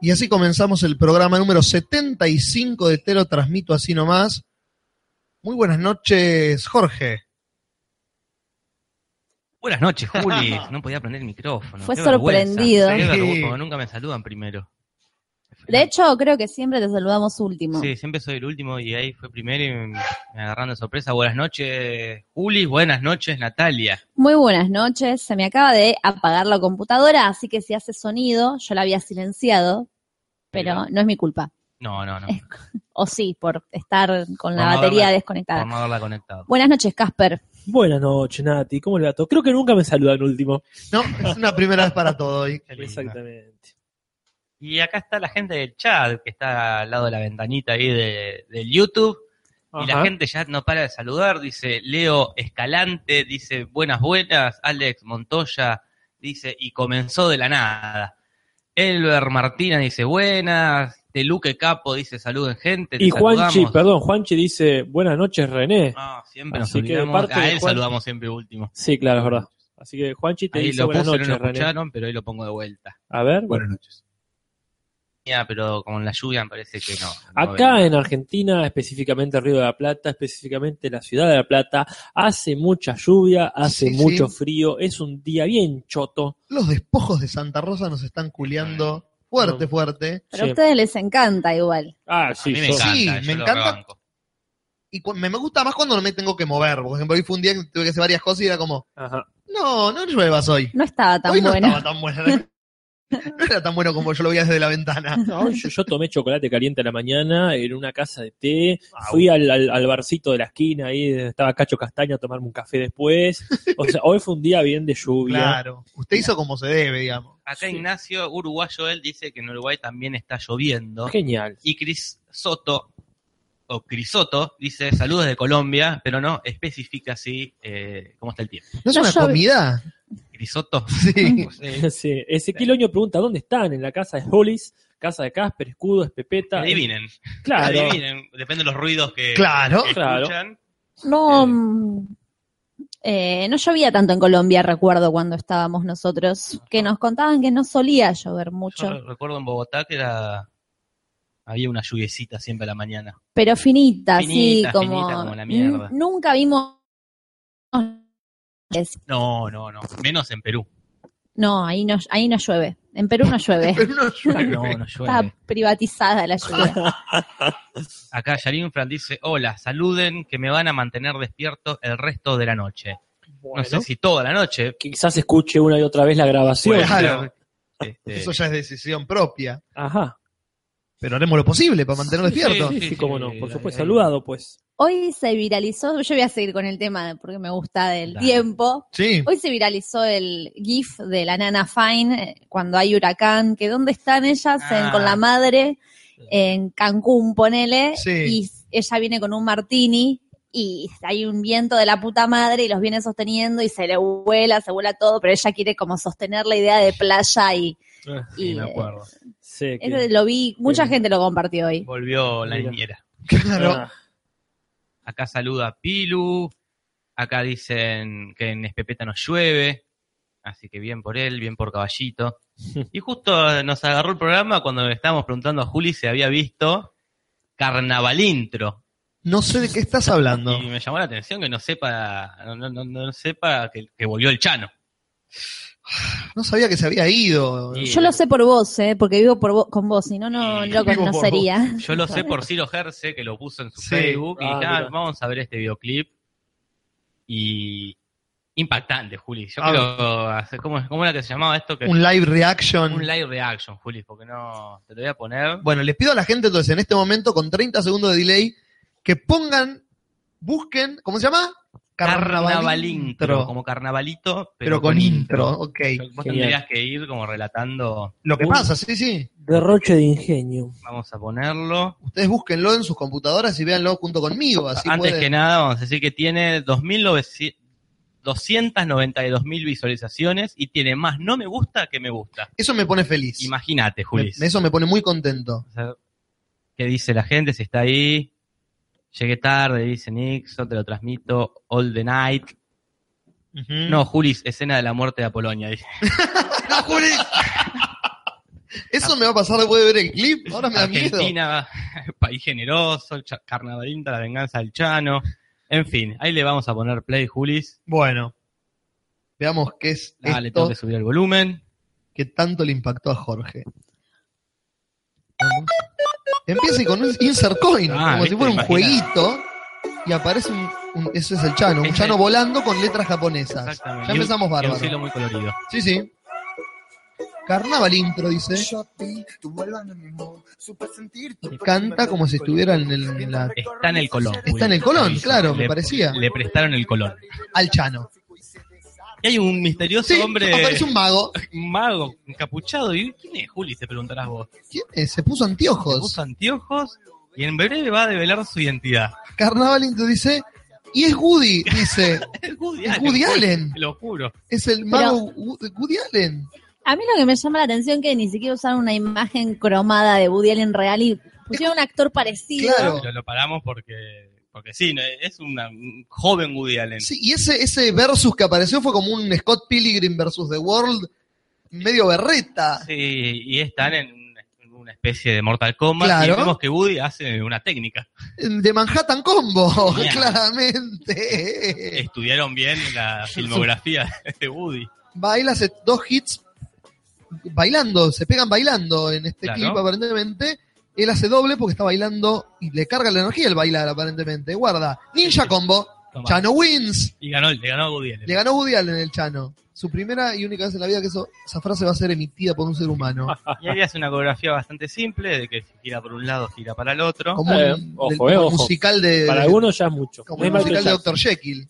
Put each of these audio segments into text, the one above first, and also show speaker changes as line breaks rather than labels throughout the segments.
Y así comenzamos el programa número 75 de Te lo transmito así nomás. Muy buenas noches, Jorge.
Buenas noches, Juli. No podía prender el micrófono.
Fue
Qué
sorprendido.
vergüenza. Qué vergüenza,
Sí.
Nunca me saludan primero.
De hecho, creo que siempre te saludamos último.
Sí, siempre soy el último y ahí fue primero y me me agarraron de sorpresa. Buenas noches, Juli. Buenas noches, Natalia.
Muy buenas noches. Se me acaba de apagar la computadora, así que si hace sonido, yo la había silenciado, pero no es mi culpa.
No, no, no.
Eh, O sí, por estar con la
Por no
batería
haberla-
desconectada.
Por no haberla conectado.
Buenas noches, Casper.
Buenas noches, Nati. ¿Cómo le va todo? Creo que nunca me saludan último.
No, es una primera vez para todo. y-
Qué lindo.
Exactamente.
Y acá está la gente del chat que está al lado de la ventanita ahí de- del YouTube. Y la
Ajá.
gente ya no para de saludar, dice Leo Escalante, dice buenas, buenas, Alex Montoya, dice, y comenzó de la nada. Elber Martínez dice buenas, Teluque Capo dice saluden gente. te
Y Juanchi,
saludamos".
perdón, Juanchi dice, buenas noches, René.
No, siempre nos
Así que de
olvidamos.
parte
A
de
él
Juan-
saludamos siempre último.
Sí, claro, es verdad. Así que Juanchi te
Ahí
dice
lo puse,
buenas
no lo
noches, René.
escucharon, pero hoy lo pongo de vuelta.
A ver.
noches. pero con la lluvia me parece que no. no
Acá
venía.
en Argentina, específicamente Río de la Plata, específicamente la ciudad de La Plata, hace mucha lluvia, hace
Sí,
mucho
sí.
frío, es un día bien choto.
Los despojos de Santa Rosa nos están culeando fuerte, fuerte.
Pero
Sí.
a ustedes les encanta igual.
Ah,
A
sí,
mí me
yo-
encanta.
Sí,
yo
me
lo
encanta.
rebanco.
Y cu- me me gusta más cuando no me tengo que mover. Por ejemplo, hoy fue un día que tuve que hacer varias cosas y era como,
Ajá.
no, no lluevas hoy.
No estaba tan
hoy no
bueno.
estaba tan bueno. No era tan bueno como yo lo veía desde la ventana.
No, yo, yo tomé chocolate caliente a la mañana en una casa de té,
Au.
fui al, al- al barcito de la esquina, ahí estaba Cacho Castaña a tomarme un café después. O sea, hoy fue un día bien de lluvia.
Claro. Usted hizo como se debe, digamos.
Acá
Sí.
Ignacio, uruguayo, él dice que en Uruguay también está lloviendo.
Genial.
Y Cris Soto, o Crisoto, dice saludos de Colombia, pero no especifica así eh, cómo está el tiempo.
¿No es
No
una
llueve.
comida?
Crisoto.
Sí.
pues, eh,
Sí. Ezequiel Oño pregunta, ¿dónde están? En la casa de Hollis, casa de Casper, Escudo, Espepeta.
adivinen,
Claro.
adivinen, depende de los ruidos que,
Claro.
que
Claro.
escuchan.
No,
Eh.
mm, eh, no llovía tanto en Colombia, recuerdo cuando estábamos nosotros, que nos contaban que no solía llover mucho,
Yo re- recuerdo en Bogotá que era había una lluviecita siempre a la mañana.
pero finita,
Finita,
así como,
finita como la mierda.
N- nunca vimos
No, no, no. Menos en Perú.
no, ahí no, ahí no llueve. En Perú no llueve.
Pero no
No,
llueve.
no
Está
llueve.
privatizada la lluvia.
Acá Yarin Fran dice, hola, saluden que me van a mantener despierto el resto de la noche.
Bueno,
No sé si toda la noche.
Quizás escuche una y otra vez la grabación.
Bueno.
pero,
Claro.
este,
Eso ya es decisión propia.
Ajá.
Pero haremos lo posible para mantenerlo despierto.
Sí, sí,
Sí, sí,
cómo no.
sí,
Por
sí,
supuesto,
sí.
saludado, pues.
Hoy se viralizó, yo voy a seguir con el tema porque me gusta del
Dale.
tiempo.
Sí.
Hoy se viralizó el GIF de la nana Fine eh, cuando hay huracán, que dónde están ellas En-
Ah.
con la madre en Cancún, ponele,
Sí.
y s- ella viene con un martini y hay un viento de la puta madre y los viene sosteniendo y se le vuela, se vuela todo, pero ella quiere como sostener la idea de playa y,
sí,
y,
me
eh,
acuerdo.
Sé que-
ese lo vi, mucha
Sí.
gente lo compartió hoy.
Volvió la
Mira.
niñera.
Claro.
Ah,
Acá saluda a Pilu. Acá dicen que en Espepeta no llueve. Así que bien por él, bien por caballito. Y justo nos agarró el programa cuando le estábamos preguntando a Juli si había visto Carnavalintro.
No sé de qué estás hablando.
Y me llamó la atención que no sepa, no, no- no- no sepa que, que volvió el Chano.
No sabía que se había ido.
Y-
Yo lo sé por vos, eh, porque vivo por vo- con vos, si no, no
Y
lo
vivo por
conocería.
Yo lo sé por Ciro Gerce, que lo puso en su
Sí.
Facebook. Y
Ah,
dije, "Ah,
mira.
vamos a ver este videoclip. Y impactante, Juli. Yo
A
quiero hacer, ¿cómo, ¿cómo era que se llamaba esto? Que,
Ah. Un live reaction.
un live reaction, Juli, porque no te lo voy a poner.
Bueno, les pido a la gente entonces en este momento, con 30 segundos de delay, que pongan, busquen, ¿cómo se llama?
Carnavalintro, como carnavalito, pero,
Pero con intro, ok.
Vos
Genial.
tendrías que ir como relatando.
Lo que
Un-
pasa, sí, sí.
Derroche de ingenio.
Vamos a ponerlo.
Ustedes búsquenlo en sus computadoras y véanlo junto conmigo. Así
Antes
pueden-
que nada, vamos a decir que tiene 2.900 292.000 visualizaciones y tiene más no me gusta que me gusta.
Eso me pone feliz.
Pues, Imagínate,
Me-
Julis.
eso me pone muy contento.
O sea, ¿Qué dice la gente? Si está ahí. Llegué tarde, dice Nixon, te lo transmito. All the night.
Mm.
No, Julis, escena de la muerte de Apolonia. dice.
¡No, Juli! Ah, Eso me va a pasar después de ver el clip. Ahora me da miedo.
Argentina, país generoso, el cha- carnavalista, la venganza del Chano. En fin, ahí le vamos a poner play, Julis.
Bueno, veamos qué es
Ah, le tengo
esto
que subir el volumen.
que tanto le impactó a Jorge. Vamos. Empieza y con un insert coin,
Ah,
como
¿viste?
si fuera un
Imagina.
jueguito. Y aparece un, un- Eso es el Chano, un
Es
Chano
el-
volando con letras japonesas.
Exactamente.
Ya
Y un-
empezamos
y
bárbaro.
Un cielo muy colorido.
Sí, sí. Carnaval intro, dice.
Shopping, tu vuelo anónimo, supe sentir tu
Y canta como si estuviera en el- en la-
Está en el Colón.
Está en el Colón, claro, me
Le-
parecía.
Le prestaron el Colón.
Al Chano.
Y hay un misterioso
Sí,
hombre,
aparece un mago.
un mago encapuchado. ¿Y quién es Juli? Te preguntarás vos.
¿Quién es? Se puso
Se
anteojos.
puso anteojos y en breve va a develar su identidad.
Carnaval intro, dice. Y es Woody, dice.
Es Woody
Es Woody Allen.
Te lo juro.
Es el mago Wo- Woody Allen.
A mí lo que me llama la atención es que ni siquiera usaron una imagen cromada de Woody Allen real y pusieron un actor parecido.
Claro.
Lo, lo paramos porque, porque sí, no, es una, un joven Woody Allen.
Sí, y ese, ese versus que apareció fue como un Scott Pilgrim versus The World, medio berreta.
Sí, y están en una, en una especie de Mortal Kombat.
Claro.
Y vemos que Woody hace una técnica.
De Manhattan Combo,
Genial.
claramente.
Estudiaron bien la filmografía de Woody.
Baila hace dos hits bailando, se pegan bailando en este
Claro.
clip aparentemente. Él hace doble porque está bailando y le carga la energía el bailar aparentemente. Guarda, Ninja Combo,
Tomá.
Chano wins.
Y ganó, le ganó a Woody Allen.
Le ganó Woody Allen el Chano. Su primera y única vez en la vida que eso, esa frase va a ser emitida por un ser humano.
Y ahí hace una coreografía bastante simple, de que si gira por un lado, gira para el otro.
Como
Eh,
un
ojo,
del-
eh,
como
ojo.
musical de...
Para algunos ya es mucho.
como
No es
el
Michael
musical de
Jackson.
Dr. Jekyll.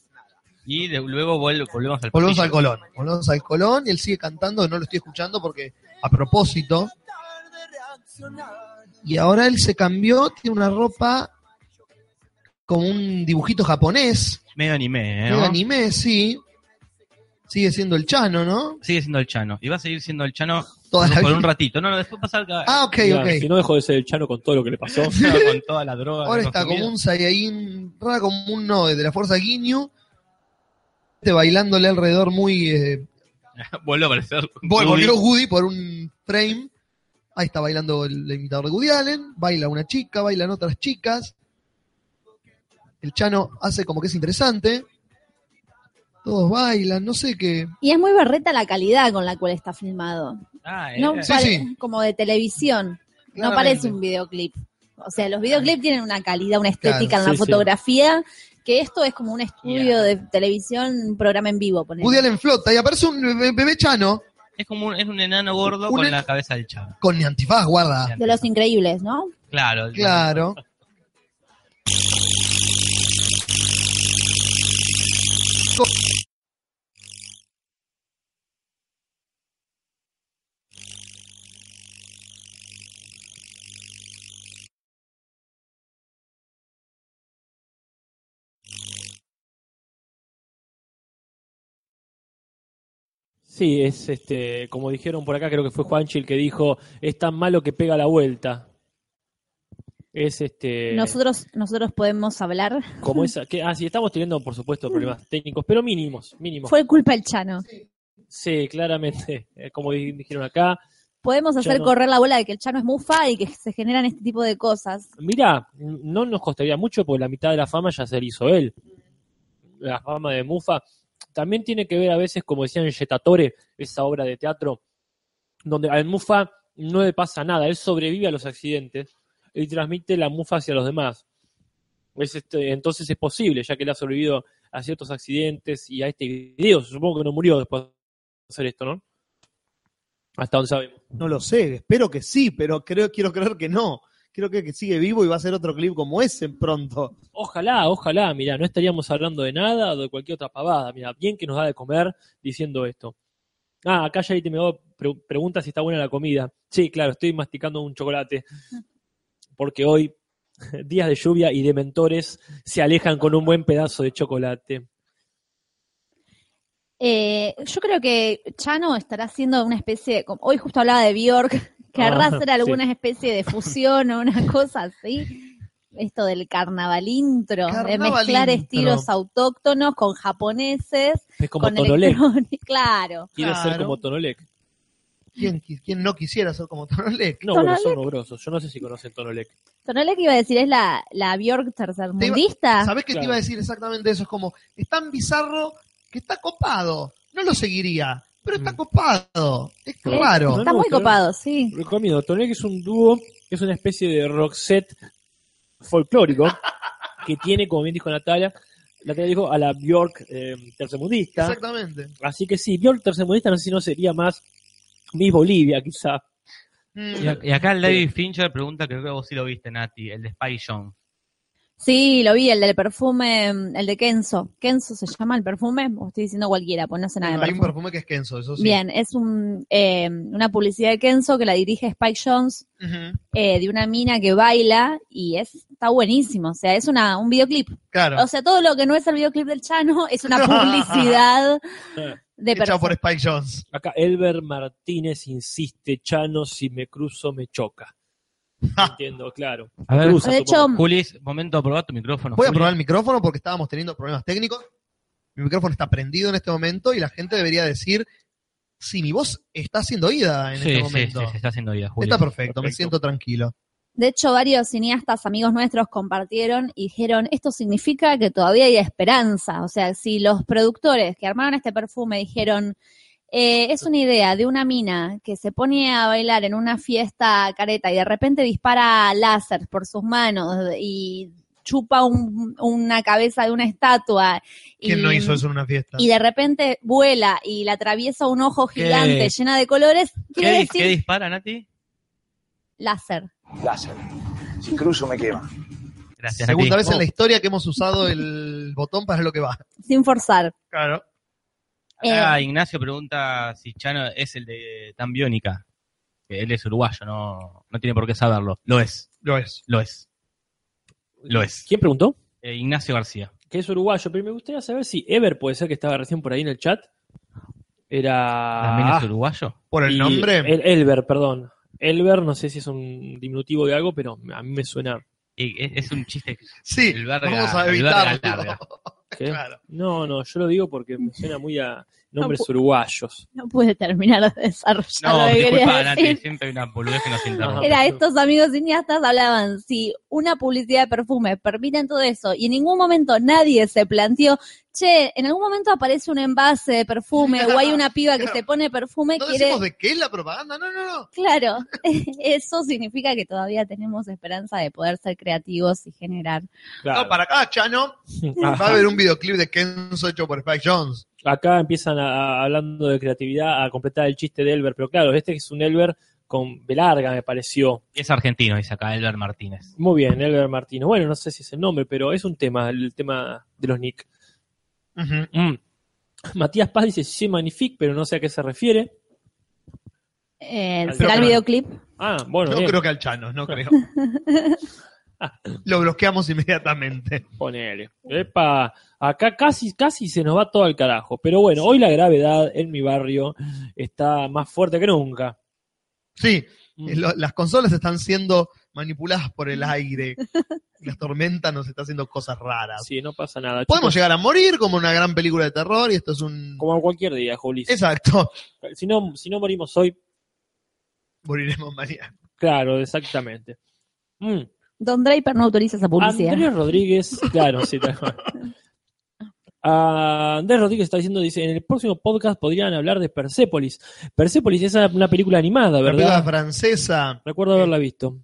Y de- luego vuel- volvemos al
Volvemos al
pasillo.
Colón. Volvemos al Colón y él sigue cantando, no lo estoy escuchando porque a propósito. Y ahora él se cambió, tiene una ropa con un dibujito japonés,
Medio anime, ¿eh?
medio
¿no?
anime, sí. Sigue siendo el Chano, ¿no?
Sigue siendo el Chano. Y va a seguir siendo el Chano
Toda la
por un
vida.
ratito. No, no, después pasa algo
Ah, ok,
Mirá,
ok.
Si no dejó de ser el Chano con todo lo que le pasó.
con toda la droga.
Ahora
que
está
consumía.
como un Saiyajin, rara como un Noe de la Fuerza Ginyu, este bailándole alrededor muy eh,
Vuelve a aparecer.
Vol-
Woody.
Volvió Woody por un frame. Ahí está bailando el imitador de Woody Allen. Baila una chica, bailan otras chicas. El Chano hace como que es interesante. Todos bailan, no sé qué.
Y es muy berreta la calidad con la cual está filmado.
Ah, eh,
No
eh,
Sí,
pare-
sí.
como de televisión. No
Claramente.
parece un videoclip. O sea, los videoclips tienen una calidad, una estética
Claro,
en la
sí, sí.
fotografía, que esto es como un estudio
Yeah.
de televisión, un programa en vivo. ponele.
Woody Allen flota y aparece un bebé, bebé Chano
es como un, es un enano gordo
Un
con
en-
la cabeza del Chano.
con antifaz, guarda.
De los increíbles, ¿no?
Claro. el-
Claro.
Sí, es este, como dijeron por acá, creo que fue Juanchi el que dijo, es tan malo que pega la vuelta. Es este
Nosotros, nosotros podemos hablar.
como esa que ah, sí, estamos teniendo por supuesto problemas técnicos, pero mínimos, mínimos.
Fue culpa del Chano.
Sí, claramente, eh, como di- dijeron acá.
Podemos hacer
Chano.
correr la bola de que el Chano es mufa y que se generan este tipo de cosas.
Mira, no nos costaría mucho porque la mitad de la fama ya se la hizo él. La fama de Mufa. También tiene que ver a veces, como decían Yetatore, esa obra de teatro, donde al Mufa no le pasa nada, él sobrevive a los accidentes y transmite la Mufa hacia los demás. Es este- entonces es posible, ya que él ha sobrevivido a ciertos accidentes y a este video. Supongo que no murió después de hacer esto, ¿no? Hasta donde sabemos.
No lo sé, espero que sí, pero creo, quiero creer que no. Creo que, que sigue vivo y va a hacer otro clip como ese pronto.
Ojalá, ojalá, mira, no estaríamos hablando de nada o de cualquier otra pavada, mira, bien que nos da de comer diciendo esto. Ah, acá ya te me pregunta si está buena la comida. Sí, claro, estoy masticando un chocolate. Porque hoy, días de lluvia y de mentores se alejan con un buen pedazo de chocolate.
Eh, yo creo que Chano estará haciendo una especie de. como- Hoy justo hablaba de Bjork. Querrá
Ah,
hacer
sí.
alguna especie de fusión o una cosa así. Esto del carnavalintro, de
Carnaval
mezclar
intro.
estilos autóctonos con japoneses,
Es como
con
Tonolec.
electrónica. Claro.
Quiero ser
Claro.
como Tonolec.
¿Quién, qui- quién no quisiera ser como Tonolek?
No,
Tonolec.
pero son obrosos. Yo no sé si conocen Tonolec.
Tonolek iba a decir, es la, la Bjork tercermundista.
¿Sabés que te
Claro.
iba a decir exactamente eso? Es como, es tan bizarro que está copado. No lo seguiría, pero está
Mm.
copado. Es
¿Eh?
raro.
Está
No, no,
muy
claro.
copado, sí.
Recomiendo. Tonolec es un dúo, es una especie de rock set folclórico que tiene, como bien dijo Natalia, Natalia dijo a la Bjork eh, tercermundista.
Exactamente.
Así que sí, Bjork tercermundista no sé si no sería más Miss Bolivia, quizá.
Mm.
Y, a- y acá el David Fincher pregunta, creo que vos sí lo viste, Nati, el de Spy Jones.
Sí, lo vi, el del perfume, mm, el de Kenzo. ¿Kenzo se llama el perfume? O estoy diciendo cualquiera, pues no sé nada de
Bueno, hay un
perfume.
perfume que es Kenzo, eso sí.
Bien, es un, eh, una publicidad de Kenzo que la dirige Spike Jones,
Ujú.
eh, de una mina que baila y es, está buenísimo. O sea, es una, un videoclip.
Claro.
O sea, todo lo que no es el videoclip del Chano es una publicidad de
Hecha
perfume.
por Spike Jones.
Acá Elber Martínez insiste, Chano, si me cruzo me choca. Entiendo, claro.
A ver,
Cruza,
De
supongo.
Julis, momento, probá tu micrófono.
Voy a
Juli.
probar el micrófono porque estábamos teniendo problemas técnicos. Mi micrófono está prendido en este momento y la gente debería decir si mi voz está siendo oída en
Sí,
este
sí,
momento.
sí, se está haciendo vida, Juli.
Está perfecto, me
Perfecto.
siento tranquilo.
De hecho, varios cineastas, amigos nuestros, compartieron y dijeron, esto significa que todavía hay esperanza. O sea, si los productores que armaron este perfume dijeron, eh, es una idea de una mina que se pone a bailar en una fiesta careta y de repente dispara láser por sus manos y chupa un- una cabeza de una estatua.
¿Quién
y-
no hizo eso en una fiesta?
Y de repente vuela y la atraviesa un ojo
¿Qué?
gigante llena de colores,
¿Qué,
quiere
di-
decir
qué dispara, Nati?
láser.
Láser. Si cruzo me quema.
Gracias,
Segunda
Nati. Oh.
vez en la historia que hemos usado el botón para lo que va.
Sin forzar.
Claro.
Eh,
Acá Ignacio pregunta si Chano es el de Tambiónica. Que Él es uruguayo, no, no tiene por qué saberlo. Lo es,
Lo es.
lo es. Lo es.
¿Quién preguntó?
Eh, Ignacio García.
Que es uruguayo, pero me gustaría saber si Ever puede ser que estaba recién por ahí en el chat.
¿También
Era.
es uruguayo?
Por el
y-
nombre.
El, Elber, perdón. Elber, no sé si es un diminutivo de algo, pero a mí me suena.
Y e, es, es un chiste.
sí,
el verga-
vamos a
el
evitarlo.
verga larga.
¿qué?
Claro.
No, no, yo lo digo porque me suena muy a nombres uruguayos.
No pude terminar de desarrollar
No,
lo que
disculpa,
quería
Nati,
decir.
siempre hay una boludez que nos
Ajá.
interrumpe.
Era estos amigos cineastas hablaban, si una publicidad de perfume permiten todo eso y en ningún momento nadie se planteó, che, en algún momento aparece un envase de perfume o hay una piba que
Claro.
se pone perfume,
No
quiere...
decimos de qué es la propaganda, no, no, no.
Claro, eso significa que todavía tenemos esperanza de poder ser creativos y generar.
Claro.
No, para acá, Chano. Va a
Ajá.
haber un videoclip de Kenzo hecho por Spike Jones.
acá empiezan a- a- hablando de creatividad a completar el chiste de Elber, pero claro, este es un Elber con B larga, me pareció.
Es argentino, dice acá Elber Martínez.
Muy bien, Elber Martino. Bueno, no sé si es el nombre, pero es un tema, el tema de los Nick. Mm. Matías Paz dice, sí, magnifique, pero no sé a qué se refiere.
Eh,
Pero
¿Será el
que no-
videoclip?
Ah, bueno,
no
bien,
creo que al Chano, no creo. Lo bloqueamos inmediatamente.
ponele. Epa, acá casi, casi se nos va todo al carajo. Pero bueno, hoy la gravedad en mi barrio está más fuerte que nunca.
Sí, eh,
Mm.
lo- las consolas están siendo manipuladas por el aire. Las tormentas nos están haciendo cosas raras.
Sí, no pasa nada.
Podemos
chicos.
llegar a morir como una gran película de terror y esto es un...
Como cualquier día, Juli.
Exacto,
Si, no, si no morimos hoy,
moriremos mañana.
Claro, exactamente. Mm.
Don Draper no autoriza esa publicidad.
Andrés Rodríguez, claro, sí, tal cual. Ah, Andrés Rodríguez está diciendo, dice, en el próximo podcast podrían hablar de Persepolis. Persepolis es una película animada,
La película
¿verdad?
francesa,
Recuerdo haberla visto.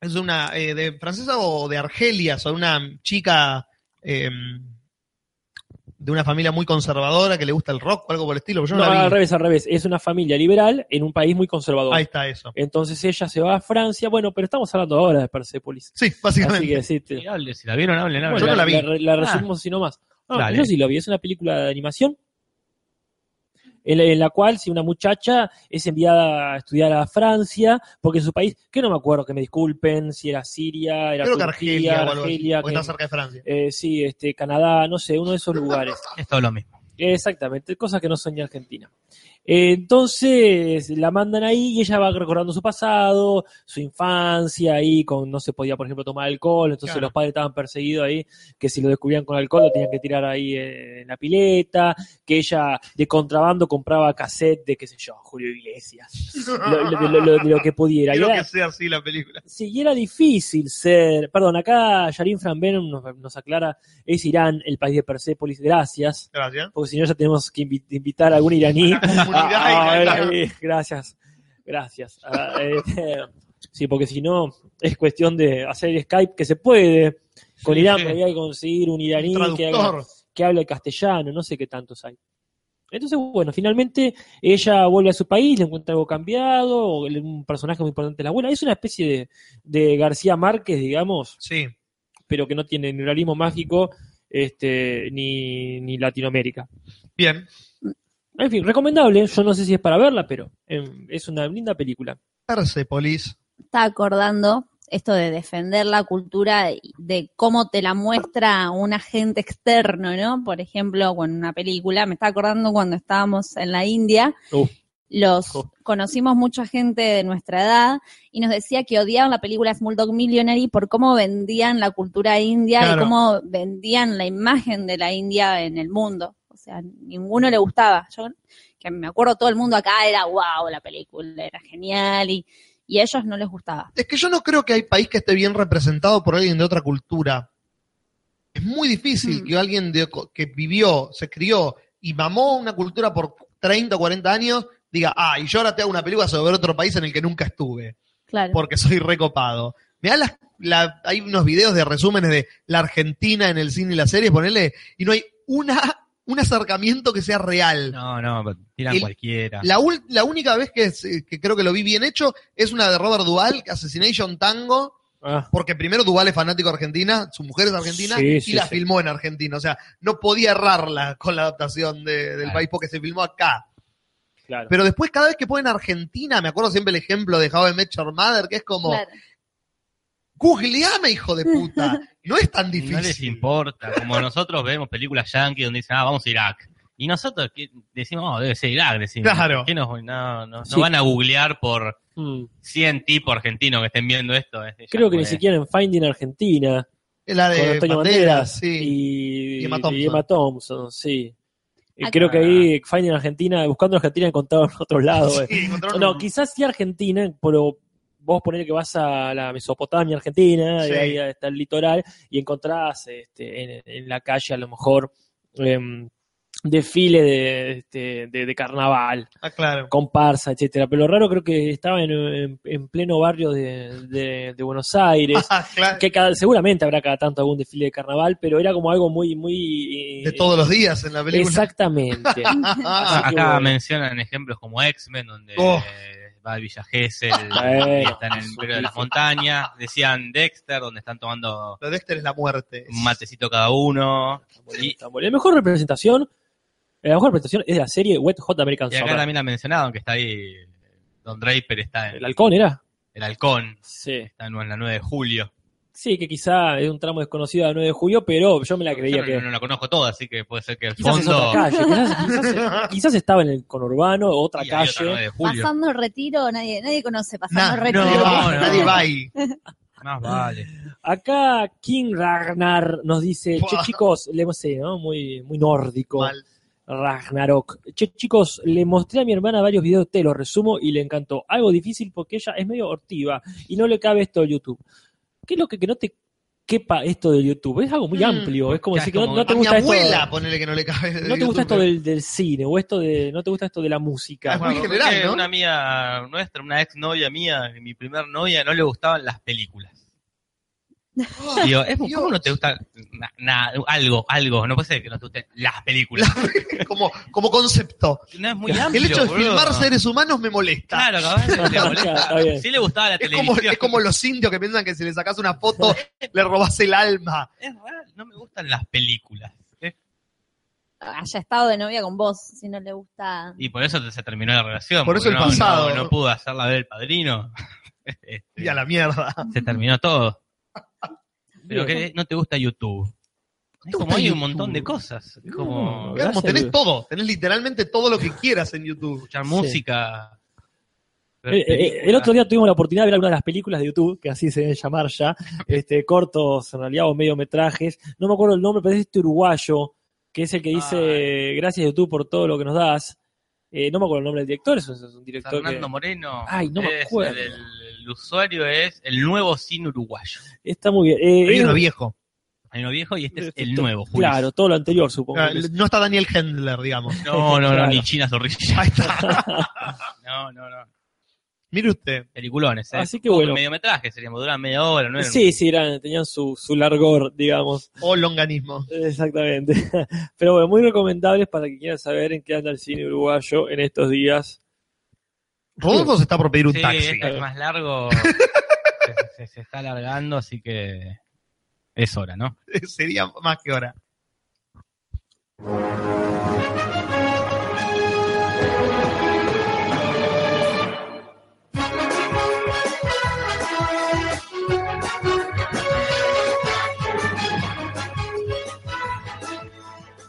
es una eh, de francesa o de Argelia, sobre una chica eh, de una familia muy conservadora que le gusta el rock o algo por el estilo. pero Yo
No,
no, la vi.
al revés, al revés. Es una familia liberal en un país muy conservador.
Ahí está eso.
Entonces ella se va a Francia. Bueno, pero estamos hablando ahora de Persepolis.
Sí,
Así
básicamente.
que sí, te-
Y hable, si la vieron, hablen, hablen.
bueno,
yo no la vi.
la resumimos así nomás. Ah,
Dale.
yo sí lo vi, es una película de animación en la, en la cual si una muchacha es enviada a estudiar a Francia, porque en su país, que no me acuerdo, que me disculpen, si era Siria, era
Creo que
Turquía,
Argelia o algo así,
Argelia,
porque
que-
está cerca de Francia.
eh, sí, este, Canadá, no sé, uno de esos lugares.
Es todo lo mismo.
Exactamente, cosas que no son ni Argentina. Eh, Entonces la mandan ahí y ella va recordando su pasado, su infancia ahí, con no se podía, por ejemplo, tomar alcohol, entonces
Claro.
los padres estaban perseguidos ahí, que si lo descubrían con alcohol lo tenían que tirar ahí eh, en la pileta, que ella de contrabando compraba cassette de, qué sé yo, Julio Iglesias, lo, lo- lo- lo- de lo que pudiera. Y
Creo
era-
que sea así la película.
Sí, y era difícil ser. Perdón, acá Yarin Franben nos, nos aclara: es Irán, el país de Persépolis. Gracias.
eh?
Gracias.
Porque si no, ya tenemos que invi- invitar a algún iraní.
Comunidad
Ah, a ver,
iraní.
ahí, gracias. Gracias. Ah, eh, sí, porque si no, es cuestión de hacer Skype que se puede. Con
Sí,
Irán,
sí.
pero hay que conseguir un iraní que haga
Traductor.
que habla el castellano, no sé qué tantos hay. Entonces, bueno, finalmente ella vuelve a su país, le encuentra algo cambiado, o le- un personaje muy importante es la abuela. Es una especie de, de García Márquez, digamos,
Sí.
pero que no tiene ni realismo mágico este, ni, ni Latinoamérica.
Bien.
En fin, recomendable. Yo no sé si es para verla, pero em, es una linda película.
Persepolis.
está acordando esto de defender la cultura, y de cómo te la muestra un agente externo, ¿no? Por ejemplo, con una película, me está acordando cuando estábamos en la India,
Uh.
los
Oh.
conocimos mucha gente de nuestra edad y nos decía que odiaban la película Smulldog Millionary por cómo vendían la cultura india
Claro.
y cómo vendían la imagen de la India en el mundo. O sea, ninguno le gustaba. Yo que me acuerdo todo el mundo acá era wow, la película era genial y y a ellos no les gustaba.
Es que yo no creo que hay país que esté bien representado por alguien de otra cultura. Es muy difícil
Mm.
que alguien de- que vivió, se crió y mamó una cultura por 30 o 40 años diga, ah, y yo ahora te hago una película sobre otro país en el que nunca estuve.
Claro.
porque soy recopado. Mirá las, la- hay unos videos de resúmenes de la Argentina en el cine y las series, ponele, y no hay una, un acercamiento que sea real.
No, no, tiran
El-
cualquiera.
La, ul- la única vez que, se- que creo que lo vi bien hecho es una de Robert Duvall, Assassination Tango,
Ah,
porque primero Duvall es fanático de Argentina, su mujer es argentina,
Sí,
y
sí,
la
sí.
filmó en Argentina. O sea, no podía errarla con la adaptación de- del
Claro.
país porque se filmó acá.
claro.
Pero después cada vez que ponen Argentina, me acuerdo siempre el ejemplo de How I Met Your Mother, que es como...
Claro.
googleame, hijo de puta. No es tan
No les
difícil.
importa. Como nosotros vemos películas yankees donde dicen, ah, vamos a Irak. Y nosotros ¿qué? decimos, no, debe ser Irak. Decimos.
Claro.
¿Qué nos- no, no, no
Sí.
van a googlear por
Mm.
100 tipos argentinos que estén viendo esto. es de
Creo que ni
Yankees.
siquiera en Finding Argentina.
la
con
de
Antonio
Banderas,
Banderas,
Eh, sí.
y,
Y Emma
y
Thompson.
Thompson, sí. Y
Acá-
creo que ahí Finding Argentina, buscando Argentina encontraron otro lado. eh.
Sí, encontraron
No,
un-
quizás sí Argentina, pero vos poner que vas a la Mesopotamia Argentina,
Sí.
y ahí está el litoral, y encontrás este, en, en la calle a lo mejor em, desfile de, este, de- de carnaval,
Ah, claro.
comparsa, etcétera. Pero lo raro creo que estaba en, en- en pleno barrio de- de- de Buenos Aires
Ah, claro.
que cada- seguramente habrá cada tanto algún desfile de carnaval, pero era como algo muy, muy eh,
De todos los días en la película.
exactamente.
Ah,
Así que
¿eh? Acá
bueno.
mencionan ejemplos como X-Men, donde
Oh.
eh, va a Villa Gesell,
Bueno.
y está en el medio de las montañas. Decían Dexter, donde están tomando
lo de Dexter es la muerte.
un matecito cada uno. Y,
Está bueno. La mejor representación, la mejor representación es de la serie Wet Hot American
y acá
Summer.
también la mencionaron, que está ahí. Don Draper está en
El halcón era.
el halcón,
Sí.
está en la 9 de julio.
Sí, que quizá es un tramo desconocido de la 9 de julio, pero yo me la
Yo
creía
no,
que
no la conozco toda, así que puede ser que el
quizás es otra
fondo
calle, quizás, quizás- quizás estaba en el conurbano, otra
y hay otra
calle.
9 de julio.
Pasando el retiro, nadie, nadie conoce pasando
Nah,
el
no,
retiro.
No, no.
nadie va ahí.
Más vale.
Acá King Ragnar nos dice, che
Buah.
chicos, le hemos eh, ¿no? muy, muy nórdico.
Mal.
Ragnarok. Che, chicos, le mostré a mi hermana varios videos, te los resumo y le encantó. Algo difícil porque ella es medio hortiva y no le cabe esto de YouTube. ¿Qué es lo que, que no te quepa esto de YouTube? Es algo muy
Mm,
amplio, es como
ya es
decir que no,
como
no te
A mi
gusta esto.
abuela, ponele que no le cabe. de
No te gusta
YouTube. Ah,
esto del, del cine o esto de no te gusta esto de la música.
Es muy
Porque
general, ¿no?
Una amiga nuestra, una ex novia mía, mi primer novia, no le gustaban las películas.
Ah,
Digo, es, ¿cómo
Dios.
no te gusta na- na- algo, algo? No puede ser que no te gusten las películas.
como, como concepto.
No es muy amplio.
el hecho de
boludo.
filmar seres humanos me molesta.
Claro, capaz que le
Está
molesta.
bien.
Sí le gustaba la
Es como,
televisión.
es como los indios que piensan que si le sacas una foto le robás el alma.
Es raro, no me gustan las películas. ¿eh?
Haya estado de novia con vos, si no le gusta.
Y por eso se terminó la relación.
Por eso
porque
el
no-
pasado.
No, no pudo hacerla ver el padrino. Este,
Y a la mierda.
Se terminó todo. Pero
Bien.
que no te gusta YouTube. Es como hay un montón de cosas. Es como
No.
Mirá, como
Gracias,
tenés
Luis.
todo, tenés literalmente todo lo que quieras en YouTube.
escuchar
Sí.
música. ver
Eh, eh, el
películas.
otro día tuvimos la oportunidad de ver algunas de las películas de YouTube, que así se deben llamar ya, este, cortos en realidad o mediometrajes. No me acuerdo el nombre, pero es este uruguayo, que es el que dice
Ah,
gracias YouTube por todo lo que nos das. Eh, no me acuerdo el nombre del director, es un, es un director que-
Fernando Moreno.
Ay, no me
Es
acuerdo.
El, el usuario es el nuevo cine uruguayo.
Está muy bien. Eh,
Hay
es-
uno viejo.
Hay uno viejo y este es el
Perfecto.
nuevo, Julio.
claro, todo lo anterior supongo.
Ah,
que es.
No está Daniel Hendler, digamos.
No, no, no,
Claro.
ni China Zorrilla.
Ahí está.
No, no, no.
Mire usted.
Peliculones, ¿eh?
Así que
Poco
bueno.
Mediometraje seríamos, duraban media hora, ¿no? Eran-
Sí, sí, eran- tenían su, su largor, digamos.
O longanismo.
Exactamente. Pero bueno, muy recomendables para que quieran saber en qué anda el cine uruguayo en estos días.
Rodolfo se está por pedir un
Sí,
taxi.
este es más largo. se, se- se está alargando, así que es hora, ¿no?
Sería más que hora.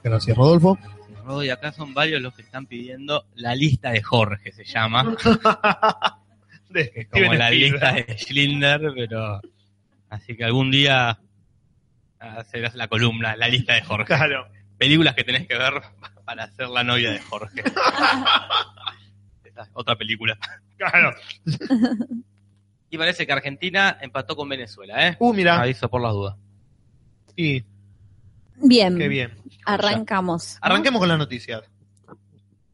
Gracias, Rodolfo.
Rodo, y acá son varios los que están pidiendo la lista de Jorge, se llama. que es como
Steven
la
Spielberg.
lista de Schlinder, pero. Así que algún día ah, serás la columna, la lista de Jorge.
Claro.
Películas que tenés que ver para ser la novia de Jorge. Esa es otra película.
Claro.
Y parece que Argentina empató con Venezuela, ¿eh?
Uh, mira.
Aviso por las dudas.
Sí,
Bien,
qué bien.
arrancamos.
Arranquemos con las noticias.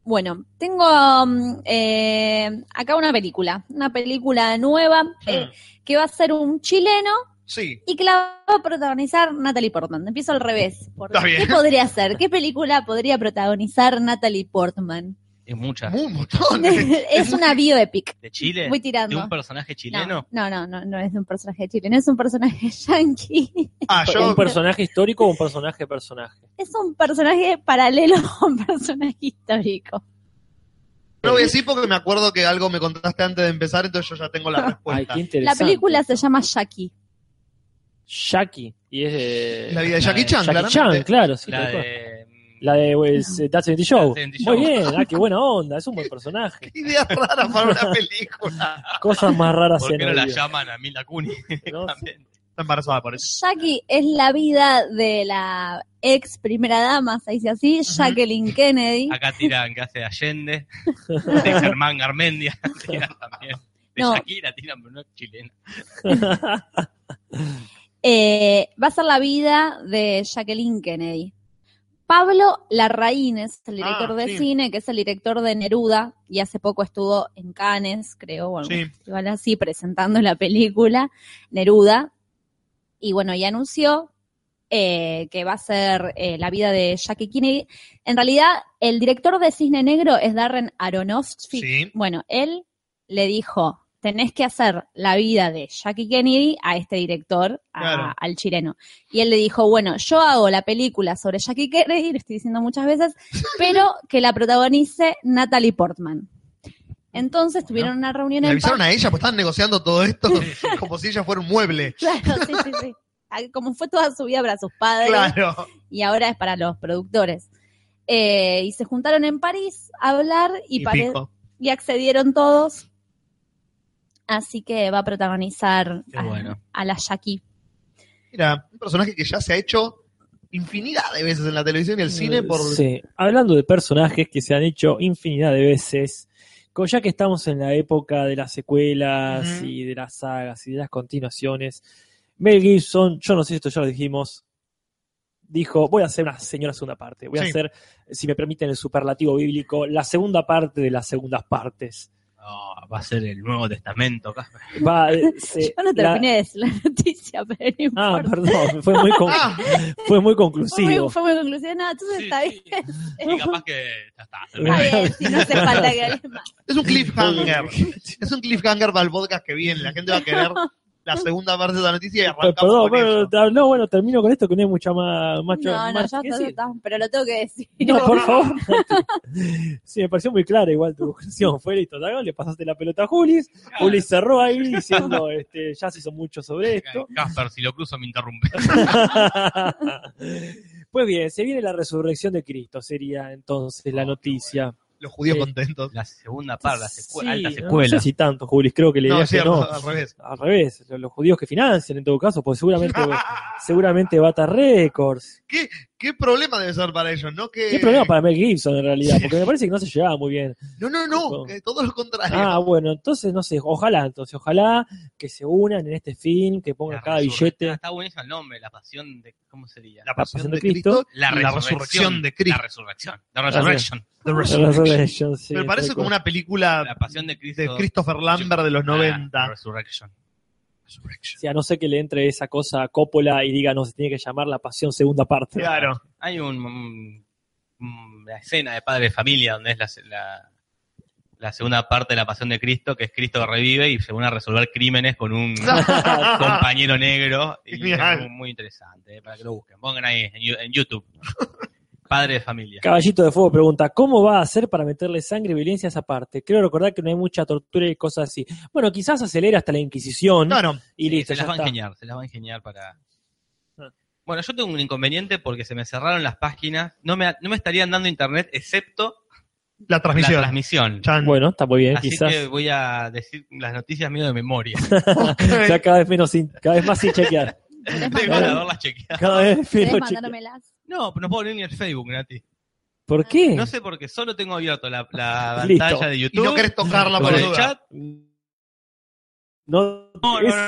Bueno, tengo mm, eh, acá una película, una película nueva eh, que va a ser un chileno
Sí.
y que la va a protagonizar Natalie Portman. Empiezo al revés. porque
Está bien.
¿Qué podría ser? ¿Qué película podría protagonizar Natalie Portman?
Es muchas.
Muy montón.
es una bioepic.
¿De Chile?
Voy
¿De un
tirando.
personaje chileno?
No, no, no, no, no es de un personaje chileno, es un personaje yankee.
Ah, yo
¿Un personaje histórico o un personaje personaje?
Es un personaje paralelo a un personaje histórico.
no voy a decir porque me acuerdo que algo me contaste antes de empezar, entonces yo ya tengo la
Ah, Ay,
respuesta.
qué
La
interesante.
película se llama Jackie.
Jackie. Y es de...
La vida de Jackie Chan,
Jackie
claramente.
Chan, claro. sí,
La
tal cual.
de.
La de pues, eh, That's 70 Show.
That's 70
Muy
Show.
bien, ah, qué buena onda, es un buen personaje.
Qué idea rara para una película.
Cosas más raras
¿Por
se
qué no
han
la
oído,
llaman a Mila Kunis?
¿no?
directamente?
Está embarazada por eso.
Jackie es la vida de la ex primera dama, se dice así, Jacqueline Kennedy.
Acá tiran que hace de Allende, de Germán Garmendia, tiran también. De
No.
Shakira tiran, pero no es chilena.
Eh, va a ser la vida de Jacqueline Kennedy. Pablo Larraín es el director
Ah,
de
sí.
cine, que es el director de Neruda, y hace poco estuvo en Cannes, creo,
Ah,
o algún
Sí.
festival así, presentando la película Neruda. Y bueno, y anunció eh, que va a ser eh, la vida de Jackie Kennedy. En realidad, el director de Cisne Negro es Darren Aronofsky,
Sí.
bueno, él le dijo, tenés que hacer la vida de Jackie Kennedy a este director, a-
Claro.
al chileno. Y él le dijo, bueno, yo hago la película sobre Jackie Kennedy, lo estoy diciendo muchas veces, pero que la protagonice Natalie Portman. Entonces tuvieron una reunión
Le
en...
avisaron
París.
a ella, pues estaban negociando todo esto como si ella fuera un mueble.
Claro, sí, sí, sí. Ah, Como fue toda su vida para sus padres.
Claro.
y ahora es para los productores. Eh, y se juntaron en París a hablar y,
Y
pare-
pico.
y accedieron todos. Así que va a protagonizar
Qué
a,
bueno.
a la Jackie.
Mira, un personaje que ya se ha hecho infinidad de veces en la televisión y el cine por...
Sí. Hablando de personajes que se han hecho infinidad de veces, como ya que estamos en la época de las secuelas
Ujú.
y de las sagas y de las continuaciones, Mel Gibson, yo no sé si esto ya lo dijimos, dijo, voy a hacer una señora segunda parte, voy a
Sí.
hacer, si me permiten el superlativo bíblico, la segunda parte de las segundas partes.
No, va a ser el Nuevo Testamento acá.
Va, eh, se-
Yo no
la-
terminé de decir la noticia, pero no
Ah,
importa.
perdón, fue muy, con-
Ah,
fue muy
fue, muy,
conclusivo.
fue muy conclusiva. No, entonces
Sí,
está bien.
sí. Y capaz que ya está.
Está bien, si no hace falta que hables más.
es un cliffhanger. es un cliffhanger para el podcast que viene. La gente va a querer la segunda parte de la noticia y
Perdón,
arrancamos con
bueno,
eso.
ta- no, bueno, termino con esto que no hay mucha más. más
No, no,
más
ya
que
está, ya
decir.
está, pero lo tengo que decir.
No, por favor. sí, me pareció muy clara igual tu conclusión. Fue listo, ¿tá? le pasaste la pelota a Julis. Julis cerró ahí diciendo, este, ya se hizo mucho sobre esto.
Casper, si lo cruzo me interrumpe.
Pues bien, se viene la resurrección de Cristo, sería entonces la noticia.
Los judíos
Sí.
contentos.
La segunda parte, la
Sí,
secuela, alta
no,
secuela.
No sé si tanto, Julis, creo que le
No,
diría
es
que
cierto,
no.
al revés.
Al revés, los, los judíos que financian en todo caso, pues seguramente, seguramente Bata Records.
¿Qué problema debe ser para ellos? No que...
¿Qué problema para Mel Gibson en realidad? Porque me parece que no se llevaba muy bien.
No, no, no, que todo lo contrario.
Ah, bueno, entonces no sé, ojalá, entonces, ojalá que se unan en este film, que pongan
La
cada
resurrección.
billete.
Ah, Está buenísimo el nombre, la pasión de. ¿Cómo sería?
la
pasión de Cristo.
y la resurrección de
La
Cristo.
resurrección. La resurrección.
The Resurrection.
Resurrection, sí,
Me parece
tal
como
cual.
una película
La pasión de Cristo.
de Christopher Lambert de los
Ah,
90.
la resurrección.
O sea, no sé que le entre esa cosa a Coppola y diga, no, se tiene que llamar La Pasión Segunda Parte.
Claro.
Hay un, un- un- la escena de Padre de Familia donde es la, la, la segunda parte de la Pasión de Cristo, que es Cristo que revive y se van a resolver crímenes con un compañero negro. Y es
Genial.
muy, muy interesante, eh, para que lo busquen. Pongan ahí en, Yu- en YouTube. Padre de Familia.
Caballito de Fuego pregunta, ¿cómo va a hacer para meterle sangre y violencia a esa parte? Creo recordar que no hay mucha tortura y cosas así. Bueno, quizás acelera hasta la Inquisición
Claro.
y listo,
Eh, se las
ya
va a
está.
ingeniar, se las va a ingeniar para...
Ah.
Bueno, yo tengo un inconveniente porque se me cerraron las páginas. No me, no me estarían dando internet excepto
La transmisión.
la transmisión.
Chan.
Bueno, está muy bien,
Así
Eh, quizás.
que voy a decir las noticias mío de memoria.
O sea, cada vez menos, sin- cada vez más sin chequear.
¿Querés
Tengo
Bueno.
que
mandar-
haberlas chequeado.
Cada vez
querés
menos chequear.
mandármelas?
No, pero no puedo abrir ni el Facebook, Nati.
¿Por qué?
No sé por qué, solo tengo abierto la, la
Listo.
pantalla de
Y
YouTube.
no querés tocarla
con
por
el
el
chat.
No,
No, no,
es-
no,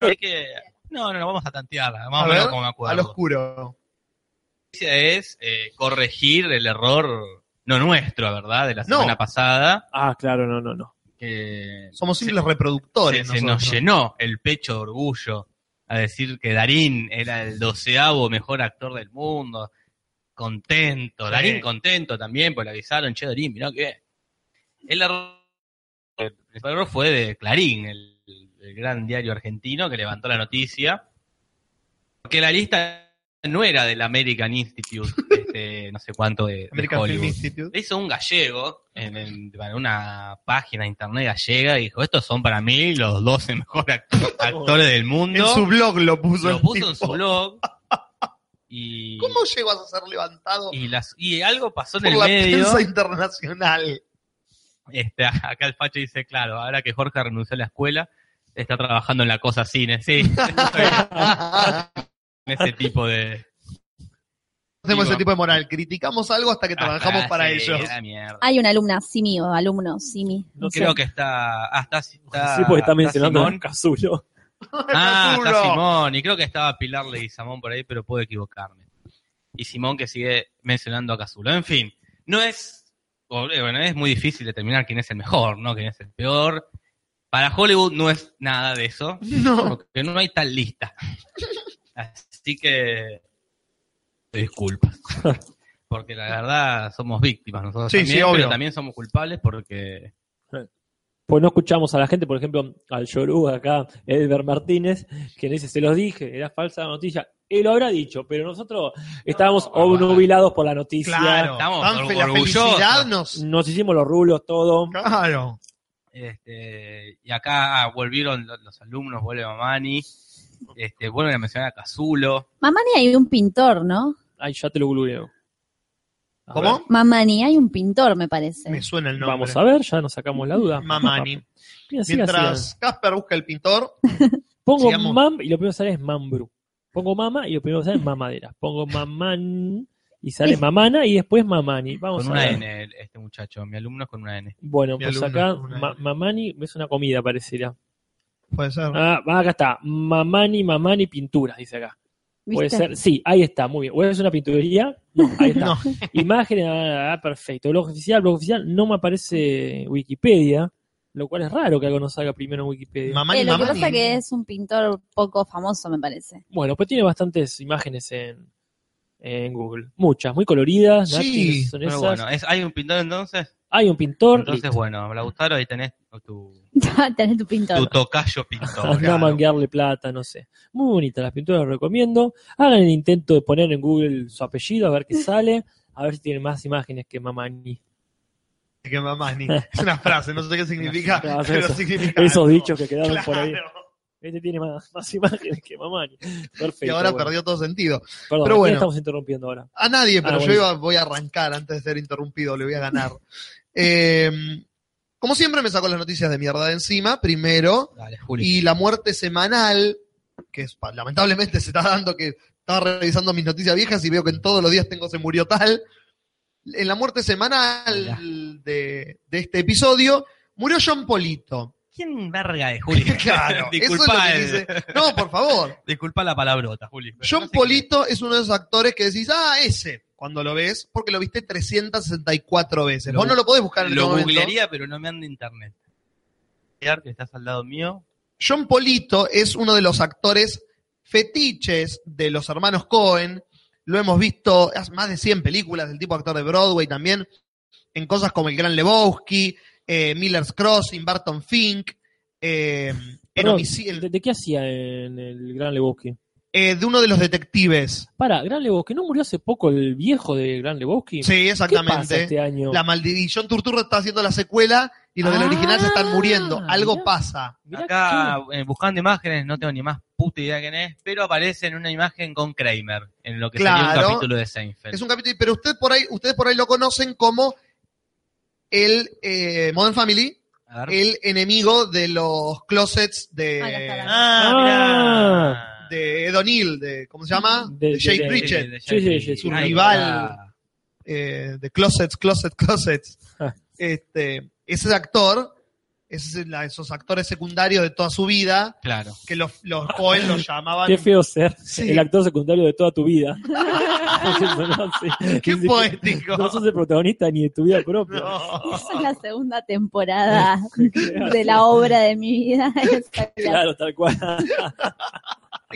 no, hay que- no, no, no, vamos a tantearla. Vamos
A
a ver
ver,
cómo me
Al
acuerdo.
oscuro.
noticia es eh, corregir el error, no nuestro, ¿verdad? De la
No.
semana pasada.
Ah, claro, no, no, no.
Que
Somos
se-
simples
se,
reproductores.
se
nosotros.
nos llenó el pecho de orgullo a decir que Darín era el doceavo mejor actor del mundo. Contento,
Sí.
Darín contento también, pues le avisaron, che Darín, mirá que. El error, el error fue de Clarín, el, el gran diario argentino que levantó la noticia. Que la lista no era del American Institute, este, no sé cuánto de, de
American Film
Hollywood.
Institute.
Le hizo un gallego en, en- para una página de internet gallega y dijo, estos son para mí los 12 mejores act- actores del mundo.
En su blog lo puso.
Lo
el
puso en
tipo.
su blog. Y,
¿Cómo llegas a ser levantado
y, las- y algo pasó en
por
el
la
medio.
prensa internacional?
Este, acá el Facho dice, claro, ahora que Jorge renunció a la escuela, está trabajando en la cosa cine, sí. en ese tipo de...
Hacemos ese
Digo.
tipo de moral. Criticamos algo hasta que trabajamos
Ah,
para
sí,
ellos.
la mierda.
Ah,
Hay una alumna Simi o alumno Simi.
No
Creo que está... Ah, está, está-
sí, porque está mencionando
Simón.
a Casulo.
Ah,
Casulo.
está Simón. Y creo que estaba Pilar Leguizamón por ahí, pero puedo equivocarme. Y Simón que sigue mencionando a Casulo. En fin, no es. o, eh, Bueno, es muy difícil determinar quién es el mejor, ¿no? Quién es el peor. Para Hollywood no es nada de eso,
No.
porque no hay tal lista. Así que. Disculpas. Porque la verdad somos víctimas nosotros
Sí,
también,
sí,
pero
obvio.
también somos culpables porque
Pues no escuchamos a la gente, por ejemplo, al Yoruba acá, Edgar Martínez, quien dice, se los dije, era falsa noticia. Él lo habrá dicho, pero nosotros estábamos
Ah, bueno.
obnubilados por la noticia.
Claro.
estamos
Tan fe- la
orgullosos.
felicidad nos.
Nos hicimos los rulos, todo.
Claro.
Este, y acá ah, volvieron lo- los alumnos, vuelve Mamani, este, vuelven a mencionar a Casulo.
Mamani hay un pintor, ¿no?
Ay, ya te lo googleo. A ver,
¿Cómo?
Mamani hay un pintor, me parece.
Me suena el nombre.
Vamos a ver, ya nos sacamos la duda.
Mamani.
Y así, así.
Mientras Casper busca el pintor,
Pongo
sigamos.
mam y lo primero que sale es mambru. Pongo mama y lo primero que sale es mamadera. Pongo mamán y sale
Sí.
mamana y después mamani. Vamos
Con
a
una
ver.
N, el- este muchacho, mi alumno es con una N.
Bueno,
Mi
pues
alumno,
acá
una
ma-
N.
mamani es una comida, pareciera.
puede ser.
Ah, acá está. Mamani, mamani, pinturas, dice acá. Puede
¿Viste?
ser. Sí, ahí está, muy bien. ¿O es una pinturería? No, ahí está.
No.
Imágenes, ah, ah, perfecto. Blog oficial, blog oficial. No me aparece Wikipedia, lo cual es raro que algo nos salga primero en Wikipedia.
Mamani,
Eh, lo que
mamani.
pasa que es un pintor poco famoso, me parece.
Bueno, pues tiene bastantes imágenes en, en Google. Muchas, muy coloridas.
Sí,
Nati, son
Pero
esas.
bueno, ¿es, ¿hay un pintor entonces?
Hay un pintor.
Entonces,
listo.
bueno, Lautaro, ahí tenés tu,
Tenés tu
tu
pintor.
tocayo pintor.
Andá a manguearle plata, no sé. Muy bonita, las pinturas las recomiendo. Hagan el intento de poner en Google su apellido, a ver qué sale. A ver si tiene más imágenes que Mamani.
Que mamani. Es una frase, no sé qué significa,
Claro,
pero
eso-
significa.
Esos
algo.
dichos que quedaron
Claro.
por ahí. Este tiene más, más imágenes que Mamani. Perfecto.
y ahora
bueno.
perdió todo sentido.
Perdón,
pero
¿a quién
bueno.
estamos interrumpiendo ahora.
A nadie, pero
Ah,
yo
bueno.
iba- voy a arrancar antes de ser interrumpido, le voy a ganar. Eh, como siempre, me sacó las noticias de mierda de encima, primero,
Dale, Juli.
y la muerte semanal, que es, pa- lamentablemente se está dando que estaba revisando mis noticias viejas y veo que en todos los días tengo se murió tal. En la muerte
Hola.
semanal de, de este episodio, murió John Polito.
¿Quién verga es, Juli?
Claro, eso es lo
disculpa,
que dice. No, por favor.
disculpa la palabrota, Juli. pero
John
no sé qué-
Polito es uno de esos actores que decís, ah, ese, cuando lo ves, porque lo viste 364 veces.
Lo
Vos no lo podés buscar en el
Lo
momento.
googlearía, pero no me anda internet. Cuidar Que estás al lado mío.
John Polito es uno de los actores fetiches de los hermanos Cohen. Lo hemos visto hace más de 100 películas del tipo actor de Broadway también, en cosas como El Gran Lebowski, eh, Miller's Crossing, Barton Fink, eh, en
Perdón,
Homici- el-
¿de, de qué hacía en el Gran Lebowski?
eh, de uno de los detectives.
Para, Gran Lebowski, ¿no murió hace poco el viejo de Gran Lebowski?
Sí,
¿Qué pasa
exactamente.
este año?
La maldición John Turturro está haciendo la secuela y los del
Ah,
original se están muriendo. Algo
mirá.
pasa.
Mirá
Acá, eh, buscando imágenes, no tengo ni más puta idea quién es, pero aparece en una imagen con Kramer, en lo que sería
Claro.
un capítulo de Seinfeld.
Es un capítulo, pero usted por ahí, ustedes por ahí lo conocen como el eh, Modern Family,
A ver.
el enemigo de los closets
Ahí está
de,
la-
Ah, mirá.
ah, de Ed O'Neill, de ¿cómo se llama?
De-
De,
de-
Jake
de-
Pritchett,
De- de-
Sí, sí,
de-
sí, es
su
Ay,
rival.
mirá.
eh, de Closets, Closets, Closets.
Ah.
este, ese actor, ese es la- esos actores secundarios de toda su vida,
Claro.
que los, los Cohen los llamaban
Qué feo ser
Sí.
el actor secundario de toda tu vida. No sé.
Qué
Sí, sí.
poético.
No sos el protagonista ni de tu vida propia.
No.
Esa es la segunda temporada de la obra de mi vida. Esa es la-
Claro, tal cual.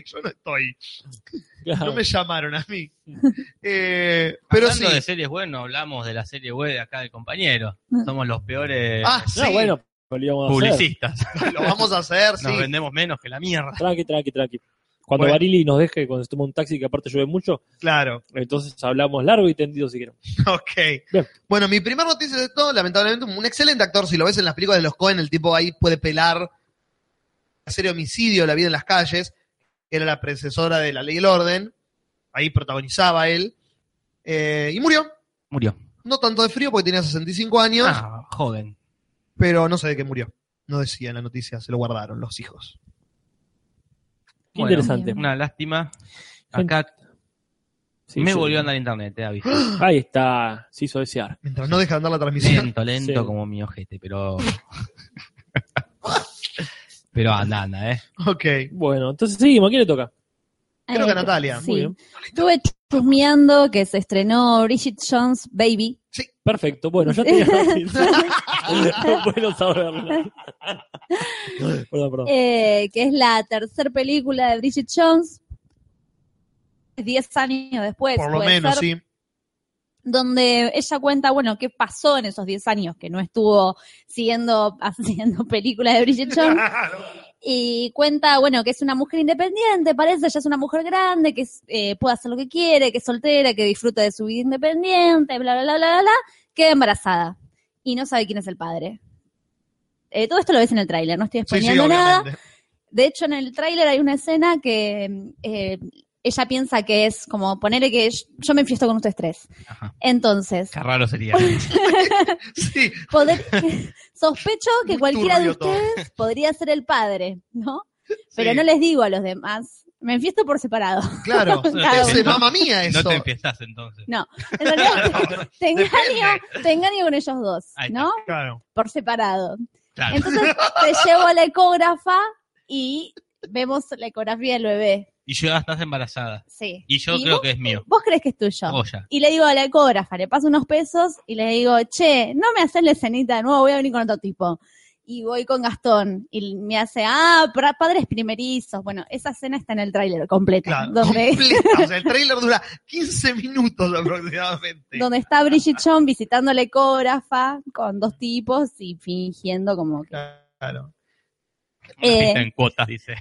Yo no estoy.
Claro.
No me llamaron a mí. Eh, pero sí.
Hablando de series web, no hablamos de la serie web de acá del compañero. Somos los peores
Ah, sí.
No, bueno, pero lo íbamos a hacer.
publicistas.
Lo vamos a hacer, sí.
Nos vendemos menos que la mierda.
Tranqui, tranqui, tranqui. Cuando
Bueno.
Barili nos deje, cuando se toma un taxi, que aparte llueve mucho,
Claro.
entonces hablamos largo y tendido si queremos.
Ok.
Bien.
Bueno, mi primer noticia de todo, lamentablemente, un excelente actor. Si lo ves en las películas de los Cohen, el tipo ahí puede pelar hacer homicidio, la vida en las calles. Era la predecesora de La Ley y el Orden. Ahí protagonizaba él. Eh, y murió.
Murió.
No tanto de frío porque tenía 65 años,
Ah, joven.
pero no sé de qué murió. No decía en la noticia, se lo guardaron los hijos.
Qué
Bueno,
interesante.
Una lástima.
Gente-
Acá
Sí,
me
sí.
volvió a andar internet, te aviso.
Ahí está, se hizo desear.
Mientras no deja andar la transmisión.
Lento, lento
Sí.
como mi ojete, pero. pero anda, anda, ¿eh?
Ok.
Bueno, entonces seguimos, ¿a quién le toca?
Creo que a Natalia.
Muy
Eh, Sí.
bien.
Estuve chusmeando que se estrenó Bridget Jones Baby.
Perfecto, bueno, ya tenía Bueno saberlo. perdón, perdón.
eh, que es la tercera película de Bridget Jones, 10 años después,
Por lo
puede
menos,
ser,
sí.
donde ella cuenta, bueno, qué pasó en esos 10 años que no estuvo siguiendo haciendo películas de Bridget Jones, y cuenta, bueno, que es una mujer independiente, parece, ya es una mujer grande, que es, eh, puede hacer lo que quiere, que es soltera, que disfruta de su vida independiente, bla, bla, bla, bla, bla, bla, queda embarazada y no sabe quién es el padre. Eh, todo esto lo ves en el tráiler, no estoy
Sí, sí,
exponiendo nada.
obviamente.
De hecho, en el tráiler hay una escena que eh, ella piensa que es como ponerle que yo, yo me enfiesto con ustedes tres.
Ajá.
Entonces,
Qué raro sería.
Sí,
poder- sospecho que
Muy
cualquiera de
turbio todo.
ustedes podría ser el padre, ¿no? Pero
Sí.
no les digo a los demás. Me enfiesto por separado.
claro.
No
Cada
te-
Ese
no-
mamá mía
No
eso.
te empiezas entonces.
En realidad, te, te engaño, te engaño con ellos dos,
Ahí está.
¿no?
Claro.
Por separado.
Claro.
Entonces, te llevo a la ecógrafa y vemos la ecografía del bebé.
Y yo ah, estás embarazada.
Sí.
Y yo creo
vos,
que es mío.
vos crees que es tuyo.
Goya.
Y le digo a la ecógrafa, le paso unos pesos y le digo, che, no me haces la escenita de nuevo, voy a venir con otro tipo. Y voy con Gastón y me hace, ah, pra- padres primerizos. Bueno, esa escena está en el tráiler completa,
Claro.
donde,
Completa. O sea, el trailer dura 15 minutos aproximadamente.
donde está Bridget Jones visitando a la ecógrafa con dos tipos y fingiendo como que...
Claro.
Una
Eh.
fiesta en cuotas, dice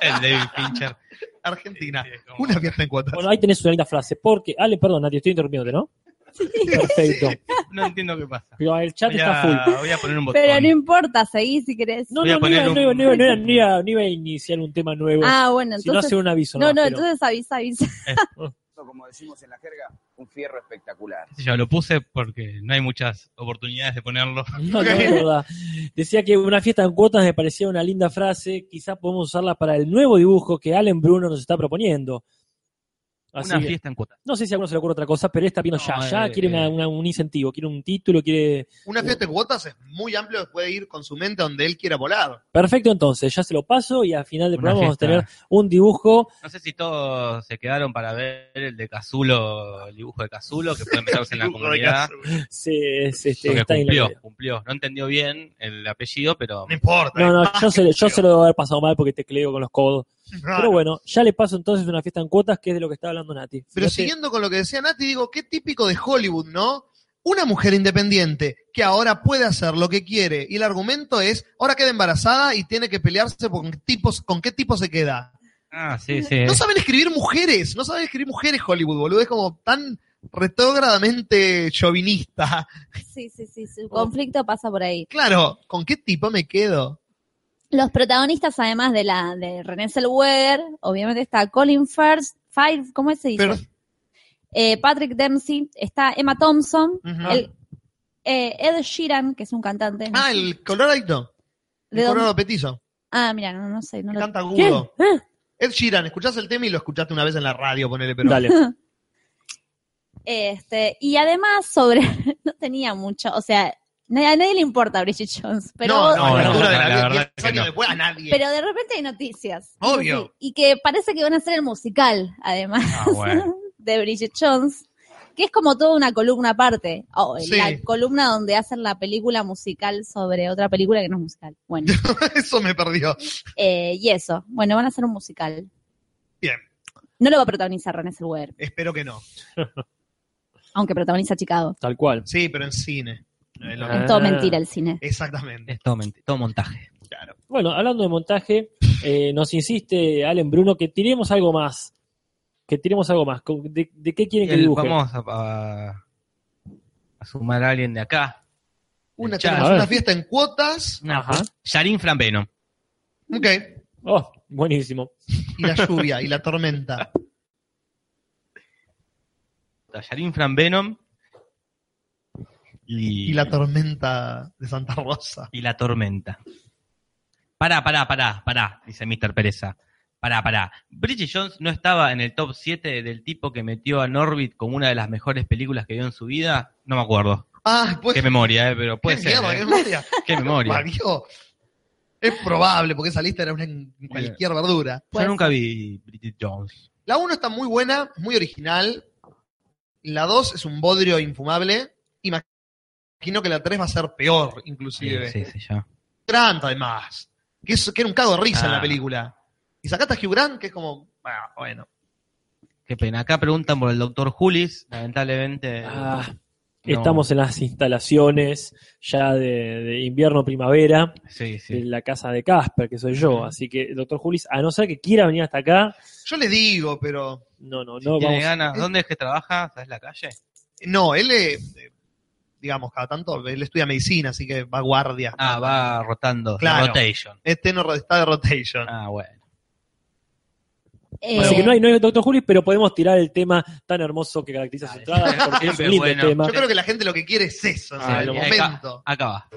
el David Fincher.
Argentina.
Sí, es como-
Una fiesta en cuotas.
Bueno, ahí tenés una linda frase, porque, Ale, perdón, Nati, estoy interrumpiéndote, ¿no? Perfecto.
No entiendo qué pasa.
Pero el chat
Voy
está
a,
full.
voy a poner un botón.
Pero no importa, seguí si querés.
No,
Voy a
no, no
poner
iba,
un-
no, iba, no, iba, no, iba, no iba- no iba a iniciar un tema nuevo.
ah, bueno,
si no,
entonces.
hace un aviso.
no, no,
nomás, pero-
entonces avisa, avisa.
Como decimos en la jerga, un fierro espectacular.
Qué sé Yo lo puse porque no hay muchas oportunidades de ponerlo.
No, no, es verdad. Decía que una fiesta en cuotas me parecía una linda frase. Quizás podemos usarla para el nuevo dibujo que Allen Bruno nos está proponiendo. Así
Una
que-
fiesta en cuotas.
no sé si a alguno se le ocurre otra cosa, pero esta vino
No,
ya. Ya
eh,
quiere una-
eh.
una- un incentivo, quiere un título, quiere.
Una fiesta
uh.
de cuotas es muy amplio, puede ir con su mente donde él quiera volar.
Perfecto, entonces ya se lo paso y al final del
Una
programa
fiesta.
vamos a tener un dibujo.
No sé si todos se quedaron para ver el de Cazulo, el dibujo de Cazulo, que puede meterse en la comunidad.
Se, se- este,
Porque
está en la-
cumplió, cumplió. No entendió bien el apellido, pero
No importa.
No, no,
es más
yo
que
se, le- yo
cumplió.
se lo debo haber pasado mal porque tecleo con los codos.
No,
Pero
no.
bueno, ya le paso entonces una fiesta en cuotas, que es de lo que está hablando Nati.
Pero
Fíjate,
siguiendo con lo que decía Nati, digo, qué típico de Hollywood, ¿no? Una mujer independiente que ahora puede hacer lo que quiere y el argumento es, ahora queda embarazada y tiene que pelearse por con, tipos, con qué tipo se queda.
Ah, sí,
Eh.
sí.
No saben escribir mujeres, no saben escribir mujeres Hollywood, boludo, es como tan retrógradamente chauvinista.
Sí, sí, sí, su conflicto pasa por ahí.
Claro, ¿con qué tipo me quedo?
Los protagonistas, además de la de René Zellweger, obviamente está Colin Firth, Firth ¿cómo se dice?
Pero,
Eh, Patrick Dempsey, está Emma Thompson,
Ujú.
el- eh, Ed Sheeran, que es un cantante.
ah, el coloradito,
¿De
el
dónde?
colorado petizo,
Ah, mira, no, no sé. Ah. No
que
lo-
canta
¿Quién?
agudo.
¿Eh?
Ed Sheeran, escuchás el tema y lo escuchaste una vez en la radio, ponele, pero...
Dale.
Este, y además sobre, no tenía mucho, o sea, na- a nadie le importa Bridget Jones, pero,
no, no,
No,
a la
no,
altura de
no,
la,
la
vida,
verdad
10
que
años
no.
después, a nadie.
pero de repente hay noticias.
Obvio.
Sí, Y que parece que van a hacer el musical, además,
Ah, bueno.
de Bridget Jones, que es como toda una columna aparte, o
Sí.
la columna donde hacen la película musical sobre otra película que no es musical. Bueno,
Eso me perdió.
eh, y eso, bueno, van a hacer un musical.
Bien.
No lo va a protagonizar René Zellweger,
Espero que no.
aunque protagoniza Chicago.
Tal cual.
Sí, pero en cine. No es lo
Ah.
mismo.
Es todo mentira el cine.
Exactamente.
Es todo, menti- todo montaje.
Bueno, hablando de montaje, eh, nos insiste Allen Bruno que tiremos algo más. Que tiremos algo más. Con- ¿De, de qué quieren que
El-
dibuje?
vamos a, a- a sumar a alguien de acá.
Una,
Ya,
tenemos
a ver.
una fiesta en cuotas.
Ajá.
Yarin Flambeno.
Ok.
Oh, buenísimo.
Y la lluvia y la tormenta.
Yarin Frambenom y,
Y la tormenta de Santa Rosa.
y la tormenta. Pará, pará, pará, pará, dice Mr. Pereza. Pará, pará. Bridget Jones no estaba en el top 7 del tipo que metió a Norbit como una de las mejores películas que vio en su vida. No me acuerdo.
Ah, pues.
Qué memoria, eh, pero puede
qué
ser.
mierda,
eh.
qué memoria.
Qué memoria.
Parió. Es probable, porque esa lista era una en cualquier verdura.
Yo nunca vi Bridget Jones.
La 1 está muy buena, muy original. La 2 es un bodrio infumable. Imagino que la 3 va a ser peor, inclusive.
Eh, sí, sí, ya.
Grant, además. Que, es, que era un cago de risa en la
Ah.
película. Y sacaste a Hugh Grant, que es como. ah, bueno.
Qué pena. Acá preguntan por el doctor Julis. Lamentablemente.
Ah,
Eh, no.
Estamos en las instalaciones ya de, de invierno-primavera
Sí,
de
sí.
la casa de Casper, que soy yo. Así que, doctor Julis, a no ser que quiera venir hasta acá,
Yo le digo, pero.
no, no, no.
¿Tiene
Vamos.
ganas? ¿Dónde es que trabaja? ¿Sabes la calle?
No, él, eh, digamos, cada tanto, él estudia medicina, así que va guardia.
Ah, va rotando.
Claro.
Rotation.
Este no ro- está de rotation.
Ah, bueno.
Eh,
Así que no hay, no hay doctor Julis, pero podemos tirar el tema tan hermoso que caracteriza su
Ah,
entrada,
siempre
porque es un
es
lindo
bueno.
tema.
Yo creo que la gente lo que quiere es eso, en
Ah,
el
lo-
momento.
Acá va.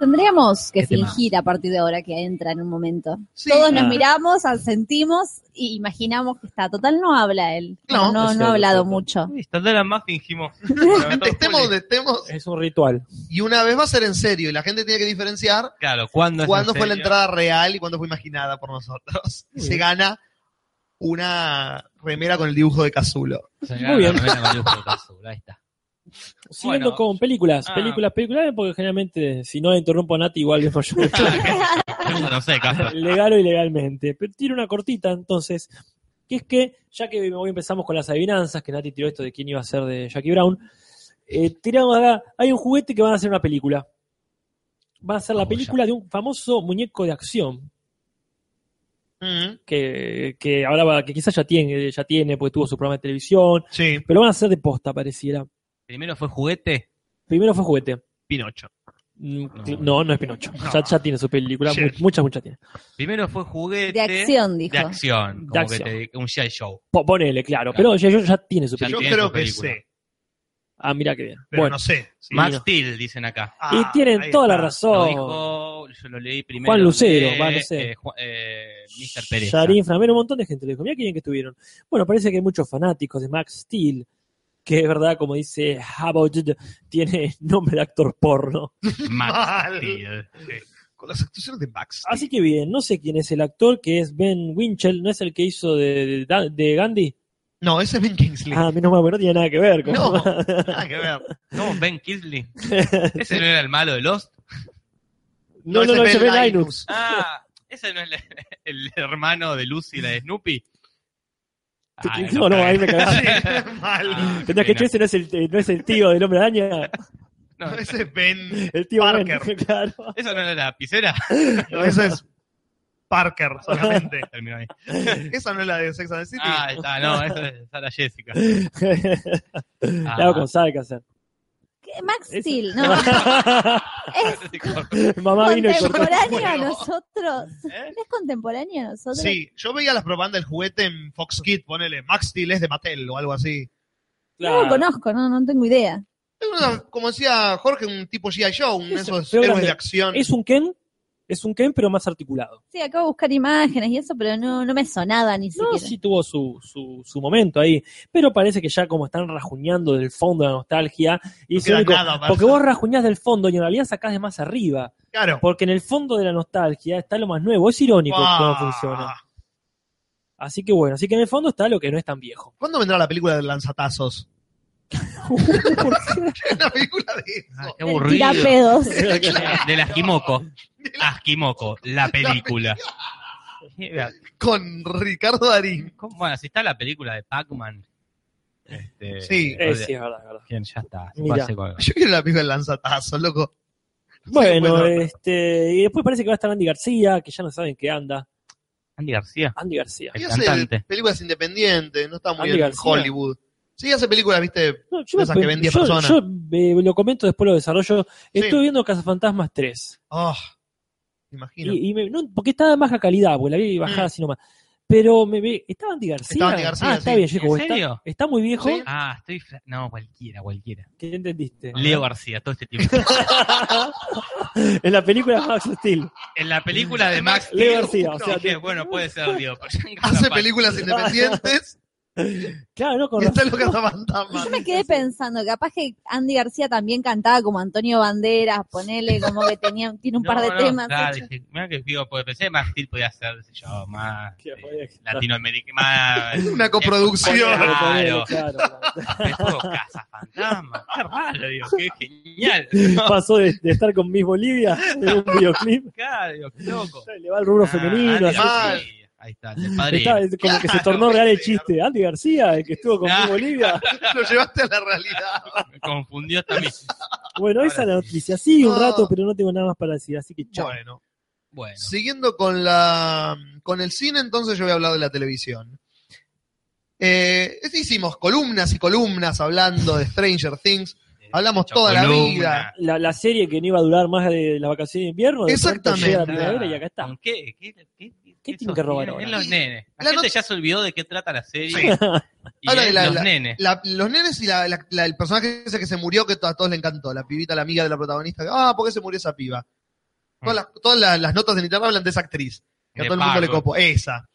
Tendríamos que
Qué tema.
fingir a partir de ahora que entra en un momento.
Sí,
Todos
Ah.
nos miramos, sentimos y imaginamos que está. Total, no habla él.
No.
No, no,
Es
ha
cierto,
hablado
cierto.
mucho.
Listo, de la más fingimos.
estemos donde estemos.
Es un ritual.
Y una vez va a ser en serio, y la gente tiene que diferenciar
Claro, ¿cuándo es
cuándo
en
fue la
serio?
entrada real y cuándo fue imaginada por nosotros. Y Se gana una remera con el dibujo de Casulo.
Se
Muy bien.
gana la novela con dibujo de Cazul, Ahí está.
Siguiendo
Bueno.
con películas,
Ah.
películas, películas, porque generalmente, si no la interrumpo a Nati, igual dejo yo.
No sé, Casper.
legal o ilegalmente. Pero tiene una cortita, entonces, que es que, ya que hoy empezamos con las adivinanzas, que Nati tiró esto de quién iba a ser de Jackie Brown, eh, tiramos acá, hay un juguete que van a hacer una película. va a ser la
Joya.
película de un famoso muñeco de acción que, que ahora va- que quizás ya tiene, ya tiene, porque tuvo su programa de televisión,
Sí,
pero van a ser de posta, pareciera.
Primero fue juguete.
Primero fue juguete.
Pinocho.
Mm,
No.
cl- No, no es Pinocho. Ya, ya tiene su película,
Sí.
mu- muchas, muchas tiene.
Primero fue juguete.
De acción, dijo.
De acción.
De
Como
acción.
que te- un G.I. Show.
Po- ponele, claro.
Claro.
Pero yo, ya tiene su
Ya
Yo
película.
tiene
creo
su
que
película.
sé,
Ah, mira qué bien.
pero
bueno,
no sé. sí.
Max
no.
Steel, dicen acá.
Ah,
y tienen
ahí
toda la
está.
Lo
razón.
dijo, yo lo leí primero.
Juan Lucero,
de,
va, no sé.
eh, Ju- eh, Mr. Pérez.
Yarin Framero, un montón de gente lo dijo. Mira qué bien que estuvieron. Bueno, parece que hay muchos fanáticos de Max Steel, que es verdad, como dice Habot, tiene nombre de actor porno.
Max
Mal.
Steel.
Con las actuaciones de Max.
Así que bien, no sé quién es el actor, que es Ben Winchell, ¿no es el que hizo de, de- de Gandhi?
No, ese es Ben Kingsley.
Ah, menos mal, porque no tiene nada que ver. con-
no, nada que ver.
No, Ben Kingsley. Ese no era el malo de Lost.
no, no,
ese
no, ese
es
Ben
Ben
Linus.
Linus.
Ah, ese no es el, el hermano de Lucy, la de Snoopy. Ah,
no, no, ahí me cagaste.
Sí, mal.
Ah,
Tendrías que
qué pena.
che, ese no es, el, eh, no es el tío del hombre araña,
No, ese-
Ese es Ben.
el tío Ben,
Parker.
claro.
eso no era la lapicera.
No, ese es Parker solamente.
Terminó ahí.
Esa no es la de Sex and the City.
Ah, está, no, esa es Sara Jessica. Ah,
Ah.
Le hago con Salcazar.
¿Qué? Max
Ese-
Steel, no. es
Mamá vino y cortó.
contemporáneo a
Bueno.
nosotros.
¿Eh?
¿Es contemporáneo a nosotros?
Sí, yo veía las propagandas del juguete en Fox Kids, ponele Max Steel es de Mattel o algo así.
No lo
Claro.
conozco, no, no tengo idea.
Es una- como decía Jorge, un tipo G.I. Joe, un de
Eso,
esos
pero
héroes
grande.
de acción.
Es un Ken, es un Ken, pero más articulado.
Sí, acabo de buscar imágenes y eso, pero no, no me sonaba ni
No,
siquiera.
sí tuvo su, su, su momento ahí, pero parece que ya como están rajuñando del fondo de la nostalgia, y
No
se
queda
único-
nada para
porque
hacer.
vos rajuñás del fondo y en realidad sacás de más arriba,
Claro.
porque en el fondo de la nostalgia está lo más nuevo, es irónico cómo
Ah.
funciona. Así que bueno, así que en el fondo está lo que no es tan viejo.
¿Cuándo vendrá la película de lanzatazos? Una película de
Ah,
eso.
qué
El
aburrido.
tirapedos.
De las Kimoko. Asquimoco, la película. Mira,
Con Ricardo Darín.
¿cómo- Bueno, si está la película de Pac-Man. este,
Sí.
Eh,
o de-
sí, es verdad, es verdad.
Bien, ya está. se
Mira.
puede hacer con-
Yo quiero la película de lanzatazos, loco.
Bueno, eh,
bueno. eh.
este, y después parece que va a estar Andy García, que ya no saben qué anda.
Andy García.
Andy García.
El
Y hace
cantante.
películas independientes, no está muy
Andy
en
García.
Hollywood. Sí, hace películas, viste,
No, yo,
De esas
me-
que ven diez
yo-
personas.
yo, eh, lo comento después lo desarrollo. Estuve
Sí.
viendo Cazafantasmas 3.
Oh, me imagino.
Y, y me- no, porque estaba de baja calidad, porque la vi bajada
Mm.
así nomás. Pero me, ve estaba Andy García.
Estaba Andy García,
ah, está
sí.
bien, yo dije,
¿En
como está-
serio?
Está, muy viejo.
Sí.
Ah, estoy. fra- No, cualquiera, cualquiera.
¿Qué entendiste?
Leo García, todo este tiempo.
en la película de Max Steel.
En la película de Max
Leo
Steel,
García, o sea,
dije, bueno, puede ser Leo. pero ya en cada
Hace
parte.
películas independientes
Claro, no con
y está en
razón.
los cazafantasmas.
Yo me quedé pensando, capaz que Andy García también cantaba como Antonio Banderas, ponele como que tenía, tiene un
No,
par de
no,
temas.
claro,
hechos.
dije, mirá que digo, pues, pensé que Max Steel podía ser, no sé yo, más
Que
eh,
podía estar-
latinoamericana.
Una coproducción.
Claro.
Claro, claro, claro.
Dejó Casa Fantasma. Qué raro, digo, qué genial. ¿no?
Pasó de, de estar con Miss Bolivia en un videoclip.
Claro, digo, qué loco.
Le va el rubro
Ah,
femenino.
Andy
así.
García. Ahí está, el padre.
Está- es como que se tornó real el chiste. Andy García, el que estuvo con
Ah.
Miss Bolivia.
Lo llevaste a la realidad.
Me confundió también.
Bueno,
Ahora
esa es la
sí.
noticia. Sí, un
Ah.
rato, pero no tengo nada más para decir, así que chao.
Bueno,
Bueno,
siguiendo con la con el cine, entonces yo voy a hablar de la televisión. Eh, hicimos columnas y columnas hablando de Stranger Things.
eh,
Hablamos toda la
Chocolumna.
vida.
La, la serie que no iba a durar más de las vacaciones de invierno, de pronto
Exactamente.
llega la
Ah,
primavera y acá está.
¿con ¿Qué? ¿Qué, qué, qué,
¿Qué
esos
tienen que robar
nenes,
ahora?
Es los
Y
nenes. La,
la
gente
not-
ya se olvidó de qué trata la serie.
Sí.
Y
Habla
es
de la-
los nenes.
La- los nenes y la- la- la- el personaje ese que se murió, que to- a todos le encantó, la pibita, la amiga de la protagonista. que, Ah, ¿por qué se murió esa piba? Todas, las, todas las, las notas en internet hablan de esa actriz. Que a
De
todo el mundo le
Pago.
copo. Esa.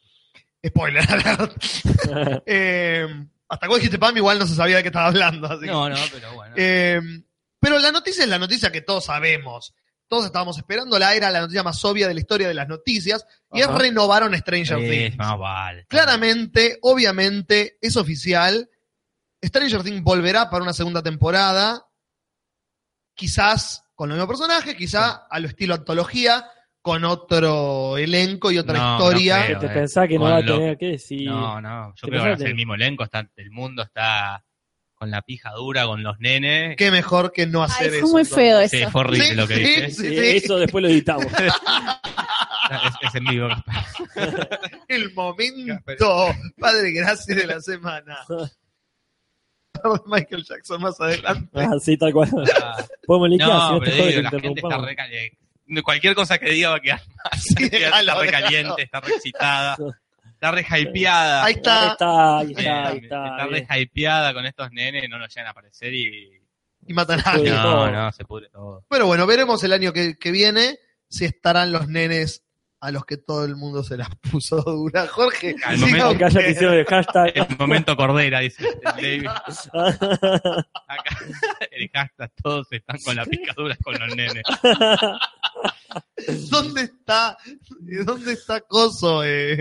Spoiler. alert. Eh, hasta cuando dijiste Pam, igual no se sabía de qué estaba hablando. Así que-
No, no, pero bueno.
Eh, pero la noticia es la noticia que todos sabemos. Todos estábamos esperando la era, la noticia más obvia de la historia de las noticias. Y
Ajá.
es renovaron Stranger
Sí,
Things.
no, vale.
Claramente, obviamente, es oficial. Stranger Things volverá para una segunda temporada. Quizás con los mismos personajes, quizás a lo estilo antología, con otro elenco y otra
No, no
historia.
creo.
te
eh,
pensás que no
con
va a
lo-
tener que decir. Eh,
No, no. Yo
¿Te
creo que va a
pensás
ser
que-
el mismo elenco. Está, el mundo está con la pija dura, con los nenes.
Qué mejor que no hacer
Ay,
eso.
fue muy feo eso.
Sí, fue horrible
Sí,
lo que
sí,
dices.
sí,
Eh,
sí.
Eso después lo editamos.
Es, es en vivo.
El momento, padre, gracias de la semana.
Ah,
Michael Jackson más adelante.
Así tal cual.
Ah,
Podemos linkear, si
No,
no
pero
te jode
digo,
que
la gente está
interrumpamos.
re caliente. Cualquier cosa que diga va a quedar mal.
déjalo,
está re caliente, está re excitada, está re hypeada.
Ahí
Ahí
está.
está, ahí
Eh,
está, ahí
está
está.
re
bien.
hypeada con estos nenes, no nos llegan a aparecer y.
Y matan a
Sí.
alguien.
No,
todo.
no, se pudre todo.
Pero bueno, veremos el año que, que viene si estarán los nenes a los que todo el mundo se las puso dura. Jorge,
Al
siga
momento-
Acá ya te hicieron el hashtag.
El momento Cordera, dice el David. Acá, el hashtag, todos están con la picadura con los nenes.
¿Dónde está, dónde está Coso? eh,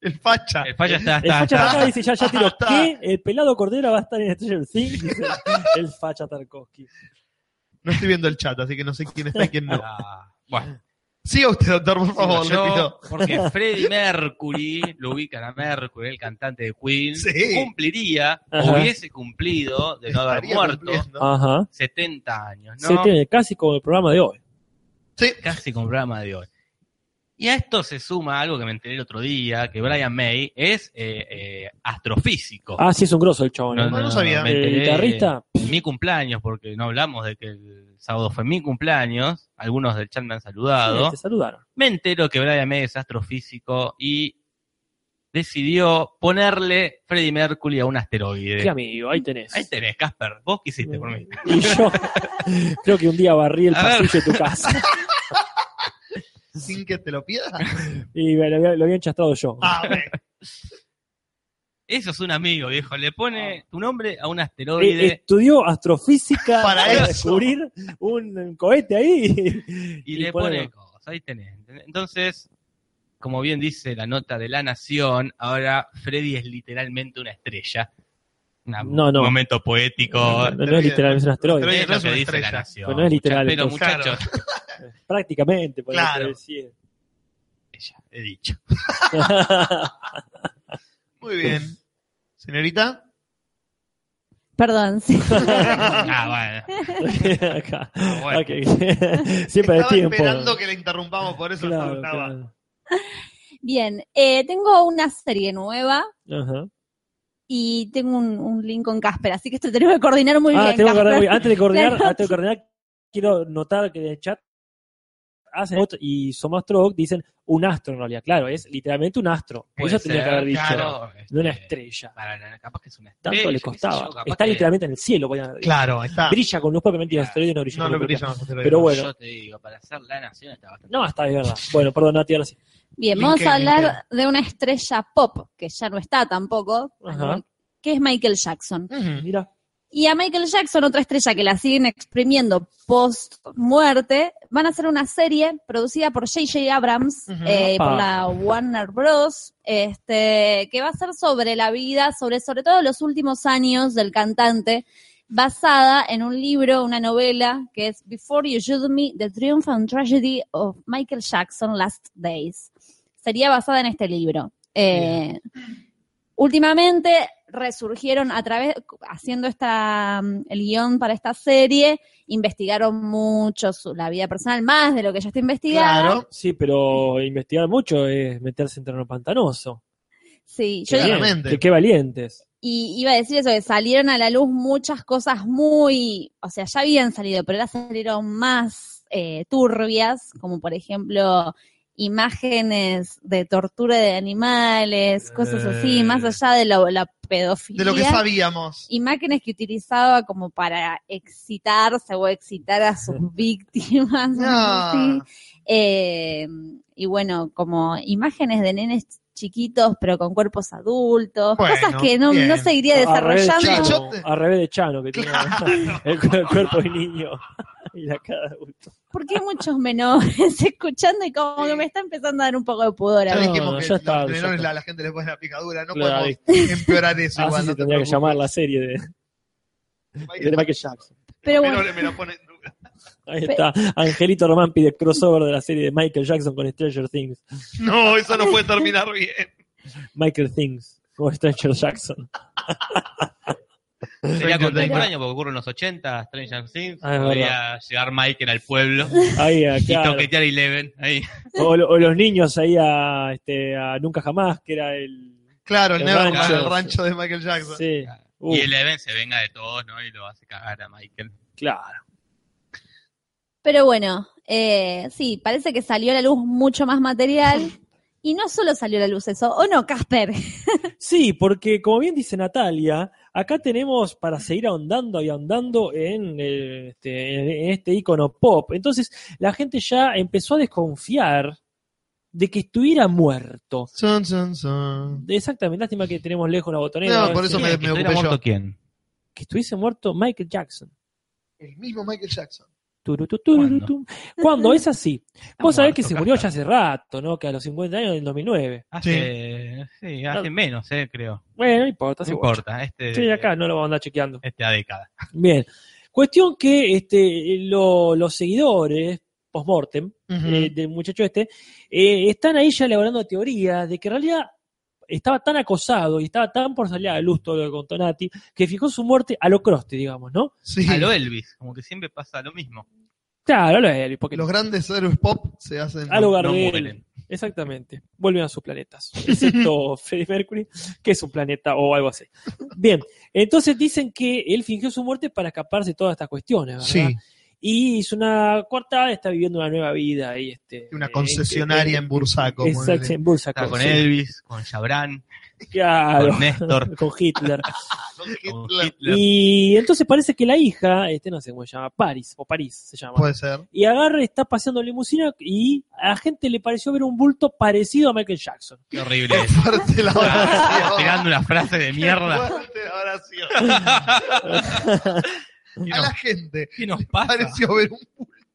el Ah, facha.
El falla está,
El
está,
facha acá
está.
dice, ya, ya tiró,
Está.
¿qué? El pelado Cordera va a estar en Stranger Things, dice el facha Tarkovsky.
No estoy viendo el chat, así que no sé quién está y quién no.
Ah, Bueno,
Siga usted, doctor, por
digo
favor, le
yo,
pido.
porque Freddie Mercury, lo ubican a Mercury, el cantante de Queen,
Sí.
cumpliría,
Ajá.
hubiese cumplido de no haber
Estaría
muerto,
cumpliendo.
Ajá.
70 años, ¿no?
Se tiene casi como el programa de hoy.
Sí,
casi con el programa de hoy. Y a esto se suma algo que me enteré el otro día, que Brian May es eh, eh, astrofísico.
Ah, sí, es un grosso el chabón.
no
¿eh?
sabía.
me
el
enteré
guitarrista,
en mi cumpleaños, porque no hablamos de que el sábado fue mi cumpleaños, algunos del chat me han saludado.
sí, te saludaron.
Me entero que Brian May es astrofísico y decidió ponerle Freddie Mercury a un
Qué
asteroide.
amigo, ahí tenés.
Ahí tenés, Casper, vos qué hiciste por mí.
Y yo creo que un día barrí el
A ver.
pasillo de tu casa
sin que te lo Ah, pida.
y me lo había, lo había enchastrado yo.
Ah,
A ver,
Eso es un amigo, viejo. Le pone tu nombre a un
Eh,
asteroide.
estudió astrofísica
Para eso.
descubrir un cohete ahí.
y, le pone
ponerlo.
cosas. Ahí tenés. ¿entendés? Entonces, como bien dice la nota de La Nación, ahora Freddy es literalmente una estrella. Una-
No, no.
Un momento poético.
No, no, no es literal, es un asteroide.
Es
no
lo
es
que
una
dice La
estrella.
Nación.
Pero no es literal,
Pero
entonces.
muchachos,
Prácticamente, por
Claro.
decir.
ya, he dicho.
muy bien. Señorita,
Perdón, sí.
Ah, bueno.
Acá.
bueno.
Ok. Siempre de
estaba
tiempo.
esperando que le interrumpamos, por eso
Claro,
no estaba.
claro.
Bien, eh, tengo una serie nueva
Ajá.
y tengo un, un link con Casper, así que esto tenemos que coordinar muy
Ah,
bien.
tengo que
Casper.
ordenar- uy, antes de coordinar,
Claro.
antes de coordinar, quiero notar que en el chat hacen otro- y Somastrog dicen un astro en realidad. Claro, es literalmente un astro. Por
Puede
eso tenía que
ser,
haber dicho
claro, este,
de una estrella.
para la- capaz que es una estrella.
Tanto
qué
le
sé
costaba.
yo, capaz
está
que-
literalmente en el cielo. podían haber dicho.
Claro, ahí está.
Brilla con luz propiamente y los
Claro.
asteroides no brillan.
No
con
lo
luz propia.
brillan los asteroides.
Pero bueno.
Yo te digo, para hacer La Nación está bastante
No, está es verdad. Bueno, perdón, Nati, ahora sí.
Bien,
Link
vamos
en
a hablar de una estrella pop, que ya no está tampoco,
Ajá.
que es Michael Jackson.
Ujú.
Mira.
Y a Michael Jackson, otra estrella que la siguen exprimiendo post muerte, van a hacer una serie producida por J.J. Abrams,
Ujú.
eh,
Apa.
por la Warner Bros., este, que va a ser sobre la vida, sobre, sobre todo los últimos años del cantante, basada en un libro, una novela, que es Before You Shoot Me, The Triumph and Tragedy of Michael Jackson Last Days. Sería basada en este libro. Eh, Últimamente resurgieron a través, haciendo esta, mm, el guión para esta serie, investigaron mucho su- la vida personal, más de lo que ya está investigada.
Claro,
Sí, pero investigar mucho es meterse en terreno pantanoso.
Sí, yo
Qué bien,
Claramente.
Qué, qué valientes.
y iba a decir eso, que salieron a la luz muchas cosas muy, o sea, ya habían salido, pero ahora salieron más eh, turbias, como por ejemplo imágenes de tortura de animales, cosas así,
Eh.
más allá de lo- la
de
pedofilia.
lo que sabíamos.
imágenes que utilizaba como para excitarse o excitar a sus víctimas. ¿no?
Ah,
Sí. Eh, y bueno, como imágenes de nenes chiquitos pero con cuerpos adultos,
Bueno,
cosas que no,
bien.
no seguiría
Al revés de
desarrollando.
Sí, yo-
Chano, al revés de Chano, que tiene el, cu- el cuerpo de niño y la cara de adulto.
porque hay muchos menores escuchando y como que me está empezando a dar un poco de pudor. a
ya
No,
mí.
dijimos que
ya está,
los
ya
tenedores
está.
a la gente le pone la picadura. No
Claro.
podemos empeorar eso.
Así
igual,
se
no te
Ah, tendría que
preocupes.
llamar la serie de, de
Michael
Michael Jackson.
Pero
Pero
bueno,
le- me lo pone en duda.
Ahí está. Angelito Román pide crossover de la serie de Michael Jackson con Stranger Things.
No, eso no puede terminar bien.
Michael Things o Stranger Jackson.
Sería contemporáneo
Entertainment.
porque ocurre en los 80, Stranger Things.
Ah, es
Podría llegar Michael al pueblo
Ahí,
y
claro.
toquetear Eleven. Ahí.
o, lo- o los niños ahí a, este, a Nunca Jamás, que era el.
Claro, el
El
Neverland,
rancho.
el rancho de Michael Jackson.
Sí. Uh,
Y Eleven se venga de todos, ¿no? Y lo hace cagar a Michael.
Claro.
Pero bueno, eh, sí, parece que salió a la luz mucho más material. Y no solo salió a la luz eso, ¿o no, Casper?
Sí, porque como bien dice Natalia, acá tenemos para seguir ahondando y ahondando en, eh, este, en este icono pop. Entonces la gente ya empezó a desconfiar de que estuviera muerto.
Son, son, son.
Exactamente, lástima que tenemos lejos una botonera.
No, por eso
Sí.
me,
¿Que
me
estuviera
ocupé yo.
muerto quién?
Que estuviese muerto Michael Jackson.
El mismo Michael Jackson.
Turututurutum. Cuando es así. Vos
Está
sabés que
muerto,
se murió
Casper.
ya hace rato, ¿no? Que a los 50 años del 2009.
Hace, sí. hace menos, eh, creo.
Bueno, no
No
importa. hace
importa. Este,
Sí, acá no lo vamos a andar chequeando.
Esta década.
Bien. Cuestión que este, lo- los seguidores post-mortem eh, del muchacho este eh, están ahí ya elaborando teorías de que en realidad estaba tan acosado y estaba tan por salir a la luz todo lo que contó Nati que fijó su muerte a lo Croste, digamos, ¿no?
Sí.
A lo Elvis, como que siempre pasa lo mismo.
Claro, a lo Elvis, porque
Los grandes héroes pop se hacen.
a lo
no
Gardel.
mueren.
Exactamente. Vuelven a sus planetas. Excepto Freddie Mercury, que es un planeta o algo así. Bien. Entonces dicen que él fingió su muerte para escaparse de todas estas cuestiones, ¿verdad?
Sí,
y hizo una cuartada, está viviendo una nueva vida ahí, este,
una
eh,
concesionaria en Bursaco.
eh, Exacto,
ponele.
en Bursa
Está con
sí.
Elvis, con Jabran,
Claro,
con Néstor,
con Hitler.
con
Hitler.
Oh, Hitler.
Y entonces parece que la hija, este no sé cómo se llama, París, o París se llama.
Puede ser.
y agarra, está paseando en limusina y a la gente le pareció ver un bulto parecido a Michael Jackson.
Qué horrible es.
Parte la
Ah,
oración.
Tirando una frase de mierda.
Parte la oración.
¿Qué
A la
nos,
gente
qué nos pasa?
pareció ver un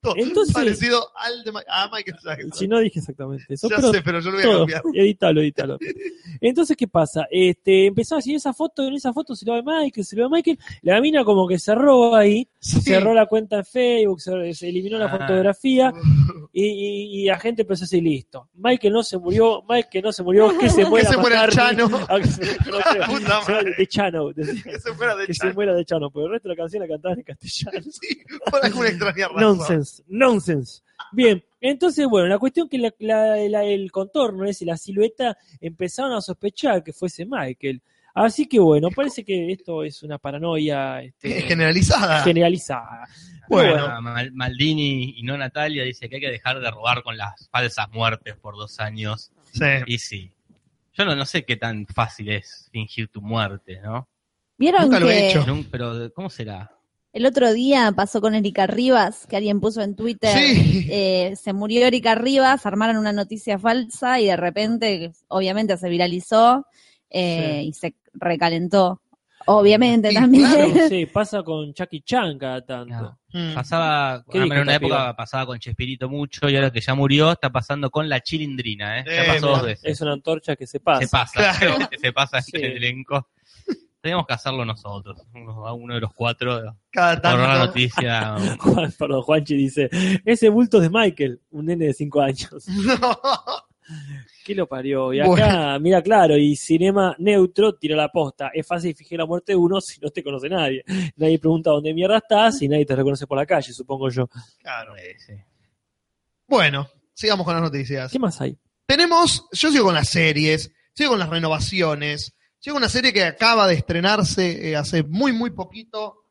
bulto
Entonces-
parecido al de Ma- a Michael Jackson.
Si no dije exactamente eso,
ya
pero
sé, pero yo lo voy a
todo.
cambiar.
Edítalo, edítalo. Entonces, ¿qué pasa? Este, empezó a decir esa foto, en esa foto se lo ve Michael, se lo ve Michael. La mina como que cerró ahí,
Sí.
cerró la cuenta en Facebook, se, se eliminó la
Ah.
fotografía y, y- y la gente empezó a decir, listo, Michael no se murió, Michael no se murió, que se muera.
se muera el
Macartney".
Chano.
Ah, que se-
La puta madre.
de Chano. decía.
Que se fuera de
Que se
Chano.
muera de Chano, pero el resto de la canción la cantaban en castellano.
Sí, por alguna extraña razón.
Nonsense, nonsense. Bien, entonces, bueno, la cuestión que la- la- la- el contorno ese, la silueta, empezaron a sospechar que fuese Michael. Así que, bueno, parece que esto es una paranoia este,
Eh, Generalizada.
generalizada.
Bueno.
Ah, Mal- Maldini y no Natalia dice que hay que dejar de robar con las falsas muertes por dos años.
Sí.
Y sí. Yo no, no sé qué tan fácil es fingir tu muerte, ¿no?
¿Vieron
Nunca
que
lo he hecho.
Nun- Pero, ¿cómo será?
el otro día pasó con Erika Rivas, que alguien puso en Twitter?
Sí.
eh, se murió Erika Rivas, armaron una noticia falsa y de repente, obviamente, se viralizó eh, y se recalentó. Obviamente
Y
también.
claro.
Sí, pasa con Chucky Chan cada tanto.
No.
Mm.
Pasaba,
Qué
en
rico
una
está,
época
piba.
pasaba con Chespirito mucho y ahora que ya murió está pasando con la chilindrina, ¿eh?
Eh,
ya pasó dos
mira,
veces.
Es una antorcha que se pasa.
Se pasa,
Claro.
se pasa
Sí.
el elenco. Tenemos que hacerlo nosotros, uno, uno de los cuatro,
Cada
por la
tanto.
noticia.
Juan- perdón, Juanchi dice, ese bulto es de Michael, un nene de 5 años.
No.
¿Qué lo parió? Y acá,
Bueno.
mira, claro, y Cinema Neutro tira la posta. Es fácil fingir la muerte de uno si no te conoce nadie. Nadie pregunta dónde mierda estás y nadie te reconoce por la calle, supongo yo.
Claro.
Eh, sí.
Bueno, sigamos con las noticias.
¿Qué más hay?
Tenemos, yo sigo con las series, sigo con las renovaciones, sigo con una serie que acaba de estrenarse eh, hace muy, muy poquito.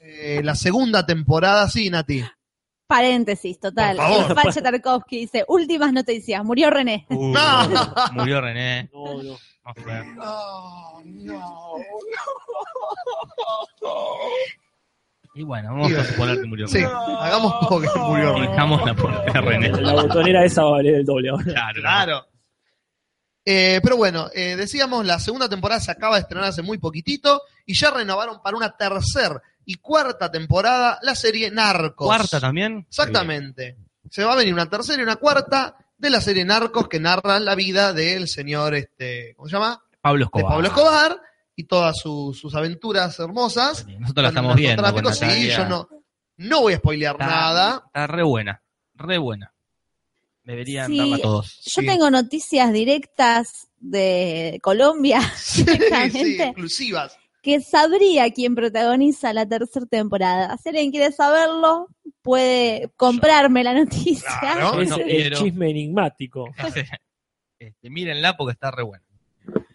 Eh, la segunda temporada, sí, Nati.
Paréntesis, total.
Por favor.
El Facha Tarkovsky dice, últimas noticias, murió René.
Uh,
No.
Murió René.
No, no.
Vamos a ver. Y bueno, vamos a suponer que murió
Sí,
René.
hagamos como que murió
Y
René.
dejamos la puerta de René.
La botonera esa va a valer el doble ahora.
Claro.
Eh, pero bueno, eh, decíamos, la segunda temporada se acaba de estrenar hace muy poquitito y ya renovaron para una tercera y cuarta temporada la serie Narcos.
¿Cuarta también?
Exactamente. Se va a venir una tercera y una cuarta de la serie Narcos que narran la vida del señor, este, ¿cómo se llama?
Bien. Pablo
De
Escobar.
Pablo Escobar y todas su- sus aventuras hermosas.
Nosotros la estamos viendo. Ah. con
Narcotráfico, Sí,
Natalia.
yo no, no voy a spoilear
Está-
nada.
Está re buena. Re buena. Deberían
Sí.
darla todos.
Yo
Sí.
tengo noticias directas de Colombia
Sí, sí,
Exactamente.
exclusivas.
que sabría quién protagoniza la tercera temporada. Si alguien quiere saberlo, puede comprarme la noticia.
Claro. No,
es
no
el
quiero.
chisme enigmático.
Este, mírenla porque está re buena.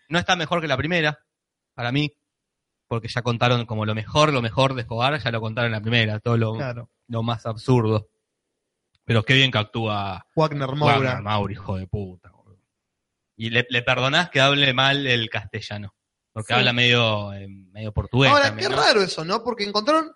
No está mejor que la primera, para mí, porque ya contaron como lo mejor, lo mejor de Escobar, ya lo contaron en la primera, todo lo,
Claro.
lo más absurdo. Pero qué bien que actúa
Wagner Moura.
Wagner Mauri, hijo de puta. boludo. Y le, le perdonás que hable mal el castellano, porque
Sí.
habla medio, eh, medio portugués.
Ahora,
también,
qué
¿no?
raro eso, ¿no? Porque encontraron,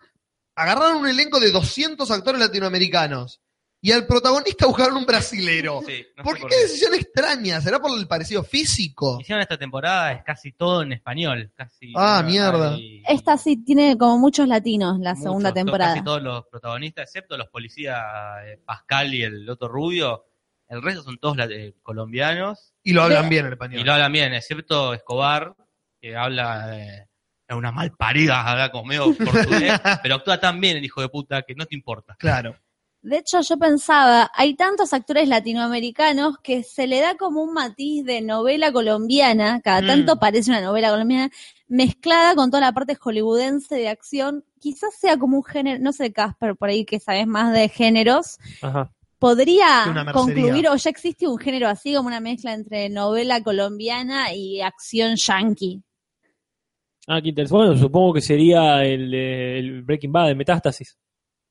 agarraron un elenco de 200 actores latinoamericanos y al protagonista buscaron un brasilero.
Sí, no sé
¿Por qué
por
qué
qué.
decisión extraña? ¿Será por el parecido físico?
Hicieron esta temporada, es casi todo en español. Casi,
Ah, mierda.
hay-
Esta sí tiene como muchos latinos la
Muchos,
segunda
to-
temporada.
Casi todos los protagonistas, excepto los policías eh, Pascal y el otro rubio. El resto son todos la- eh, colombianos
Y lo hablan
Pero-
bien el
y
español.
lo hablan bien, excepto Escobar, que habla eh, es una malparida, habla como medio portugués, pero actúa tan bien el hijo de puta que no te importa.
Claro.
De hecho, yo pensaba, hay tantos actores latinoamericanos que se le da como un matiz de novela colombiana, cada
Mm.
tanto parece una novela colombiana, mezclada con toda la parte hollywoodense de acción. Quizás sea como un género, no sé, Casper, por ahí que sabes más de géneros,
Ajá.
Que una
podría
mercería.
concluir, o ya existe un género así, como una mezcla entre novela colombiana y acción yankee.
Ah, qué interesante. Bueno, supongo que sería el, eh, el Breaking Bad de Metástasis.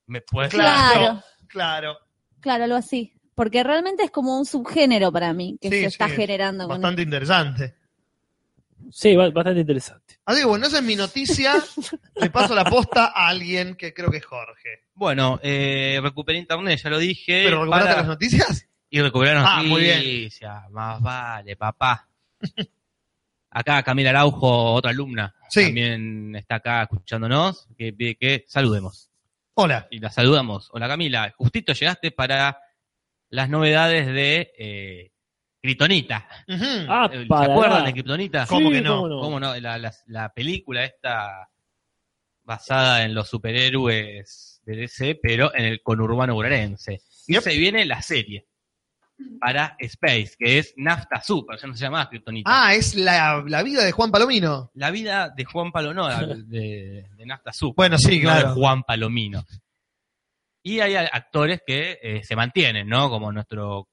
Me puedes
Claro.
Claro.
Claro.
Claro, algo así. Porque realmente es como un subgénero para mí que
Sí,
se
sí,
está
es
generando con
Bastante interesante.
Sí, ba- bastante interesante.
Así que bueno, esa es mi noticia. Le paso la posta a alguien que creo que es Jorge.
Bueno, eh, recuperé internet, ya lo dije.
¿Pero recuperaste
para-
las noticias?
Y recuperé
Ah,
noticias.
muy bien.
Más vale, papá. Acá Camila Araujo, otra alumna,
Sí.
también está acá escuchándonos, que pide que saludemos.
Hola.
Y la saludamos. Hola Camila, justito llegaste para las novedades de eh, Kryptonita.
Ujú.
Ah,
Eh, ¿Se
para.
acuerdan de Kryptonita?
¿Cómo
Sí,
que no?
cómo
¿Cómo no? La, la- la película esta basada en los superhéroes de DC, pero en el conurbano bonaerense. Y se viene la serie para Space, que es Nafta Super, ya no se llama Kryptonita.
Ah, es la, la vida de Juan Palomino.
La vida de Juan Palomino, de, de Nafta Super.
Bueno, sí,
no
claro.
de Juan Palomino. Y hay a- actores que eh, se mantienen, ¿no? Como nuestro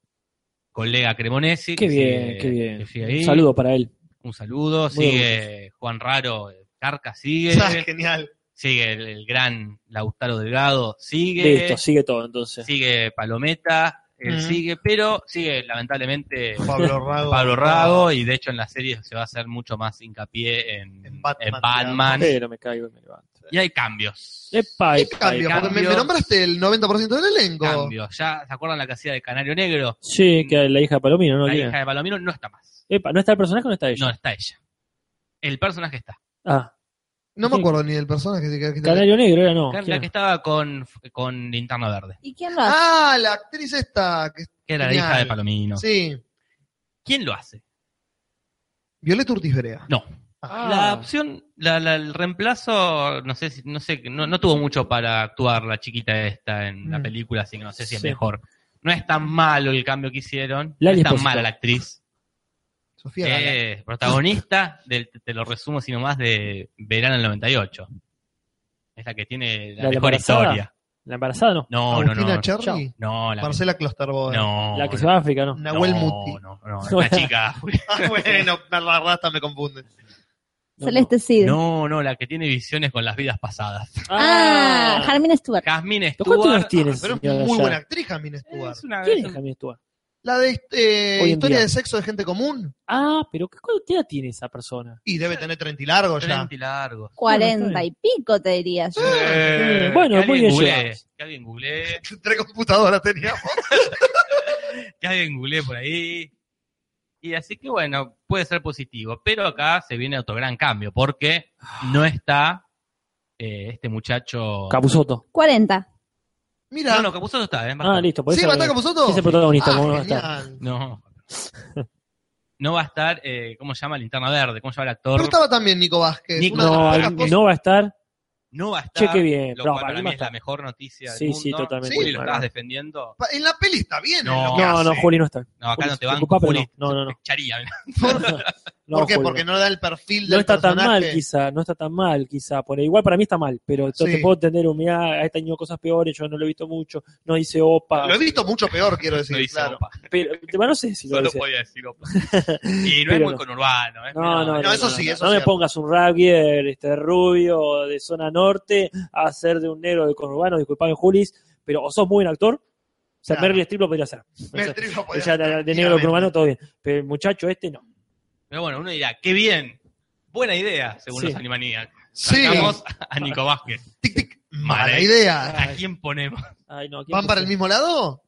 colega Cremonesi.
Qué
que
bien,
sigue-
qué bien.
que sigue ahí.
Un saludo para él.
Un saludo.
Muy
Sigue Juan Raro, eh, Carca sigue.
Ah, genial.
Sigue el, el gran Lautaro Delgado, sigue.
Listo, sigue todo entonces.
Sigue Palometa, él
Mm.
sigue, pero sigue lamentablemente
Pablo Rago.
Pablo Rago y de hecho en la serie se va a hacer mucho más hincapié en,
En Batman,
en Batman.
Pero me caigo y me levanto.
Y hay cambios.
Epa,
¿Qué
epa,
cambio?
epa.
Porque me, me nombraste el 90% del elenco.
Cambios. Ya, ¿se acuerdan la casilla de Canario Negro?
Sí, que la hija de Palomino, ¿no?
la
¿Quién es?
hija de Palomino no está más.
Epa, ¿no está el personaje o no está
No,
ella?
está ella. El personaje está.
Ah,
No me
Sí.
acuerdo ni del personaje. que- que-
Canario Negro era no. ¿Quién
La que
era?
estaba con, con Linterna Verde,
¿Y quién lo hace?
Ah, la actriz esta. Que,
que era
Genial.
la hija de Palomino.
Sí.
¿Quién lo hace?
Violeta Urtiz Berea.
No.
Ah,
La opción, la, la- el reemplazo, no sé, si- no sé, no, no tuvo mucho para actuar la chiquita esta en la
Mm.
película, así que no sé si es
Sí.
mejor. No es tan malo el cambio que hicieron.
Lali
no es tan
Espósito.
mala la actriz. Eh,
Sofía Gala.
que es protagonista del, te lo resumo así nomás, de Verano del 98. Es la que tiene la,
¿La
mejor
embarazada?
historia.
La embarazada no.
No, no,
Agustina
no.
Cherry.
Chao.
No, la
Marcela Klosterboer.
no,
La que
no,
se va a África, no.
no,
Nahuel
no,
Muti.
No, no, es una chica.
Ah, bueno, la rata me confunde.
No,
Celeste Cid.
No, no, la que tiene visiones con las vidas pasadas.
no.
Ah, Jasmine Stewart.
Jasmine
¿Pero ¿Cuántos
Stewart.
años tiene
ah, Pero
esa
es
señora
muy
ya?
buena actriz, Jasmine Stewart.
Es una-
¿Quién es Jasmine Stewart?
La de este,
Hoy en
Historia
día.
de sexo de gente común.
Ah, pero ¿qué cuánta edad tiene esa persona?
Y debe tener 30 y largo ya.
30 y largo.
Cuarenta y pico, te diría yo.
Eh,
bueno,
que
muy
alguien
bien
googlee,
llevado.
Que alguien googlee,
Tres computadoras teníamos.
que alguien googlee por ahí. Y así que bueno, puede ser positivo. Pero acá se viene otro gran cambio, porque no está eh, este muchacho.
Capuzoto.
Cuarenta.
Mira.
No, no, Capuzotto está, ¿eh? Va a
Ah,
estar.
listo. Por
¿Sí
eso
va a estar como Soto?
es el protagonista,
Ah,
como no va a estar.
genial.
No. No va a estar, eh, ¿cómo se llama? Linterna Verde, ¿cómo se llama el actor?
Pero estaba también Nico Vázquez.
Nico-
una de las
No,
pocas
no
cosas-
va a estar.
No va a estar.
Che, qué bien.
Lo
No,
cual
para
para
mí
mí
va a
es la
estar.
mejor noticia del
Sí,
mundo.
sí, totalmente.
Juli, lo estabas
Bueno.
defendiendo.
Pa- En la peli está bien.
No.
en lo que
No, no,
hace.
Juli no está.
No, acá
Juli,
no te
te
banco,
ocupá, pero
Juli.
no. No, no, no.
Charía, mirá.
no,
¿Por qué?
Julio.
Porque no da el perfil del
No está tan
personaje.
mal, quizá, no está tan mal, quizá. Por ahí. Igual para mí está mal, pero yo
Sí.
te puedo entender, un, mirá, ha tenido cosas peores, yo no lo he visto mucho, no hice OPA.
Lo he visto mucho peor, quiero decir,
No dice
claro.
opa.
Pero, bueno, no sé si lo
Solo
hice.
podía decir opa. Y no es
Pero
muy
no.
conurbano, ¿eh?
No, no,
No, eso sí, eso
no
es
me
cierto.
pongas un rugby este, rubio de zona norte a ser de un negro de conurbano, disculpame Julis, pero o sos muy buen actor, o sea,
Claro.
Meryl Streep lo podría hacer. O
Me
sea,
trigo por
ella
eso,
de, de negro de conurbano
claramente.
todo bien, pero el muchacho este no.
Pero bueno, uno dirá, qué bien. Buena idea, según
Sí.
los Animaniacs.
Sí,
Sacamos a Nico Vázquez.
tic, tic. Mala
Vale.
idea.
¿A quién ponemos?
Ay, no, ¿a quién
¿Van para el mismo
pusieron?
lado?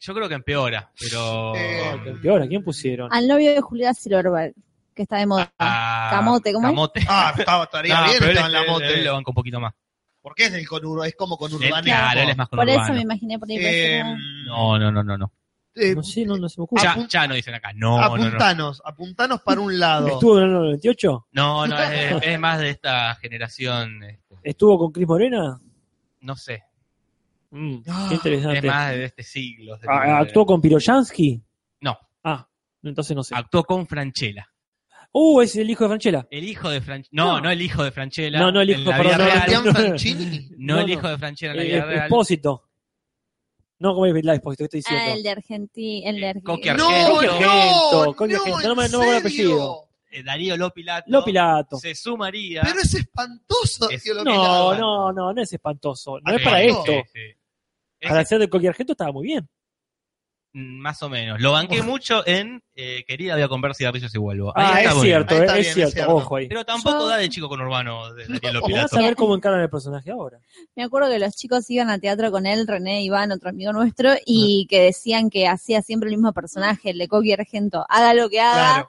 Yo creo que empeora, pero.
Eh, mismo-
Ay, qué peor, ¿a quién pusieron?
Ah,
Al novio de Julia Silverberg, que está de moda.
a-
Camote, ¿cómo es?
Camote.
Ah, estaba, estaría
No,
bien
pero él
Esteban
es- él-
Lamote.
él lo banco un poquito más.
Porque es del conurba, es como
Él-
conurbano.
claro, él es más
Por eso me
conurbano.
imaginé por ahí. por ese
Eh,
lado.
No, no, no, no, no.
eh,
No sé, no, no se me ocurre.
Ya,
apun-
ya no dicen acá. No, no, no.
apuntanos, apuntanos para un lado.
¿Estuvo en el 98?
No, no, es, es más de esta generación. este,
¿Estuvo con Cris Morena?
No sé.
Mm, qué
Ah,
Es
interesante.
más de este siglo. de-
Ah, ¿Actuó con Piroyansky?
No.
Ah, entonces no sé.
Actuó con Franchella.
Uh, es el hijo de Franchella.
El hijo de Franchella. No,
No.
no, el hijo de Franchella.
No, no el
En
hijo,
la vida
perdón,
real.
no,
Sebastián
no, no.
Franchini.
No,
No,
el
no.
hijo de Franchella en la
Eh,
vida
eh,
real.
Expósito. No, como es la Expósito, ¿qué estoy
Ah,
diciendo?
el de Argentina. El de Argentina.
Coque
No,
Argento.
no,
Coque
no,
Argento,
no,
no me-
en
no me acuerdo el
serio.
apellido.
Eh, Darío Lopilato.
Lo Pilato.
Se sumaría.
Pero es espantoso.
Es-
tío, lo que
No,
la-
no, no, no es espantoso. No
Ah,
es para
sí,
esto.
sí, eh, sí. Es-
Para ser de cualquier argento estaba muy bien.
mm, Más o menos. Lo banqué mucho en eh, Querida, voy a comprar cigarrillos y vuelvo. Ahí
Ah,
está
es
bueno.
cierto,
Ahí
eh,
está
es
bien, es
cierto,
cierto.
ojo ahí.
Pero tampoco
Yo-
da de chico conurbano de Darío
Y vas
Lopilato.
a ver cómo encaran el personaje ahora.
Me acuerdo que los chicos iban a teatro con él, René Iván, otro amigo nuestro, y que decían que hacía siempre el mismo personaje, el de Coqui Argento. Haga lo que haga,
Claro,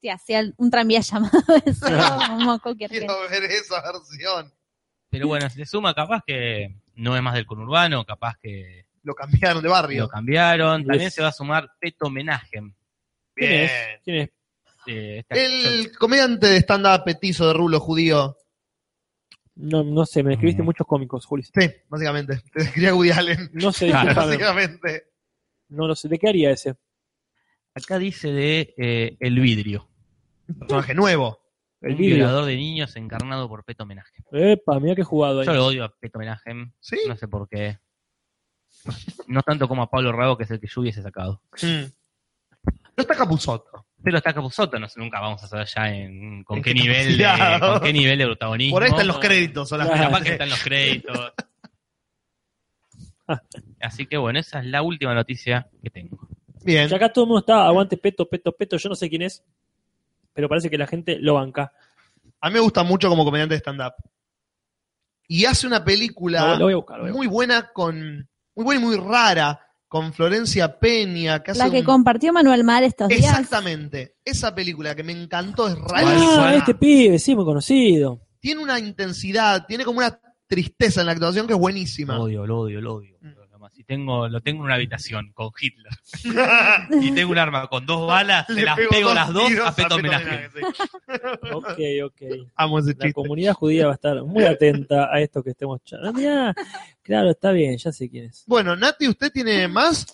te hacía un tranvía llamado eso, como Coqui Argento.
quiero ver esa versión.
Pero bueno, se suma capaz que no es más del conurbano, capaz que
Lo cambiaron de barrio.
lo cambiaron. También
Es-
se va a sumar Peto Menajem.
¿Quién
Bien.
es? ¿Quién es?
eh, este actor.
El comediante de stand-up petizo de rulo judío.
No, no sé, me describiste
Mm.
muchos cómicos, Juli.
Sí, básicamente. Te describía Woody Allen.
No sé,
Claro.
discúlpame.
Básicamente.
no lo sé. ¿De qué haría ese?
Acá dice de eh, El Vidrio.
Personaje nuevo.
El
un
vídeo.
violador de niños encarnado por Peto Menajem.
Epa, mira qué jugado ahí.
Yo lo odio a Peto Menajem.
¿Sí?
No sé por qué. No tanto como a Pablo Rago, que es el que yo hubiese sacado.
Mm. No está Capuzotto.
Pero está Capuzotto, no sé, nunca vamos a saber ya en, con,
En
qué
qué
nivel de,
capacidad.
con qué nivel de protagonismo.
Por ahí están los créditos solamente.
Capaz que están los créditos. Así que bueno, esa es la última noticia que tengo.
Bien.
Y acá todo el mundo está, aguante, peto, peto, peto. Yo no sé quién es, pero parece que la gente lo banca.
A mí me gusta mucho como comediante de stand-up. Y hace una película
Lo, lo voy a buscar. lo voy a
muy
buscar.
buena con. Muy buena y muy rara. Con Florencia Peña. Que hace
La que
un-
compartió Manuel Mar estos días.
Exactamente. Esa película que me encantó es
Ah,
rarísima.
este pibe, sí, muy conocido.
Tiene una intensidad, tiene como una tristeza en la actuación que es buenísima.
Lo odio, lo odio, lo odio.
Mm.
Lo amo. Si tengo, lo tengo en una habitación con Hitler y tengo un arma con dos balas, se
Le
las pego,
dos
las dos
tiros
a Peto Menajem.
Menaje,
Ok, ok.
Amo ese
La
chiste.
comunidad judía va a estar muy atenta a esto que estemos charlando. Ah, mirá, claro, está bien, ya sé quién es.
Bueno, Nati, ¿usted tiene más?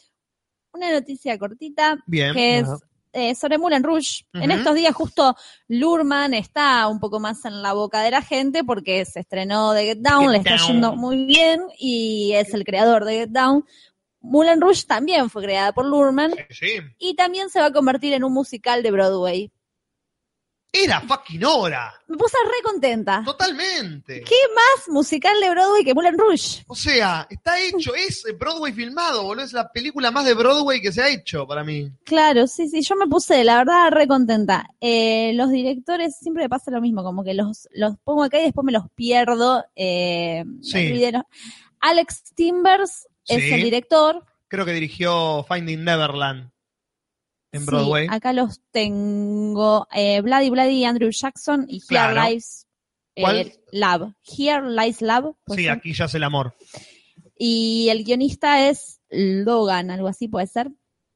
Una noticia cortita,
Bien.
que es
Ajá.
eh, sobre Moulin Rouge. En
Ujú.
estos días justo Lurman está un poco más en la boca de la gente porque se estrenó de Get Down,
Get
le está
Down.
yendo muy bien y es el creador de Get Down. Moulin Rouge también fue creada por Lurman
Sí.
y también se va a convertir en un musical de Broadway.
Era fucking hora.
Me puse re contenta.
Totalmente.
¿Qué más musical de Broadway que Moulin Rouge?
O sea, está hecho, es Broadway filmado, boludo. Es la película más de Broadway que se ha hecho para mí.
Claro, sí, sí, yo me puse, la verdad, re contenta. Eh, los directores siempre me pasa lo mismo, como que los, los pongo acá y después me los pierdo. Eh,
Sí.
me olvidé, ¿no? Alex Timbers es
Sí.
el director.
Creo que dirigió Finding Neverland en
Sí,
Broadway.
acá los tengo. Eh, Bloody Bloody Andrew Jackson y Here
Claro.
Lies eh,
¿Cuál?
Love. Here Lies Love. puede
Sí,
ser.
aquí ya es el amor.
Y el guionista es Logan, algo así puede ser.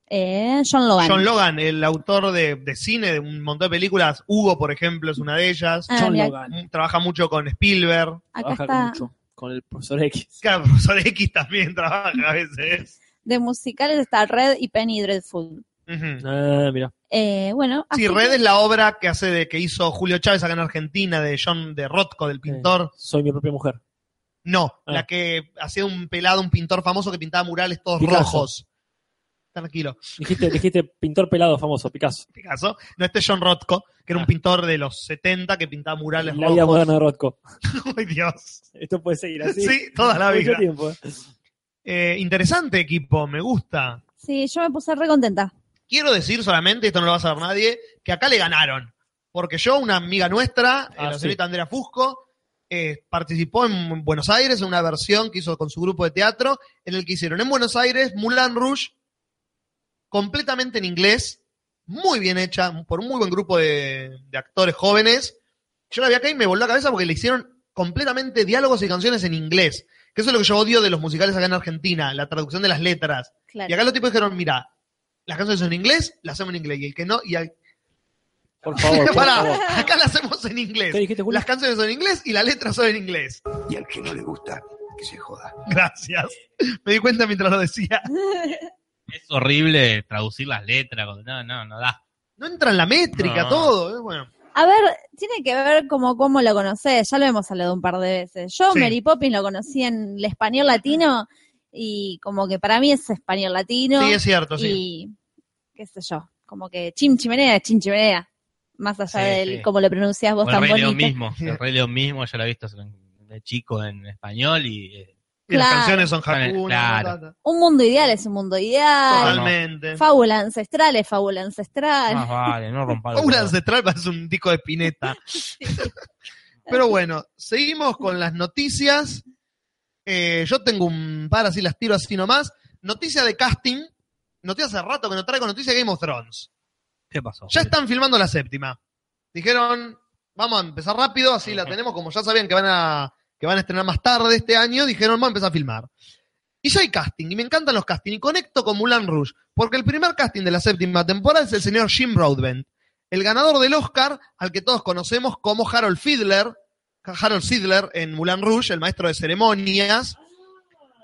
Eh, John Logan.
John Logan, el autor de, de cine de un montón de películas. Hugo, por ejemplo, es una de ellas.
Ah,
John
mirá,
Logan.
Mm, Trabaja mucho con Spielberg.
Acá
Trabaja
está.
mucho con el profesor X.
Claro, profesor X también trabaja a veces.
De musicales está Red y Penny Dreadful.
Ujú.
Ah, mira.
Eh, bueno,
Sí,
así
Red
que-
es la obra que hace de que hizo Julio Chávez acá en Argentina, de John de Rothko, del pintor.
Soy mi propia mujer.
No,
Ah.
la que hacía un pelado, un pintor famoso que pintaba murales todos
Picasso.
rojos. Tranquilo,
Dijiste, dijiste pintor pelado famoso, Picasso.
Picasso. No, este es John Rothko, que era un
Ah.
pintor de los 70 que pintaba murales
La vida
rojos.
moderna de Rothko.
Ay, Dios.
Esto puede seguir así.
Sí, toda la
Mucho
vida.
tiempo. ¿eh?
Eh, interesante equipo, me gusta.
Sí, yo me puse re contenta.
Quiero decir solamente, esto no lo va a saber nadie, que acá le ganaron. Porque yo, una amiga nuestra, eh,
Ah,
la
sí.
señorita Andrea Fusco, eh, participó en Buenos Aires en una versión que hizo con su grupo de teatro, en el que hicieron en Buenos Aires Moulin Rouge, completamente en inglés, muy bien hecha, por un muy buen grupo de, de actores jóvenes. Yo la vi acá y me voló la cabeza porque le hicieron completamente diálogos y canciones en inglés. Que eso es lo que yo odio de los musicales acá en Argentina, la traducción de las letras. Y
Claro.
acá los tipos dijeron, mira, las canciones son en inglés, las hacemos en inglés. Y el que no, y al-
Por favor, por
Pará,
favor.
acá las hacemos en
¿Qué
inglés.
dijiste, Julio?
Las canciones son en inglés y las letras son en inglés.
Y al que no le gusta, que se joda.
Gracias. Me di cuenta mientras lo decía.
Es horrible traducir las letras. cuando- No, no, no da.
No entra en la métrica,
No.
todo. eh, Bueno,
A ver, tiene que ver como cómo lo conocés, ya lo hemos hablado un par de veces. Yo
Sí.
Mary Poppins lo conocí en el español latino y como que para mí es español latino
sí, es cierto, sí.
y qué sé yo, como que chim chimenea, es chin chimenea, más allá
Sí,
del
sí.
cómo lo pronunciás vos
Bueno, el
tan
Rey León
bonito.
mismo. El Rey León mismo, yo lo he visto en- de chico en español y eh,
Y las
claro.
canciones son
Claro.
Hakuna, Matata.
Un mundo ideal es un mundo ideal.
Totalmente.
Fábula ancestral es fábula ancestral.
más vale, no rompa los
Fábula
huevos.
ancestral parece un disco de Spinetta. Pero bueno, seguimos con las noticias. Eh, yo tengo un par así, las tiro así nomás. Noticia de casting. Noticia hace rato que no traigo noticia de Game of Thrones.
¿Qué pasó?
Ya están filmando la séptima. Dijeron, vamos a empezar rápido, así la tenemos, como ya sabían que van a, que van a estrenar más tarde este año, dijeron, vamos a empezar a filmar. Y ya hay casting, y me encantan los castings, y conecto con Mulan Rouge, porque el primer casting de la séptima temporada es el señor Jim Broadbent, el ganador del Oscar, al que todos conocemos como Harold Fiedler, Harold Sidler en Mulan Rouge, el maestro de ceremonias,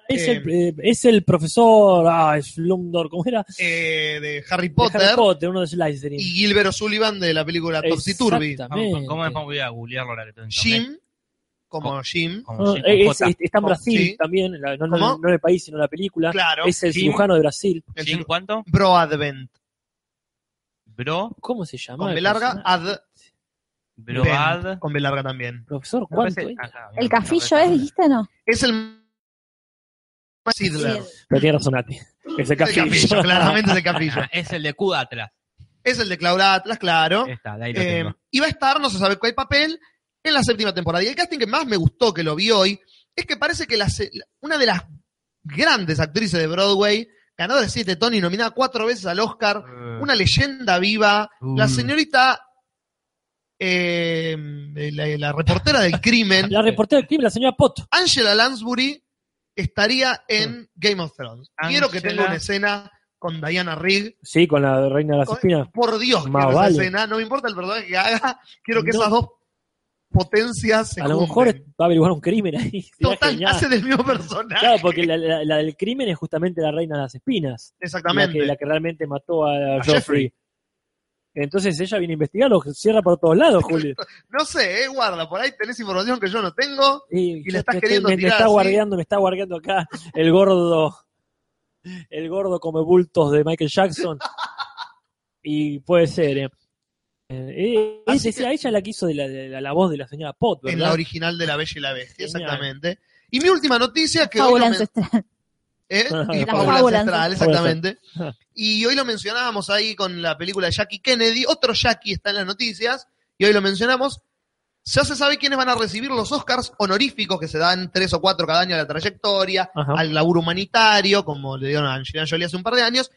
Es, el, eh, es el profesor ah, Slumdor, ¿cómo era?
eh, de Harry
De
Potter,
Harry Potter, uno de Slytherin.
y Gilbert O'Sullivan de la película Topsy Turvy.
Exactamente.
Vamos, ¿Cómo después voy a googlearlo ahora que tengo internet?
Jim, como Jim,
Como
Ah,
Jim con
es,
J.
es- está en
Oh,
Brasil
sí.
también, la- no, no-
¿Cómo?
no en el país, sino en la película.
claro,
Es el
Sí.
cirujano de Brasil.
el
¿Jim cuánto?
Broadbent.
Bro,
¿Cómo se llama?
Con
el
B larga,
personaje?
ad.
broad.
Con B larga también.
Profesor,
Me
¿cuánto
parece-
es?
Ajá,
El
me parece-
cafillo es, dijiste, ¿no?
Es el. Sidler.
Sí.
Pero tiene razón, Nati. Es el
Es el
cafillo.
capillo, claramente es el capillo.
Ah, Es el de Cuda atrás.
Es el de Claudia Atlas, claro.
Está, de ahí lo
Eh,
tengo.
y va a estar, no se sabe cuál papel, en la séptima temporada. Y el casting que más me gustó, que lo vi hoy, es que parece que la se- la- una de las grandes actrices de Broadway, ganadora de siete Tony, nominada cuatro veces al Oscar, una leyenda viva,
Uh.
la señorita, eh, la, la reportera del crimen,
La reportera del crimen, la señora Pot.
Angela Lansbury estaría en Game of Thrones. Quiero que
Angela-
tenga una escena con Diana Rigg.
Sí, con la reina de las
Con-
espinas.
Por Dios,
Más
quiero
vale.
esa escena. No me importa el personaje que haga. Quiero que
No.
esas dos potencias se
A lo mejor
junten.
va a averiguar un crimen ahí. Será
Total,
genial.
hace del mismo personaje.
Claro, porque la, la- la del crimen es justamente la reina de las espinas. La
Exactamente.
que, la que realmente mató a,
A
Geoffrey.
Jeffrey.
Entonces ella viene a investigarlo, cierra por todos lados, Julio.
No sé, eh, guarda, por ahí tenés información que yo no tengo.
Y,
le
yo
estás
te
queriendo
me, me
tirar
está
así.
guardeando, me está guardeando acá el gordo, el gordo come bultos de Michael Jackson. Y puede ser, eh. Eh, es-
Así
es- a ella la que hizo de la, de la- la voz de la señora Pot,
En la
¿verdad?
original de La Bella y la Bestia,
Genial.
exactamente. Y mi última noticia que hoy
Fábula
lo men-
ancestral.
¿Eh? Y Fábula
La
fábula
ancestral,
ancestral.
exactamente. Y hoy lo mencionábamos ahí con la película de Jackie Kennedy. Otro Jackie está en las noticias. Y hoy lo mencionamos. Ya se sabe quiénes van a recibir los Oscars honoríficos que se dan tres o cuatro cada año a la trayectoria,
Ajá.
al laburo humanitario, como le dieron a Angelina Jolie hace un par de años.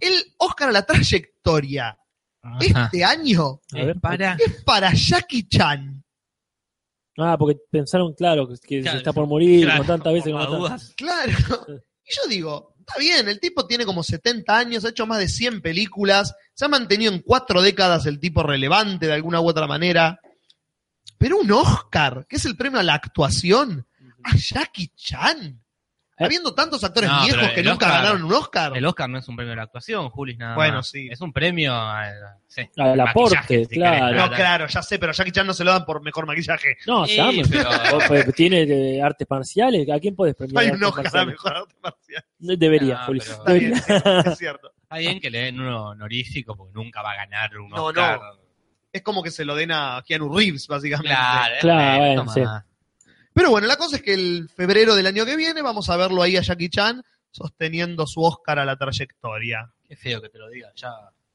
El Oscar a la trayectoria
Ajá.
este año
A ver.
para.
es para Jackie Chan.
Ah, porque pensaron, claro, que, que
Claro.
se está por morir,
Claro,
con tantas veces que
por
mataron.
las dudas.
Claro. Y yo digo, está bien, el tipo tiene como 70 años, ha hecho más de 100 películas, se ha mantenido en cuatro décadas el tipo relevante de alguna u otra manera. Pero un Oscar, que es el premio a la actuación, a Jackie Chan. Habiendo tantos actores
Eh. No,
viejos
pero
que
el
nunca
Oscar-
ganaron un Oscar.
El Oscar no es un premio a la actuación, Julis, nada
Bueno,
más.
sí.
Es un premio al, sí,
Al
maquillaje,
aporte,
si
claro.
querés,
No, claro, ya sé, pero Jackie Chan no se lo dan por mejor maquillaje.
No,
Sí,
Sam.
pero-
o- pues, Tiene eh, artes marciales. ¿A quién puedes premiar?
Hay un
artes
Oscar a
marciales?
mejor arte marcial.
No, Debería,
No,
Juli.
pero-
Está bien,
Debería.
es cierto, es cierto.
Está bien que le den uno honorífico porque nunca va a ganar un
No,
Oscar.
Es como que se lo den a Keanu Reeves, básicamente.
Claro,
Claro,
eh,
bueno,
toma.
sí.
Pero bueno, la cosa es que el febrero del año que viene vamos a verlo ahí a Jackie Chan sosteniendo su Oscar a la trayectoria.
Qué feo que te lo diga ya.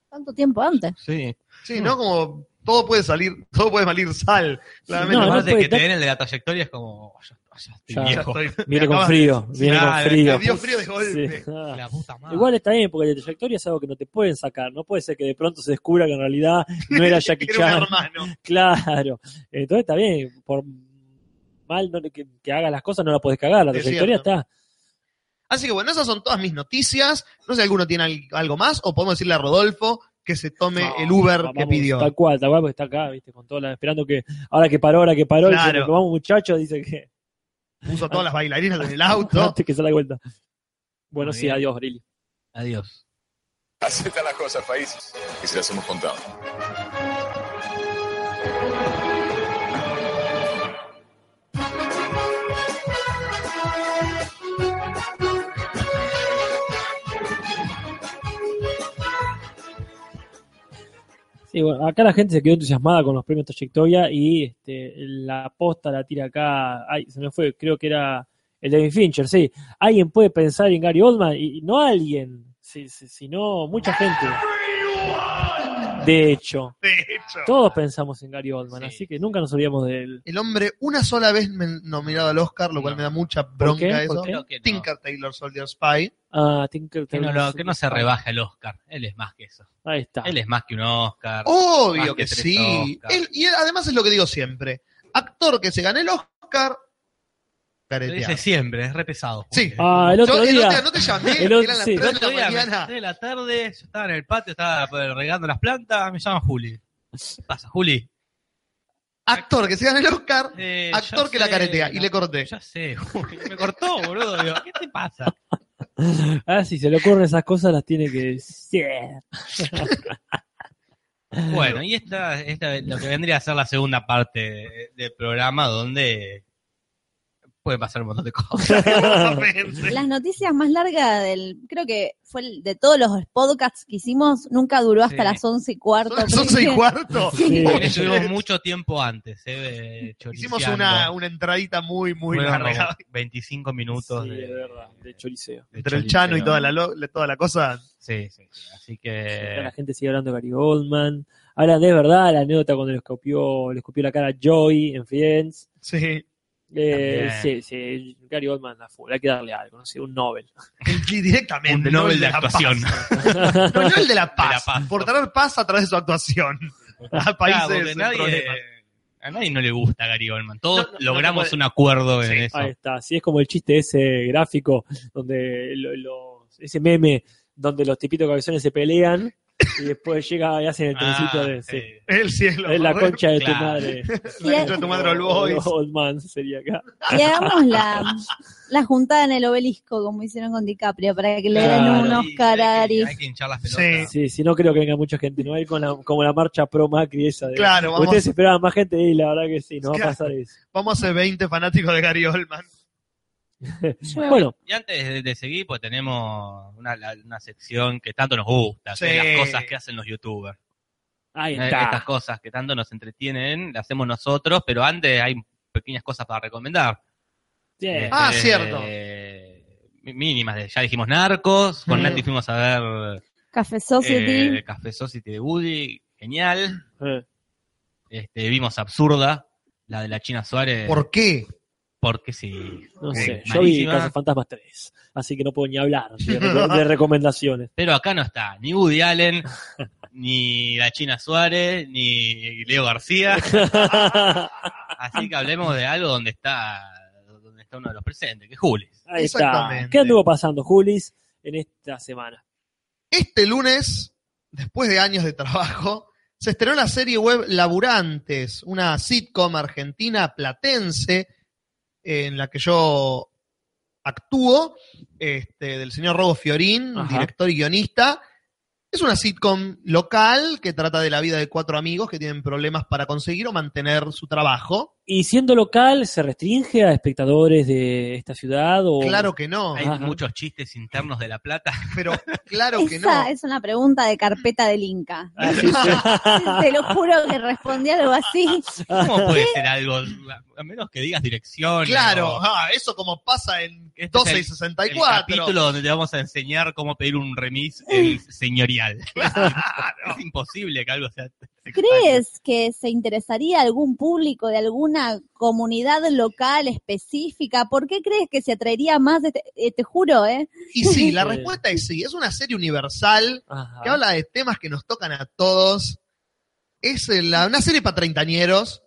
Tanto tiempo antes.
Sí.
Sí,
Hmm.
¿no? Como todo puede salir, todo puede salir sal. Claramente.
No, no
Aparte
puede-
que te den el de la trayectoria es como, oh, ya, ya estoy
Ya.
Ya
viejo.
estoy- me
Viene con
acabas-
frío. Viene
Claro,
con
me
frío.
me dio frío de golpe.
Sí, ah.
La puta madre.
Igual está bien, porque la trayectoria es algo que no te pueden sacar. No puede ser que de pronto se descubra que en realidad no era Jackie
Era un
Chan.
hermano.
Claro. Entonces está bien. Por mal no- que, que haga las cosas, no la podés cagar. La
Es
trayectoria
cierto.
está.
Así que bueno, esas son todas mis noticias. No sé si alguno tiene al- algo más o podemos decirle a Rodolfo que se tome
Eh,
No,
el Uber
vamos,
que pidió.
Tal cual, tal cual, porque está acá, viste, con toda la, esperando que, ahora que paró, ahora que paró,
Claro.
y cuando vamos muchachos, dice que,
Puso a todas las bailarinas en el auto.
antes que salga de vuelta. Bueno,
Muy
sí,
bien.
adiós, Brili.
Adiós.
Acepta las cosas, países, que se las hemos contado.
Sí, bueno, acá la gente se quedó entusiasmada con los premios trayectoria y este, la posta la tira acá, ay, se me fue, creo que era el David Fincher, sí. Alguien puede pensar en Gary Oldman y, y no alguien, si- si- sino mucha gente. De hecho,
De hecho.
todos pensamos en Gary Oldman,
Sí.
así que nunca nos olvidamos de él.
El hombre una sola vez men- nominado al Oscar, lo cual
No.
me da mucha bronca
qué?
eso.
¿Por qué?
Creo que no.
Tinker Taylor Soldier Spy.
Ah, Tinker
Que no,
Tailor
lo- que no se
Soldier.
rebaja el Oscar. Él es más que eso.
Ahí está.
Él es más que un Oscar.
Obvio
Más que
que
tres
sí.
Oscars.
Él- y él- además es lo que digo siempre. Actor que se gane el Oscar,
lo
caretear.
dice siempre, es repesado.
Sí.
Ah, el
Yo
otro
el
día.
otro día no te llamé,
El otro-
eran las
sí.
El
3
otro
de
día,
la
a las
mañana.
tres de la tarde, yo estaba en el patio, estaba eh, regando las plantas, me llama Juli. ¿Qué pasa, Juli?
Actor que se gane el Oscar,
Eh,
actor
ya
que la
sé,
caretea. Y
no,
le corté.
Ya sé, Juli. Me cortó, boludo. Digo, ¿qué te pasa?
Ah, si se le ocurren esas cosas, las tiene que decir.
Bueno, y esta, esta es lo que vendría a ser la segunda parte de- del programa donde puede pasar un montón de cosas.
Obviamente.
Las noticias más largas del, creo que fue el- de todos los podcasts que hicimos, nunca duró hasta
Sí.
las once y cuarto.
Son las 11 y cuarto.
Sí.
También Estuvimos mucho tiempo antes, eh, de-
Hicimos
choriceando.
una, una entradita muy, muy
Fueron como
larga.
25 minutos
Sí,
de,
de verdad, de choriceo.
de
Entre el
choriceo.
Chano y toda la, lo- la- toda la cosa.
Sí, sí, sí. Así
Acá
que.
La gente sigue hablando de Gary Goldman. Hablan de verdad la anécdota cuando le escupió, le escupió la cara a Joey en Friends.
Sí.
Eh,
También.
sí, sí, Gary Goldman la full, hay que darle algo, no sé, un Nobel.
Y directamente.
Un
no
Nobel
el
de
la
actuación.
paz. No, no el de la paz.
De la paz.
Por traer paz a través de su actuación. A países
Claro, porque
en
nadie,
problemas.
a nadie no le gusta Gary Goldman. Todos
No, no, no
logramos
puede.
un acuerdo
Sí,
en eso.
Ahí está, sí, es como el chiste ese gráfico, donde lo- los- ese meme donde los tipitos cabezones se pelean y después llega y hacen el trencito
Ah,
de. sí.
sí.
El cielo.
Es la
correcto.
concha de tu
Claro.
madre.
Y, ha-
Yo a tu madre al boys.
Old man sería acá.
y hagamos la, la juntada en el obelisco, como hicieron con DiCaprio, para que le den
Claro.
un
Sí,
Oscar a
hay que-
Gary.
Hay que hinchar las
Sí.
pelotas.
Sí, si no creo que venga mucha gente. No hay con la- como la marcha pro Macri esa. De,
Claro, vamos,
Ustedes esperaban más gente y la verdad que sí, no va
Claro.
a pasar eso.
vamos a ser 20 fanáticos de Gary Oldman.
Bueno,
Y antes de, de seguir, pues tenemos una, la- una sección que tanto nos gusta, que
Sí.
es las cosas que hacen los youtubers.
ahí
Eh, Estas
está.
cosas que tanto nos entretienen, las hacemos nosotros, pero antes hay pequeñas cosas para recomendar.
Bien.
Ah,
Este,
cierto.
mí- Mínimas, de- ya dijimos narcos, con
Mm.
Nati fuimos a ver
Café Society.
eh, Café Society de Woody, genial.
Eh,
Este, vimos Absurda, la de la China Suárez,
¿Por qué?
porque sí.
No
Ok,
sé, yo vi
malísima.
Casa Fantasmas 3, así que no puedo ni hablar de, reco- de recomendaciones.
Pero acá no está ni Woody Allen, ni la China Suárez, ni Leo García. Así que hablemos de algo donde está, donde está uno de los presentes, que es Julis.
Ahí está.
Exactamente.
¿Qué anduvo pasando, Julis, en esta semana?
Este lunes, después de años de trabajo, se estrenó la serie web Laburantes, una sitcom argentina platense en la que yo Actúo, este, del señor Robo Fiorín,
Ajá.
director y guionista. Es una sitcom local que trata de la vida de cuatro amigos que tienen problemas para conseguir o mantener su trabajo.
Y siendo local, ¿se restringe a espectadores de esta ciudad?
Oh.
O...
Claro que no,
Hay
Ajá.
muchos chistes internos de La Plata.
pero claro que
Esa
no.
es una pregunta de carpeta del Inca. Te lo juro que respondí algo así.
¿Cómo puede ser algo? A menos que digas dirección.
Claro, ah, eso como pasa en
Este es
12
el-
y
El
64.
capítulo donde te vamos a enseñar cómo pedir un remis en señorial. Es imposible que algo sea. sexual.
¿Crees que se interesaría algún público de alguna comunidad local específica? ¿Por qué crees que se atraería más? de este- eh, te juro, ¿eh?
Y sí, la respuesta es sí. Es una serie universal
Ajá.
que habla de temas que nos tocan a todos. Es eh, la- una serie para treintañeros,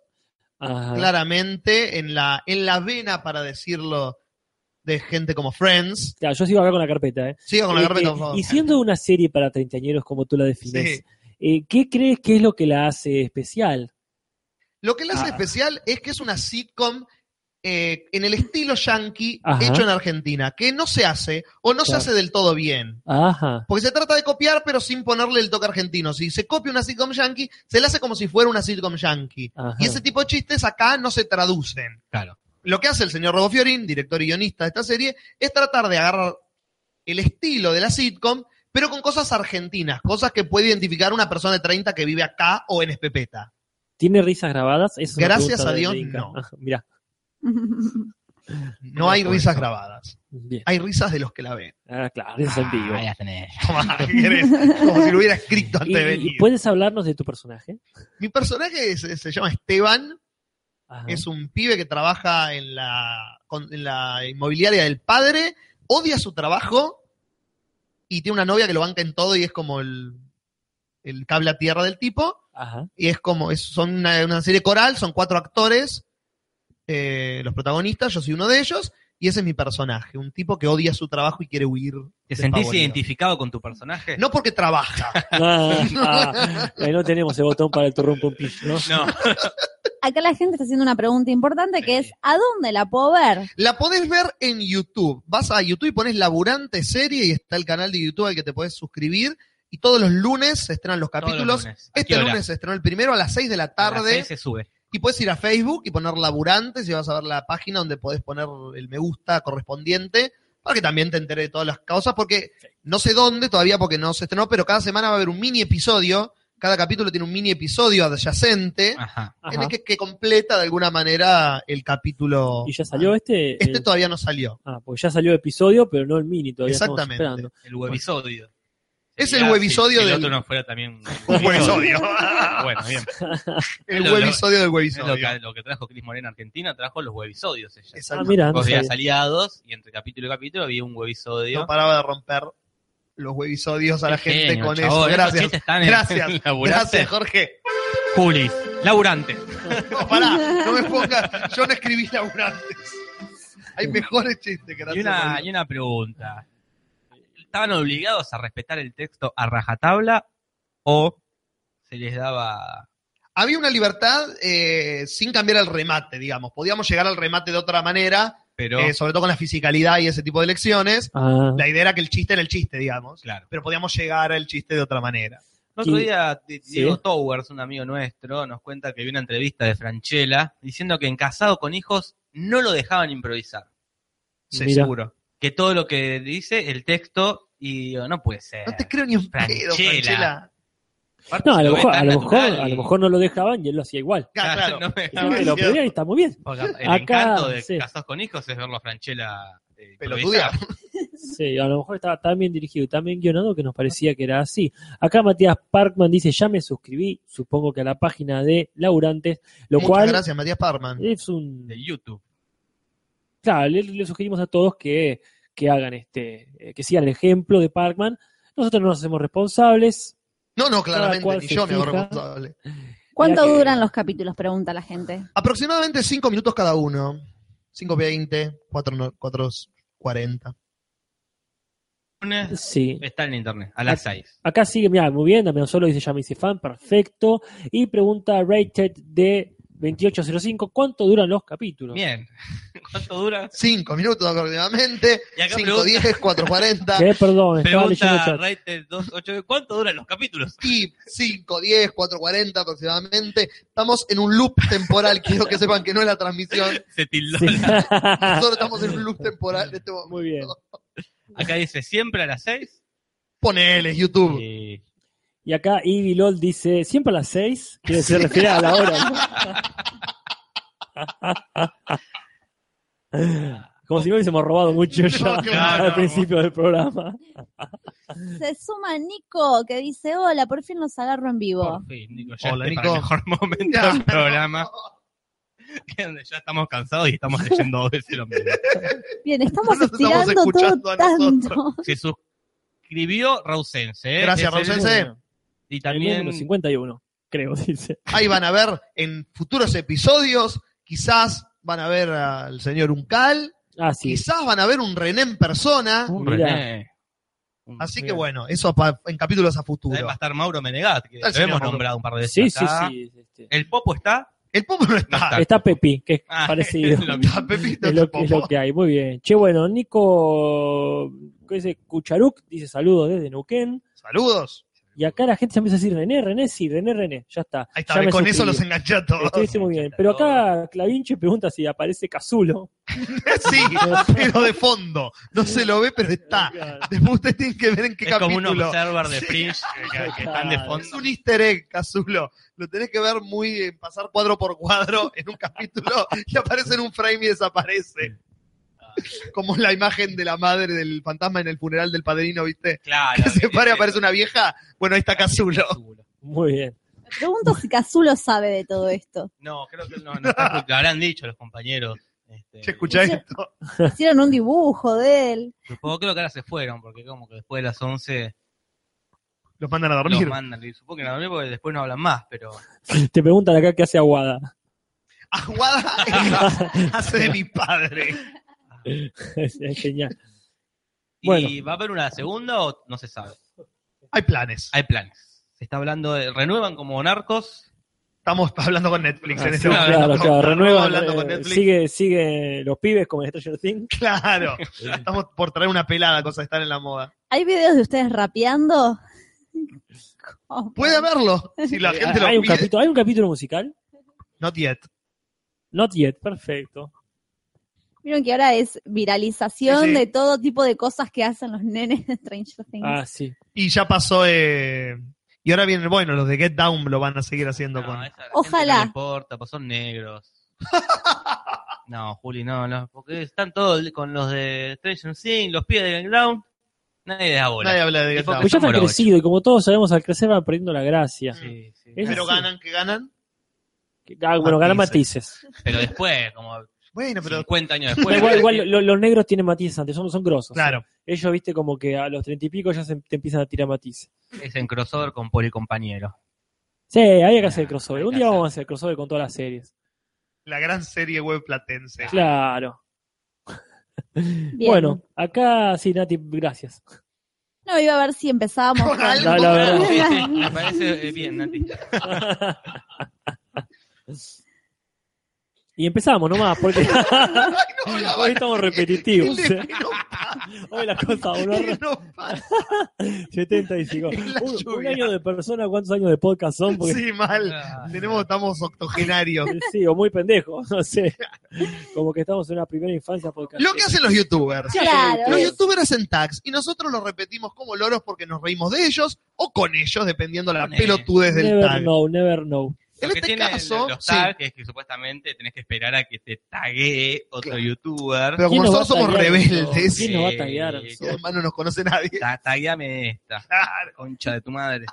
Ajá.
claramente, en la, en la vena, para decirlo, de gente como Friends.
Claro, yo sigo acá con la carpeta, ¿eh?
Sigo con la
Eh,
carpeta,
eh,
por favor.
y siendo una serie para treintañeros como tú la defines,
Sí.
eh, ¿qué crees que es lo que la hace especial?
Lo que la hace
Ah.
especial es que es una sitcom eh, en el estilo yankee
Ajá.
hecho en Argentina, que no se hace o no se
Claro.
hace del todo bien.
Ajá.
Porque se trata de copiar, pero sin ponerle el toque argentino. Si se copia una sitcom yankee, se la hace como si fuera una sitcom yankee.
Ajá.
Y ese tipo de chistes acá no se traducen.
Claro.
Lo que hace el señor Robo Fiorin, director y guionista de esta serie, es tratar de agarrar el estilo de la sitcom, pero con cosas argentinas, cosas que puede identificar una persona de 30 que vive acá o en Espepeta.
¿Tiene risas grabadas? Esa es una
Gracias
pregunta
a
de
Dios,
Inca.
no.
Ajá, Mirá.
No hay risas grabadas.
Bien.
Hay risas de los que la ven.
Ah, claro, en ese sentido.
Ahí las tenés.
Tomá, ¿qué querés? Como si lo hubiera escrito antes
Y-
de
y,
venir.
puedes hablarnos de tu personaje?
Mi personaje se- se llama Esteban.
Ajá.
es un pibe que trabaja en la, con- en la inmobiliaria del padre, odia su trabajo y tiene una novia que lo banca en todo y es como el, el cable a tierra del tipo.
Ajá.
Y es como, es- son una, una serie coral, son cuatro actores, eh, los protagonistas, yo soy uno de ellos, y ese es mi personaje, un tipo que odia su trabajo y quiere huir.
¿Te sentís
despavorido.
identificado con tu personaje?
No porque trabaja,
Ah, ah, eh, no tenemos el botón para el turrón pompillo, ¿no?
No.
Acá la gente está haciendo una pregunta importante que es, ¿a dónde la puedo ver?
la podés ver en YouTube. Vas a YouTube y pones Laburante Serie y está el canal de YouTube al que te podés suscribir. Y todos los lunes se estrenan los
Todos los
capítulos.
lunes. ¿A qué
Este
hora?
lunes se estrenó el primero a las 6 de la
A las
tarde.
seis se sube.
Y puedes ir a Facebook y poner laburantes y vas a ver la página donde podés poner el me gusta correspondiente para que también te entere de todas las causas. Porque no sé dónde todavía, porque no se estrenó, pero cada semana va a haber un mini episodio. Cada capítulo tiene un mini episodio adyacente
Ah, Ajá.
en
Ajá.
el que, que completa de alguna manera el capítulo.
¿Y ya salió este?
Este
Eh,
El-
todavía no salió.
Ah, pues ya salió el episodio, pero no el mini, todavía
Exactamente.
estamos esperando. Ah,
El webisodio.
Es
Sería
el webisodio
si, si
del-
el otro no fuera también un
Un webisodio.
bueno, bien.
El
Lo- lo-
webisodio del
Es lo
webisodio.
que, lo que trajo Cris Morena a Argentina, trajo los webisodios. Ella.
Ah,
Exacto.
mira, no
Dos días
sabía.
aliados y entre capítulo y capítulo había un webisodio.
No paraba de romper los webisodios a la
Qué
gente
genio,
con
chabón.
eso.
Estos
Gracias.
chistes están en-
Gracias.
laburante.
Gracias, Jorge.
Juli, laburante.
No, pará, no me pongas. Yo no escribí laburantes. Hay mejores chistes, gracias.
Y una, y una pregunta. ¿Estaban obligados a respetar el texto a rajatabla o se les daba...
Había una libertad eh, sin cambiar el remate, digamos. Podíamos llegar al remate de otra manera,
Pero,
eh, sobre todo con la fisicalidad y ese tipo de lecciones.
Ah,
La idea era que el chiste era el chiste, digamos.
claro.
Pero podíamos llegar al chiste de otra manera.
El otro
Sí.
día, Di- Diego
Sí.
Towers, un amigo nuestro, nos cuenta que vio una entrevista de Franchella diciendo que en Casado con Hijos no lo dejaban improvisar.
Sí,
Mira.
seguro.
Que todo lo que dice, el texto, y digo, no puede ser.
No te creo ni un pedo,
Eh, Franchella.
Franchella.
Aparte,
no, a lo,
ve
mejor, a,
tan
lo mejor,
natural
a
y-
lo mejor no lo dejaban y él lo hacía igual.
Ah, Claro.
no me-
Creo que lo
cierto.
primero está muy bien.
Porque el
Acá,
encanto de
sí.
Casados con Hijos es verlo a Franchella eh,
Pelotudear.
improvisar.
Sí, a lo mejor estaba tan bien dirigido y tan bien guionado que nos parecía que era así. Acá Matías Parkman dice, ya me suscribí, supongo que a la página de Laburantes, lo
Muchas
cual
gracias, Matías Parman.
es un...
de YouTube.
Claro, le, le sugerimos a todos que, que hagan este, eh, que sigan el ejemplo de Parkman. Nosotros no nos hacemos responsables.
No, no,
cual
claramente, ni
se
yo me hago
fija.
responsable.
¿Cuánto
Mirá que-
duran los capítulos? Pregunta la gente.
Aproximadamente 5 minutos cada uno. 5.20, 4.40.
Lunes
Sí.
Está en internet, a las 6.
Acá sigue, mira, muy bien, Damián Solo dice, ya me hice fan, perfecto. Y pregunta rated de 2805, ¿cuánto duran los capítulos?
Bien. ¿Cuánto dura?
5 minutos aproximadamente,
Y acá
5.10, 4.40.
¿Qué? Eh, Perdón, estaba leyendo el
Pregunta
chat.
Rated 28, ¿cuánto duran los capítulos?
Y 5, 10, 4.40 aproximadamente. Estamos en un loop temporal, quiero que sepan que no es la transmisión.
Se tildó.
Sí.
Nosotros estamos en un loop temporal en este momento.
Muy bien.
Acá dice siempre a las 6.
Ponele, YouTube.
Y
Y acá Ivy LOL dice, siempre a las 6, quiere decir, se refiere a la hora. ¿no? Como si no hubiésemos robado mucho ya
No, claro.
al principio del programa.
Se suma Nico que dice, hola, por fin los agarro en vivo.
por fin, Nico, ya
Hola,
este
Nico.
para el mejor momento
Ya,
del programa. Donde ya estamos cansados y estamos leyendo dos veces lo mismo.
Bien, estamos
No nos estamos
estirando
escuchando
todo
a
tanto.
Se suscribió Rausense. ¿eh?
Gracias,
Que es el-
Rausense.
Y
El
también
número 51, creo, dice.
Ahí van a ver en futuros episodios, quizás van a ver al señor Uncal,
Ah, sí. Uh,
quizás van a ver un René en persona.
un
Mirá.
René. Un-
Así que
Bien.
bueno, eso pa- en capítulos a
También
futuro.
va a estar Mauro Menegat, que
El
lo
señor
hemos
Mauro.
nombrado un par de veces.
Sí, sí,
acá.
sí. este.
¿El Popo está?
El Popo no está.
Ah,
Está Pepi, que es
Ah,
parecido.
es lo
Está Pepito
es,
el
lo, que- es
Este
lo
Popo.
que hay, muy bien. Che, bueno, Nico ¿qué dice? Cucharuc dice saludos desde Neuquén.
Saludos.
Y acá la gente se empieza a decir René, René, sí, René, René. Ya está.
Ahí está,
Ya me
con eso
suscribí.
los enganché a todos.
Estoy muy bien. Pero acá Clavinche pregunta si aparece Cazulo.
Sí, pero de fondo. No se lo ve, pero está. Después ustedes tienen que ver en qué
es como un
capítulo.
observer de Fringe que, que están de
Claro.
es
fondo.
un easter egg, Cazulo. Lo tenés que ver muy en pasar cuadro por cuadro en un capítulo y aparece en un frame y desaparece.
Ah.
Como la imagen de la madre del fantasma en el funeral del padrino, ¿viste?
Claro.
Que se
que-
para y aparece una vieja. Bueno, ahí está Cazulo.
Muy bien.
Me pregunto si Cazulo sabe de todo esto.
No, creo que no, no está- lo habrán dicho los compañeros. Este,
Che, escuchá
Sí.
esto.
Hicieron un dibujo de él.
Supongo creo que ahora se fueron, porque como que después de las 11
Los mandan a
los
dormir.
mandan. Y supongo que a dormir porque después no hablan más, pero
Te preguntan acá qué hace Aguada.
Aguada es- hace de mi padre.
es, es genial.
¿Y
Bueno.
va a haber una segunda o no se sabe?
Hay planes.
Hay planes. Se está hablando de. Renuevan como narcos.
Estamos hablando con Netflix en
Ah,
este
sí,
momento.
claro, claro.
Estamos
Renueva,
hablando con
eh,
Netflix.
sigue, sigue los pibes como en Stranger Things.
Claro. Estamos por traer una pelada, cosa de estar en la moda.
¿Hay videos de ustedes rapeando? ¿Cómo?
Puede haberlo. Si la gente
hay,
lo
un
pide.
capítulo, hay un capítulo musical.
Not yet.
Not yet, perfecto.
Vieron que ahora es viralización
Sí, sí.
de todo tipo de cosas que hacen los nenes de Stranger Things.
Ah, sí.
Y ya pasó. eh, Y ahora vienen, bueno, los de Get Down lo van a seguir haciendo
No,
con.
esa a la gente
Ojalá.
No le importa, pues son negros. no, Juli, no, no. Porque están todos con los de Stranger Things, los pibes de Gang Down. Nadie da bola.
Nadie habla de Get
Tipo,
Down.
Pues ya
son
están
morochos.
crecido y como todos sabemos, al crecer van perdiendo la gracia.
Sí, sí.
Es
Pero
así.
ganan, que ganan.
Ah, bueno, ganan matices.
Pero después, como
Bueno, pero.
50 años
Da
después.
igual, igual lo- los, negros tienen matices antes, son, son grosos.
Claro.
Ellos, viste, como que a los treinta y pico ya se te empiezan a tirar matices.
Es en crossover con Policompañero.
Sí, hay que hacer
Ah,
crossover.
hay
Un
que
día
hacer.
vamos a hacer crossover con todas las series.
La gran serie web platense.
Claro.
Bien.
Bueno, acá sí, Nati, gracias.
No, iba a ver si empezábamos.
Con
con-
algo.
La
Ah,
verdad.
sí, sí, me parece eh, bien, Nati.
y empezamos nomás, porque
Ay, no, la
hoy
van-
estamos repetitivos.
El
eh.
de- no para,
Hoy la cosa
el de
voló
no para.
75.
En la
Un, un
lluvia.
año de persona, ¿cuántos años de podcast son? Porque, sí.
Sí, mal.
Ah,
Tenemos, estamos octogenarios.
o muy pendejo, no sé. Como que estamos en una primera infancia podcast.
Lo que hacen los youtubers.
Claro.
Los youtubers hacen tags y nosotros los repetimos como loros porque nos reímos de ellos o con ellos, dependiendo la
Con
pelotudez del
Never
tag.
know, never know.
Lo
En
que
este
tiene
caso,
los
sí,
tags es que supuestamente tenés que esperar a que te taguee otro youtuber.
pero como
¿Quién nos
nosotros
va a
somos
taguear
rebeldes,
esto? ¿Quién nos va a
Eh,
taguear? a
y
nosotros?
además no nos conoce nadie.
Ta- Tagueame esta,
Claro.
concha de tu madre.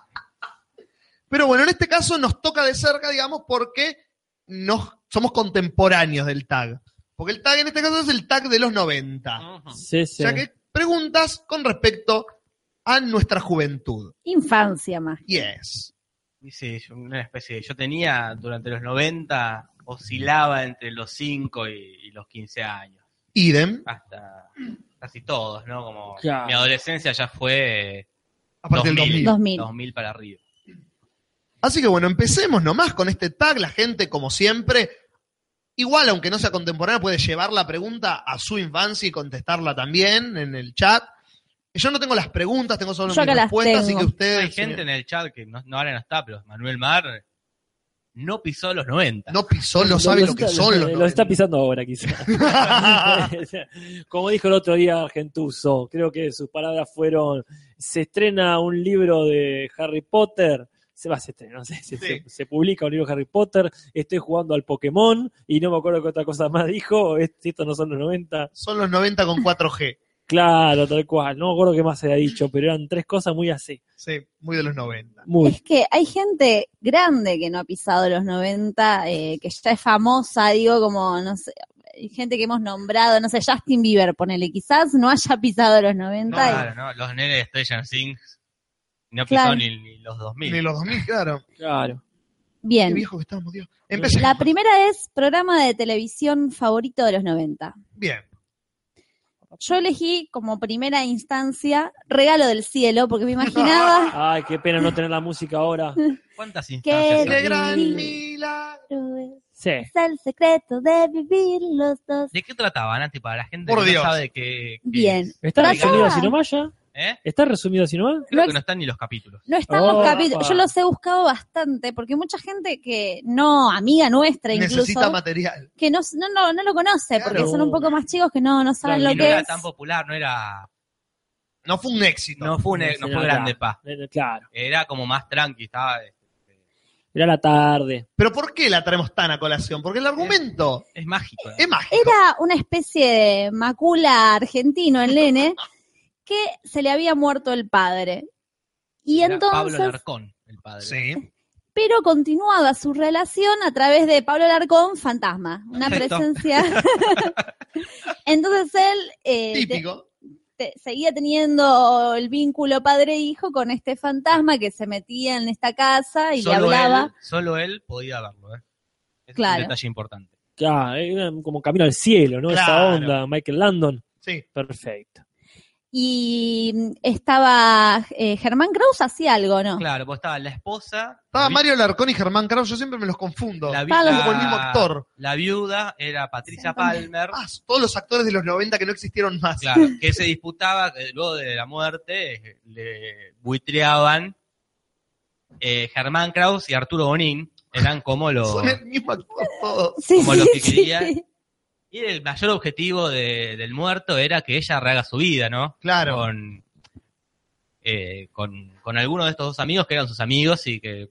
Pero bueno, en este caso nos toca de cerca, digamos, porque nos, somos contemporáneos del tag. Porque el tag en este caso es el tag de los 90.
Sí, sí.
O sea que preguntas con respecto a nuestra juventud.
Infancia más.
Yes.
Y sí, yo- una especie de- Yo tenía durante los 90, oscilaba entre los 5 y, y los 15 años.
Idem.
Hasta casi todos, ¿no? Como
Claro.
mi adolescencia ya fue eh,
Aparte del 2000.
2000.
2000 para arriba.
Así que bueno, empecemos nomás con este tag. La gente, como siempre, igual aunque no sea contemporánea, puede llevar la pregunta a su infancia y contestarla también en el chat. Yo no tengo las preguntas, tengo solo
Yo
mis
acá las
respuestas, así
tengo.
que ustedes...
Hay gente en el chat que no, no ahora no está, pero Manuel Mar no pisó los 90.
eh, No pisó, no sabe lo que
está-
son los
Lo está pisando ahora, quizás. Como dijo el otro día Argentuso, creo que sus palabras fueron: se estrena un libro de Harry Potter. Se va a estrenar, no sé, se,
Sí.
se- se publica un libro de Harry Potter, estoy jugando al Pokémon y no me acuerdo qué otra cosa más dijo, es- estos no son los 90.
Son los 90 con 4G.
Claro, tal cual, no me acuerdo qué más se había dicho, pero eran tres cosas muy así.
Sí, muy de los 90.
Muy.
Es que hay gente grande que no ha pisado los 90, eh, que ya es famosa, digo, como, no sé, hay gente que hemos nombrado, no sé, Justin Bieber, ponele, quizás no haya pisado los 90. y-
Claro, no, los nenes de Stranger Things no pisó
Claro.
ni, ni los 2000.
Ni los 2000, claro.
Claro.
Qué
Bien.
viejo que estamos, Dios. Empecemos.
La primera es programa de televisión favorito de los 90.
Bien.
Yo elegí como primera instancia Regalo del Cielo, porque me imaginaba
Ay, qué pena no tener la música ahora.
¿Cuántas
Qué
instancias?
El
hay?
gran milagro.
Sí.
es el secreto de vivir los dos.
¿De qué trataban, Nati? Para la gente
Por
que
Dios.
no sabe qué, qué
Bien.
es?
¿Está
Pero
resumido
acá-
así nomás ya?
¿Eh?
¿Está resumido así nomás?
Creo
No
que no están ni los capítulos.
No están
Oh,
los capítulos.
apa.
Yo los he buscado bastante, porque mucha gente que no, amiga nuestra
Necesita
incluso,
material.
que no, no, no, no lo conoce,
Claro.
porque son un poco más chicos que no, no saben
Claro,
Y
lo
no
que
era
es.
tan popular, no era.
No fue un éxito.
No fue, un- no fue grande, pa.
Eh, Claro,
Era como más tranqui, estaba.
era la tarde.
Pero ¿por qué la traemos tan a colación? Porque el argumento
Es mágico. ¿no?
es mágico.
Era una especie de macula argentino, el nene, que se le había muerto el padre. Y
Era
entonces,
Pablo Larcón, el padre.
Sí.
pero continuaba su relación a través de Pablo Larcón, fantasma, una
Perfecto.
presencia. entonces él eh, te-
Típico.
te- seguía teniendo el vínculo padre-hijo con este fantasma que se metía en esta casa y le hablaba.
Él, solo él podía verlo. ¿eh? Ese Es
Claro.
un detalle importante.
Claro, era Ah, eh, como camino al cielo, ¿no? Esa
Claro.
onda, Michael Landon.
Sí.
Perfecto.
Y mm, estaba eh, Germán Kraus hacía algo, ¿no?
Claro, pues estaba la esposa.
Estaba
vi-
Mario Larcón y Germán Kraus, yo siempre me los confundo.
La, Ah. vi-
Pablo.
la-
Como el mismo actor.
La viuda era Patricia
Sí, también.
Palmer.
Ah, todos los actores de los 90 que no existieron más.
Claro, que se disputaba, que luego de la muerte, eh, le buitreaban eh, Germán Kraus y Arturo Bonín, eran como los...
Son el mismo actor todos.
Sí,
Como lo que
sí,
quería.
sí.
Y el mayor objetivo de- del muerto era que ella rehaga su vida, ¿no?
Claro.
Con, eh, con, con alguno de estos dos amigos que eran sus amigos y que...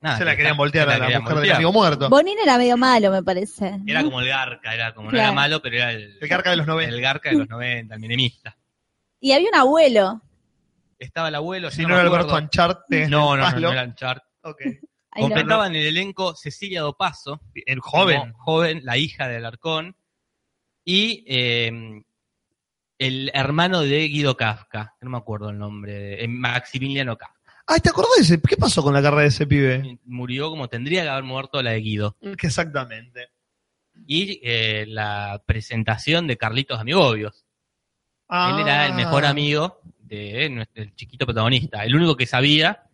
nada,
se
que
la querían
está-
voltear
se
a la
querían
mujer del
voltear.
amigo muerto.
Bonín era medio malo, me parece.
Era como el garca, era como, no
Claro.
era malo, pero era el,
El carca de los 90.
el garca de los 90, el minimista.
Y había un abuelo.
Estaba el abuelo, yo
Si no, era
me
Alberto
acuerdo.
Ancharte.
No, no, no,
Palo.
no eran char
Ok.
Ahí lo-
Completaban el elenco Cecilia Dopaso,
El joven.
como joven, la hija del Arcón, y eh, el hermano de Guido Kafka, no me acuerdo el nombre, de- eh, Maximiliano Kafka.
Ay, ¿te acordás de ese? ¿Qué pasó con la carrera de ese pibe?
Murió como tendría que haber muerto la de Guido.
Mm.
Que Exactamente.
Y eh, la presentación de Carlitos Amigobios.
Ah.
Él era el
Ah.
mejor amigo de nuestro- del chiquito protagonista, el único que sabía,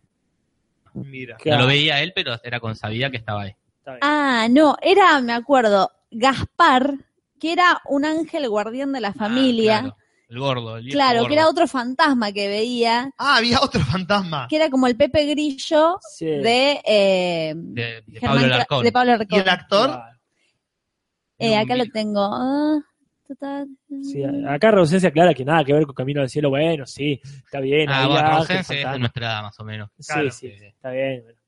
Mira.
no
Claro,
lo veía él, pero era con sabía que estaba ahí.
está bien.
Ah, no, era, me acuerdo, Gaspar, que era un ángel guardián de la familia.
Ah,
claro,
claro, el gordo, el viejo gordo. Ah.
que era otro fantasma que veía,
Ah, había otro fantasma.
que era como el Pepe Grillo
Sí,
de, eh,
de, de
Germán
Pablo
Cra-
Alarcón.
de Pablo
¿Y
Alarcón.
el actor?
claro.
Eh, acá lo tengo. Ah, total.
Sí, ah, acá Rausense aclara que nada que ver con Camino al Cielo. Bueno, sí, está bien.
Ah,
hay
bueno,
arte,
Rosense es de
fantasma.
nuestra edad, más o menos.
Sí,
claro,
sí,
sí.
está bien. bueno.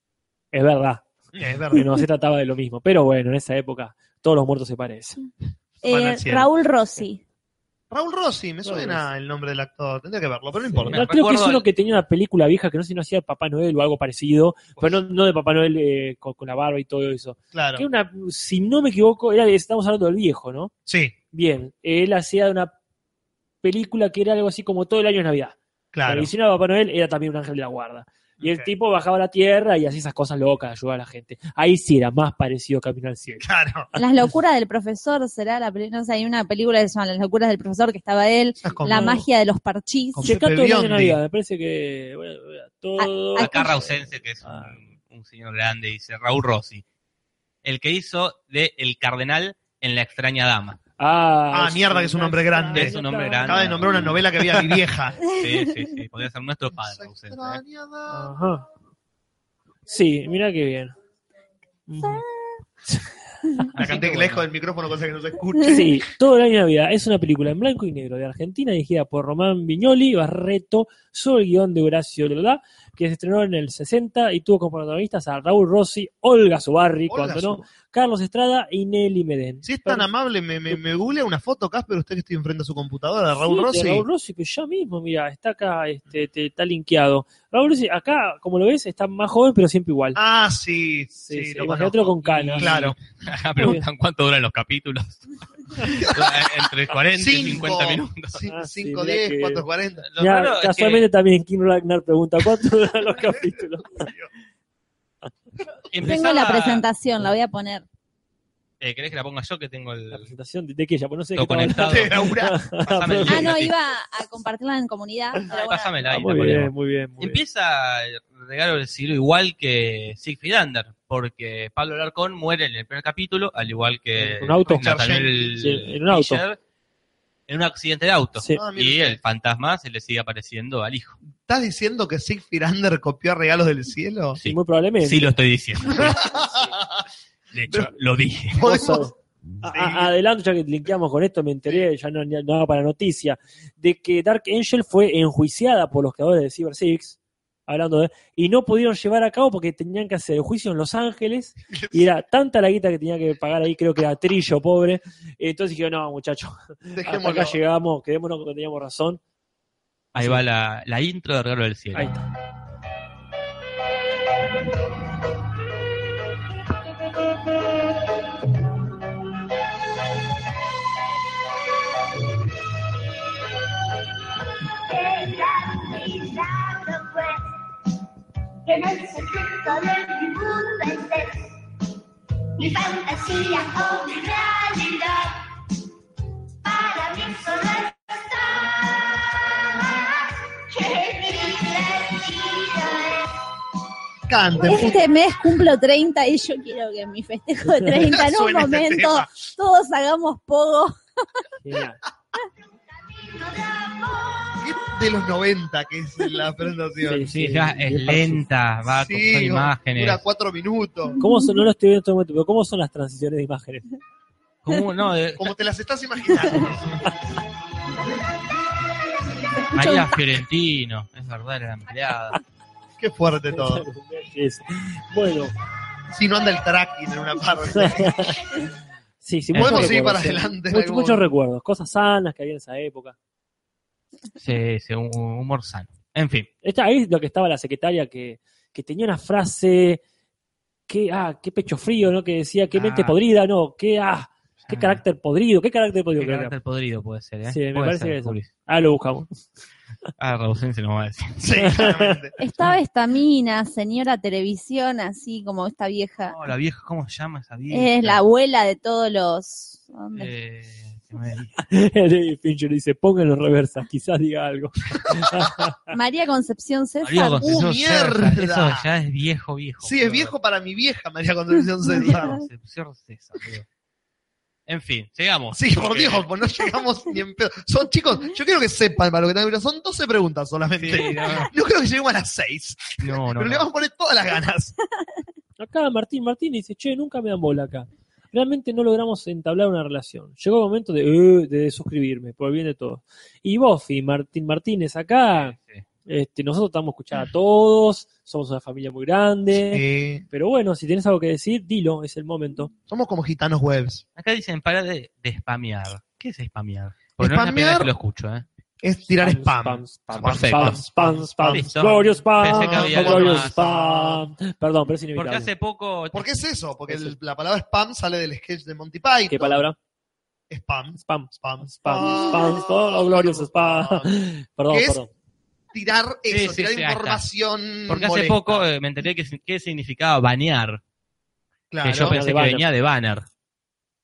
Es verdad,
Es verdad.
porque no se trataba de lo mismo. Pero bueno, en esa época todos los muertos se parecen.
Van
Eh,
al cielo.
Raúl Rossi.
Raúl Rossi, me
Raúl
suena el nombre del actor. Tendría que verlo, pero no
No,
importa.
Me
creo que
recuerdo
es uno
al-
que tenía una película vieja que no sé si no hacía Papá Noel o algo parecido,
Pues
pero no, no de Papá Noel eh, con, con la barba y todo eso.
Claro.
Que una, si no me equivoco, era de- estamos hablando del viejo, ¿no?
Sí,
Bien, él hacía una película que era algo así como todo el año de Navidad. La
claro.
vecina de Papá Noel era también un ángel de la guarda. Y el
Ok.
tipo bajaba a la tierra y hacía esas cosas locas, ayudaba a la gente. Ahí sí era más parecido a Camino al Cielo.
Claro.
Las locuras del profesor será la peli- no sé, hay una película que se llama Las locuras del profesor que estaba él,
Eso es como-
La magia de los parchís.
Con
Sí, acá
Pepe
todo el año de
Biondi.
Ah,
Navidad, me parece que... bueno, todo...
A-
Acá Rausense, que es un,
Ah.
un señor grande, dice Raúl Rossi. El que hizo de El Cardenal en La extraña dama.
Ah,
Ah, mierda, que es un hombre grande.
Es un hombre grande.
Acaba de nombrar una novela que había mi vieja.
Sí, sí, sí. Podría ser nuestro padre ausente. ¿eh?
Extrañada.
Ajá. Sí, mira qué bien. Ujú.
La canté
que
lejos
bueno.
del micrófono, cosa que no se escucha.
Sí, todo el año de Navidad. Es una película en blanco y negro de Argentina dirigida por Román Viñoli Barreto, sobre el guión de Horacio Lolá, que se estrenó en el 60 y tuvo como protagonistas a Raúl Rossi, Olga Sobarri,
Olga
cuando no,
Sobarri.
Carlos Estrada y Nelly Medén.
Si es tan amable, me, me, me googlea una foto, Casper, usted que estoy enfrente a su computadora, Raúl
Sí, de
Rossi.
Raúl Rossi, que ya mismo, mira, está acá, este, te- está linkeado. Raúl Rossi, acá, como lo ves, está más joven, pero siempre igual.
Ah, sí,
Sí,
sí,
sí,
lo
imagínate
conozco.
otro con canas.
Claro.
Acá preguntan cuánto duran los capítulos. Entre 40 y 50 minutos.
Sí,
Ah, sí,
5,
mirá
10,
que-
4, 40.
Lo
Ya,
raro es que-
casualmente también Kim Ragnar pregunta cuánto duran los capítulos.
Tengo la
Empezaba-
presentación, la voy a poner.
Eh, ¿Querés que la ponga yo que tengo
La
el...
presentación de, de que ella, pues no sé de
Todo
qué estaba
conectado.
hablando.
Pásame el
Ah,
Sí,
no,
sí.
iba a compartirla en comunidad. pero bueno.
Pásamela
Ah,
ahí.
muy,
la
bien,
ponemos.
muy bien, muy bien.
Empieza el regalo del siglo igual que Siegfried Under, porque Pablo Larcón muere en el primer capítulo, al igual que
Un auto.
Nathaniel
Sí, en un auto.
Fisher, en un accidente de auto.
Sí.
Ah, mira
Y
usted.
el fantasma se le sigue apareciendo al hijo.
¿Estás diciendo que Siegfried Under copió Regalos del Cielo?
Sí.
Muy probablemente.
Sí lo estoy diciendo. De hecho, lo dije.
Vos sabés.
Podemos-
A- a- adelanto, ya que linkeamos con esto, me enteré, ya no, no daba para noticia, de que Dark Angel fue enjuiciada por los creadores de Cyber Six, hablando de, y no pudieron llevar a cabo porque tenían que hacer el juicio en Los Ángeles, y era tanta la guita que tenía que pagar ahí, creo que era trillo, pobre. Entonces dije, no, muchachos, hasta
Dejémoslo.
acá llegamos, quedémonos cuando teníamos razón.
Ahí va la, la intro de Regalo del Cielo.
Ahí está.
Que en el secreto de mi mundo estés, mi fantasía o mi realidad, para mí solo estás. Que divertido
Canten, puto.
Este mes cumplo 30 y yo quiero que en mi festejo de 30 en un
Suena este
momento
tema.
todos hagamos pogo.
Genial.
es, camino de amor.
de los 90, que es la presentación.
Sí, sí,
Sí, ya
sí,
es
sí,
lenta, va con
Sí,
imágenes.
Dura 4 minutos.
¿Cómo son, no lo estoy viendo en este momento, pero ¿cómo son las transiciones de imágenes?
¿Cómo? No, de-
Como te las estás imaginando.
María Fiorentino, es verdad, era la empleada.
Qué fuerte todo.
Es- bueno,
Si no anda el tracking en una parte.
sí, sí,
Podemos
muchos
ir
recuerdos,
para
sí.
adelante en
Muchos-
algún
muchos
momento.
recuerdos, cosas sanas que había en esa época.
Sí, sí, un un humor sano. En fin,
Esta, ahí es lo que estaba la secretaria que, que tenía una frase que, ah, qué pecho frío, ¿no? Que decía, qué mente
Ah.
podrida, no, qué, ah, qué
Ah.
carácter podrido, qué carácter podrido.
qué
creo que
carácter podrido puede ser, ¿eh?
Sí, me
Puede
parece
ser,
que es.
Juli.
era. Ah, lo buscamos.
Ah, Rabucín se lo va a decir.
Sí, claramente.
Estaba esta mina, señora televisión, así como esta vieja.
No, la vieja, ¿cómo se llama esa vieja?
Es la abuela de todos los hombres.
Eh, se me-
David Fincher dice, pónganlo en reversa, quizás diga algo.
María Concepción
María
César.
Concepción
¡Uh,
César,
mierda!
Eso ya es viejo, viejo.
Sí, es viejo para mi vieja María Concepción
María
César.
Concepción César, digo. En fin, sigamos.
Sí, por
Porque-
Dios, pues no llegamos ni en pedo. Son chicos, yo quiero que sepan para lo que están mirando, son 12 preguntas solamente.
Sí, no,
Yo creo que lleguemos a las 6,
no, no,
pero le
no.
vamos a poner todas las ganas.
Acá Martín Martín dice, che, nunca me dan bola acá. Realmente no logramos entablar una relación. Llegó el momento de, eh, de suscribirme, por el bien de todos. Y Bofi, Martín Martínez, acá,
Sí.
este, nosotros estamos escuchando a todos, somos una familia muy grande.
Eh,
Pero bueno, si tienes algo que decir, dilo, es el momento.
somos como gitanos webs.
Acá dicen, para de, de spamear. ¿Qué es spamear? Porque no es la primera
Spamear-
vez que lo escucho, ¿eh?
Es tirar spam.
spam,
Perfecto.
spam, spam, spam,
Listo.
glorious spam,
Pensé que había algo
glorious
más.
spam. Perdón, pero es
Porque
inevitable.
hace poco...
¿Por qué es eso? Porque el- la palabra spam sale del sketch de Monty Python.
¿Qué palabra?
Spam, Ah.
Spam,
spam,
spam, spam, spam, oh, glorious spam. Perdón,
¿Qué es?
perdón.
Tirar eso, tirar
sí, sí, ahí está.
información.
Porque hace
molesta.
poco eh, me enteré que, qué significaba banear.
Claro.
que yo pensé que
Banner.
venía de banner.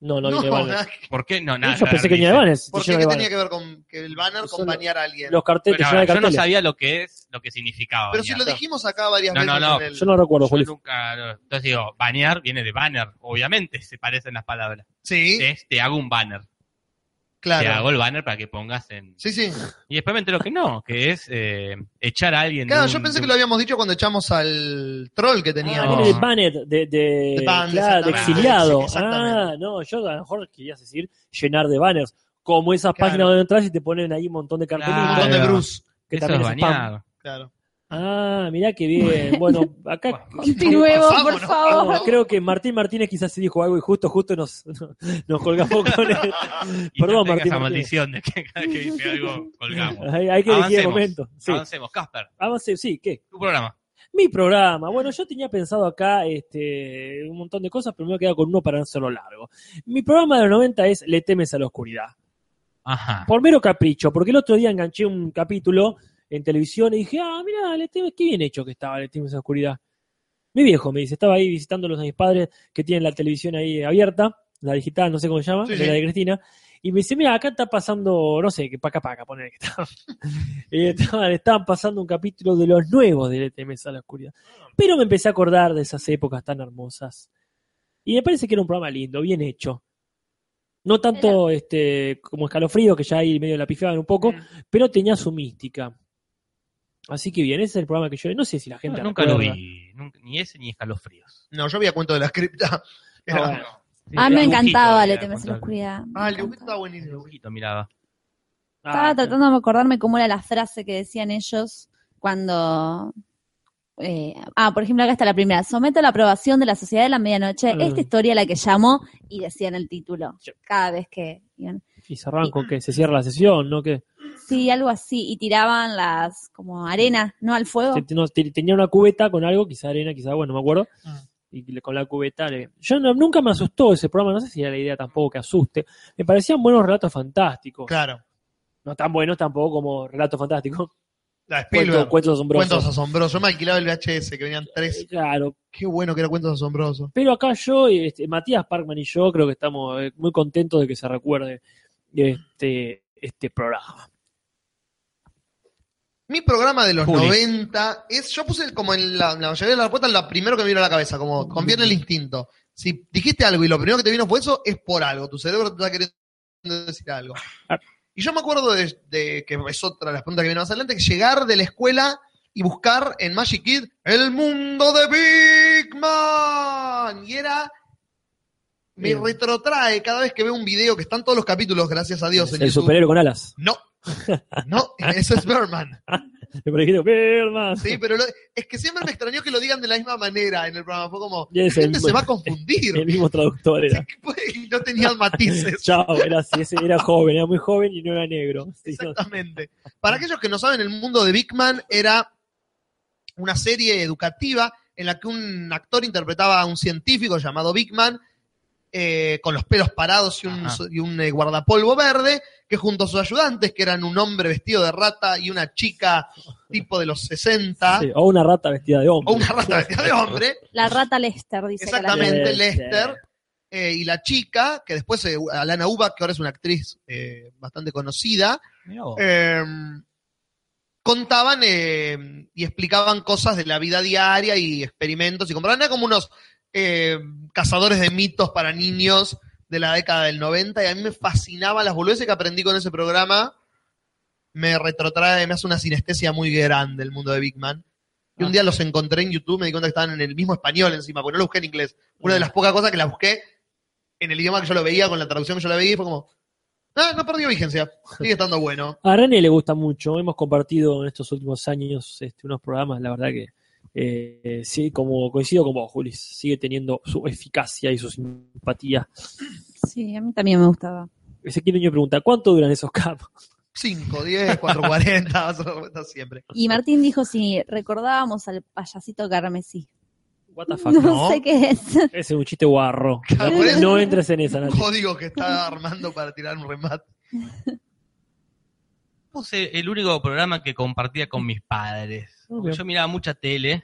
No, no, viene Banner.
nada que-
¿Por qué? No, nada.
Yo
que ver,
pensé que venía
dice.
Banner. te
¿Por qué
llena de
¿Qué
Banner.
tenía que ver con que el banner
Eso
acompañar a alguien?
Los carteles,
Bueno,
te llena de
yo no
carteles.
sabía lo que es, lo que significaba.
Pero si lo
bañar.
dijimos acá varias
No, no,
veces.
no.
en el-
Yo no recuerdo,
Yo
Juli. Ah,
nunca. lo- Entonces digo, banear viene de banner, obviamente, se parecen las palabras.
Sí,
Es te hago un banner. Te
claro.
hago el banner para que pongas en.
Sí, sí.
Y después me entero que no, que es eh, echar a alguien. de
Claro,
un-
yo pensé
de
que
un-
lo habíamos dicho cuando echamos al troll que
Ah,
teníamos.
viene de Banner, de, de,
De Banner,
claro,
exactamente.
de exiliado.
Exactamente.
Ah, no, yo a lo mejor querías decir llenar de banners. Como esas
Claro.
páginas donde entras y te ponen ahí un montón de
Un
cartelitos.
montón de
Ah, Claro.
Bruce.
Que
Eso
también
es
es spam.
banear.
Claro.
Ah, mirá qué bien. Bueno, acá
Continuemos,
Por
por
favor,
favor.
no.
creo que Martín Martínez quizás se dijo algo y justo, justo nos, nos colgamos con él.
Y
Perdón,
no tenga
Martín
Esa
Martínez.
maldición de que cada que dice algo colgamos.
Hay, hay que elegir el
Avancemos.
momento. Sí.
Avancemos, Casper,
Avance, sí, ¿qué?
tu programa.
Mi programa. Bueno, yo tenía pensado acá este, un montón de cosas, pero me voy a quedar con uno para no hacerlo largo. Mi programa de los 90 es Le temes a la oscuridad.
Ajá.
Por mero capricho, porque el otro día enganché un capítulo en televisión y dije, ah, mirá, Le temes, qué bien hecho que estaba Le temes a la oscuridad. Mi viejo me dice, estaba ahí visitándolos a mis padres que tienen la televisión ahí abierta, la digital, no sé cómo se llama,
Sí,
la
sí.
de Cristina. Y me dice, mira, acá está pasando, no sé, que paca paca, poner que estaba. Y estaban, estaban pasando un capítulo de los nuevos de E LTMS a la oscuridad. Pero me empecé a acordar de esas épocas tan hermosas. Y me parece que era un programa lindo, bien hecho. No tanto este como escalofrío, que ya ahí medio la pifiaban un poco, pero tenía su mística. Así que bien, ese es el programa que yo. No sé si la gente.
No, nunca lo
recuerda.
vi. Nunca- ni ese ni escalofríos.
No, yo había cuento de la cripta. Era-
Ah, bueno.
Sí,
A mí me
dibujito,
encantaba Le
mira,
temes a la
cuando-
oscuridad. me
Ah, el dibujito
encantaba.
estaba
el
buenísimo.
dibujito miraba.
Ah,
Estaba tratando de acordarme cómo era la frase que decían ellos cuando. eh, ah, por ejemplo, acá está la primera. Someto a la aprobación de la Sociedad de la Medianoche
Mm.
esta historia a la que llamó y decían el título
Sí.
cada vez que iban.
Y cerraban con que se cierra la sesión, ¿no? Que
Sí, algo así. Y tiraban las como arena, ¿no? Al fuego.
se- no, te- tenía una cubeta con algo, quizá arena, quizá bueno, no me acuerdo.
Ah.
Y le- con la cubeta le- Yo no- nunca me asustó ese programa, no sé si era la idea tampoco que asuste. Me parecían buenos relatos fantásticos.
Claro.
No tan buenos tampoco como relatos fantásticos.
La
Cuentos,
Spielberg.
cuentos asombrosos.
Cuentos asombrosos. Yo me alquilaba el VHS, que venían tres.
Claro,
Qué bueno que era cuentos asombrosos.
Pero acá yo, este, Matías Parkman y yo creo que estamos eh, muy contentos de que se recuerde este, este programa.
Mi programa de los
Juli.
90 es. Yo puse como en la, la mayoría de las respuestas lo primero que me vino a la cabeza, como conviene el instinto. Si dijiste algo y lo primero que te vino fue eso, es por algo. Tu cerebro te está queriendo decir algo.
Ah.
Y yo me acuerdo de, de que es otra de las preguntas que viene más adelante, que llegar de la escuela y buscar en Magic Kid el mundo de Big Man. Y era. Me
Bien.
retrotrae cada vez que veo un video que están todos los capítulos, gracias a Dios, en
el
YouTube.
superhéroe con alas.
No. No, eso es Berman.
Me pareció, "Berman".
Sí, pero lo- es que siempre me extrañó que lo digan de la misma manera en el programa. Fue como,
Y es
la gente
el-
se va a confundir.
El mismo traductor era.
Y no tenían matices.
Chao, era así, ese era joven, era muy joven y no era negro. Sí, no.
Exactamente. Para aquellos que no saben, el mundo de Big Man era una serie educativa en la que un actor interpretaba a un científico llamado Big Man eh, con los pelos parados y un,
Ajá.
y un, eh, guardapolvo verde, que junto a sus ayudantes, que eran un hombre vestido de rata y una chica tipo de los 60,
Sí, o una rata vestida de hombre.
Ah. o una rata vestida de hombre,
La rata Lester, dice que la
Exactamente,
Sí,
Lester. eh, y la chica, que después, eh, Alana Uba, que ahora es una actriz eh, bastante conocida,
Mirá vos.
eh, contaban eh, y explicaban cosas de la vida diaria y experimentos y compraban. Eran como unos eh, cazadores de mitos para niños de la década del 90 y a mí me fascinaban las boludeces que aprendí con ese programa. Me retrotrae, me hace una sinestesia muy grande el mundo de Big Man. Y un día los encontré en YouTube, me di cuenta que estaban en el mismo español encima, porque no lo busqué en inglés. Una de las pocas cosas que la busqué en el idioma que yo lo veía, con la traducción que yo la veía, y fue como, ah, no perdió vigencia, sigue estando bueno.
A René le gusta mucho, hemos compartido en estos últimos años este, unos programas, la verdad que eh, sí, como coincido con vos, Juli, sigue teniendo su eficacia y su simpatía.
Sí, a mí también me gustaba.
Ezequiel Niño pregunta, ¿cuánto duran esos capos?
5, 10, 4, 40, vas a la vuelta siempre.
Y Martín dijo si recordábamos al payasito carmesí.
What the fuck?
No,
no.
sé qué es.
Ese es un chiste guarro.
Claro,
No,
por eso.
no entres en esa, Nacho.
Ah, Código que está armando para tirar un remate.
puse el único programa que compartía con mis padres.
Ok.
Porque Yo miraba mucha tele,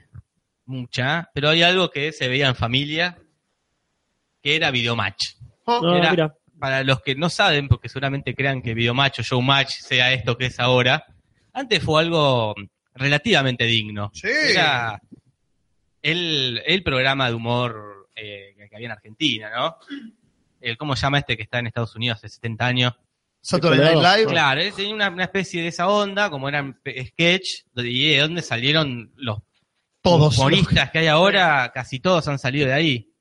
mucha, pero hay algo que se veía en familia, que era Videomatch.
No,
Era-
mira.
para los que no saben, porque seguramente crean que Videomatch o Showmatch sea esto que es ahora, antes fue algo relativamente digno.
Sí.
Era el, el programa de humor eh, que había en Argentina, ¿no? El, ¿Cómo se llama este que está en Estados Unidos hace 70 años?
Saturday Night
Colorado.
Live.
Claro, él tenía una, una especie de esa onda, como eran pe- sketch, y de donde salieron los
Todos.
humoristas que hay ahora, casi todos han salido de ahí.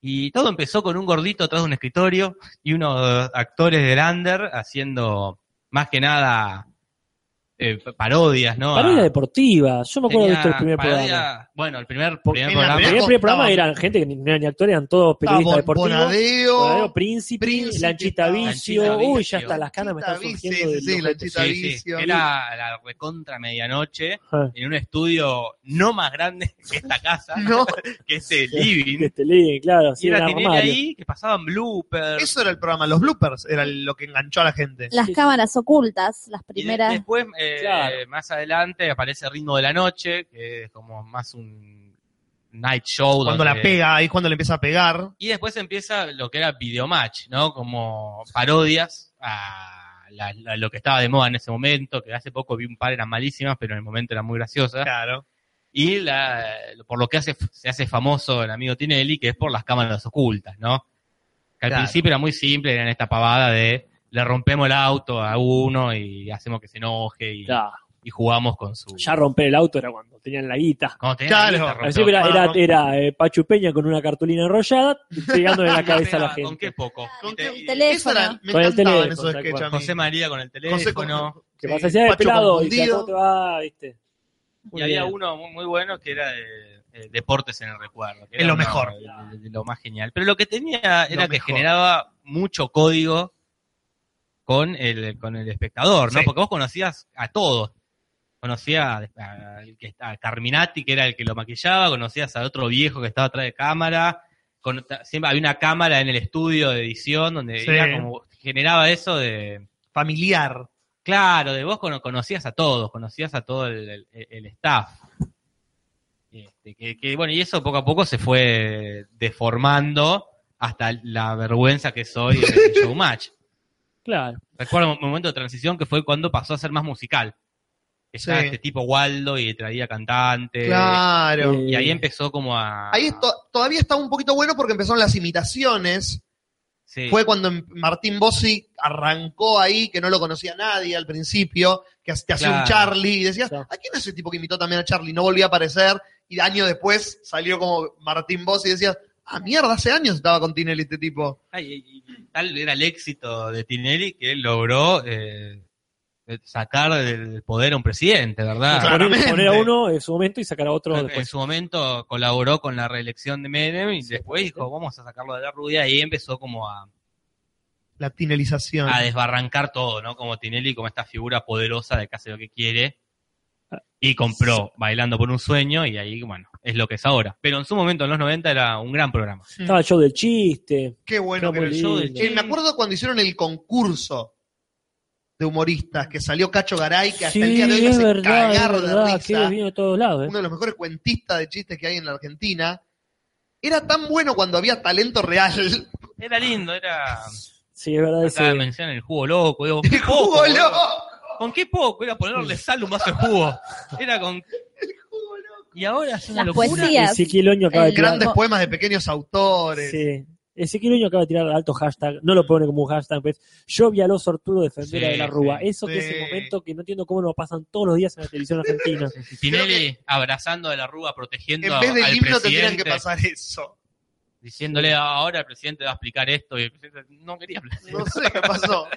Y todo empezó con un gordito atrás de un escritorio y unos eh, actores de Lander haciendo más que nada eh, parodias, ¿no?
Parodia
A-
deportiva. Yo me acuerdo de
tenía
esto el primer
parodia-
programa.
Bueno, el primer,
Por-
primer
en la
El
programa.
primer,
Estaba-
primer programa eran gente que ni, no eran ni actores, eran todos
Estaba
periodistas
Bon-
deportivos.
Bonadeo.
Bonadeo, Príncipe,
Príncipe,
Lanchita
estaba-
Vicio.
Lanchita
Uy,
Vicio.
ya hasta las canas me están
Lanchita Vicio,
surgiendo.
sí,
del
sí,
ojo.
Lanchita
Sí, sí,
Vicio,
Era la recontra medianoche
Ah.
en un estudio no más grande que esta casa,
No,
que es el
De
living.
este living, claro.
Y
Sí,
era
era
tener
armario.
ahí que pasaban bloopers.
eso era el programa, los bloopers, era lo que enganchó a la gente.
Las cámaras ocultas, las
Y de-
primeras.
después, eh,
Claro.
más adelante, aparece Ritmo de la Noche, que es como más un night show.
Cuando
donde-
la pega, ahí es cuando le empieza a pegar.
Y después empieza lo que era Videomatch, ¿no? Como parodias a, la- la- lo que estaba de moda en ese momento, que hace poco vi un par, eran malísimas, pero en el momento eran muy graciosas.
Claro.
Y la, por lo que hace, se hace famoso el amigo Tinelli, que es por las cámaras ocultas, ¿no? Que al
Claro.
principio era muy simple, era esta pavada de le rompemos el auto a uno y hacemos que se enoje y,
Claro.
y jugamos con su.
Ya romper el auto era cuando tenían la guita.
Cuando tenía
Claro.
la guita,
Al
Así
rompió.
era, era,
Vamos.
era, eh, Pachu Peña con una cartulina enrollada, pegándole la
Y
cabeza a
pegaba,
la gente.
¿Con qué poco?
¿Con
Y
qué-
te-
El
y-
Eso
teléfono.
era, me
Con el
encantaban
teléfono,
esos
tal
sketches a mí.
José María con el
José-
teléfono.
Que
sí,
pasa allá de
Pacho
pelado y
confundido.
ya te va, viste.
Y había uno muy, muy bueno que era de, eh, Deportes en el Recuerdo. que
Es
era
lo
uno
mejor.
de- de- de lo más genial. Pero lo que tenía era
Lo
que
mejor.
generaba mucho código con el, con el espectador, ¿no?
Sí.
Porque vos conocías a todos. Conocías a- al que está- a Carminati, que era el que lo maquillaba, conocías al otro viejo que estaba atrás de cámara. con- siempre había una cámara en el estudio de edición donde
Sí.
era como- generaba eso de,
Familiar.
Claro, de vos cono- conocías a todos, conocías a todo el, el- el staff. Este, que, que, bueno, y eso poco a poco se fue deformando hasta la vergüenza que soy en Showmatch.
Claro.
Recuerdo un momento de transición que fue cuando pasó a ser más musical. Estaba
Sí.
este tipo Waldo y traía cantantes.
Claro.
Eh,
Y ahí empezó como a.
Ahí es to- todavía estaba un poquito bueno porque empezaron las imitaciones.
Sí.
Fue cuando em- Martín Bossi arrancó ahí, que no lo conocía nadie al principio, que te hacía un
Claro.
Charlie y decías,
Claro.
¿a quién es ese tipo que imitó también a Charlie? No volvió a aparecer y años después salió como Martín Bossi y decías, ah, mierda, hace años estaba con Tinelli este tipo.
Ay, y- y tal era el éxito de Tinelli que él logró eh, sacar del poder a un presidente, ¿verdad?
Claro.
poner,
claramente. Eh,
poner a uno en su momento y sacar a otro
en
después.
su momento colaboró con la reelección de Menem y después dijo, vamos a sacarlo de la rubia y ahí empezó como a,
La Tinelización.
a desbarrancar todo, ¿no? Como Tinelli, como esta figura poderosa de que hace lo que quiere y compró Bailando por un Sueño y ahí, bueno, es lo que es ahora. Pero en su momento, en los 90, era un gran programa.
Estaba el show del chiste.
Qué bueno
Era
que
muy
era el
lindo.
show del
Eh, me acuerdo cuando hicieron el concurso de humoristas, que salió Cacho Garay, que hasta el día de hoy me
es
hace
verdad, es
cagar de
verdad. Que
risa.
vino de todos lados.
Uno
¿eh?
de los mejores cuentistas de chistes que hay en la Argentina. Era tan bueno cuando había talento real.
Era lindo, era...
Sí, es verdad.
Acá
Ese,
mencionan el jugo loco. Digo,
¡Qué
poco,
jugo
boludo.
loco!
¿Con qué poco? Era ponerle sal un vaso de jugo. Era con... Y ahora es una
Las
locura.
poesías.
Ezequiel Oño acaba de
El
tirar.
Grandes
Claro.
poemas de pequeños autores.
Sí. Ezequiel Oño acaba de tirar alto hashtag. No lo pone como un hashtag, pero es, yo vi a los sorturos defender
Sí,
a de la Rúa.
sí,
Eso que es el
sí.
momento que no entiendo cómo nos pasan todos los días en la televisión argentina.
Tinelli abrazando a la Rúa, protegiendo
En vez del
al
himno tendrían
presidente,
que pasar eso.
diciéndole ahora el presidente va a explicar esto. Y el presidente no quería hablar.
No sé qué pasó.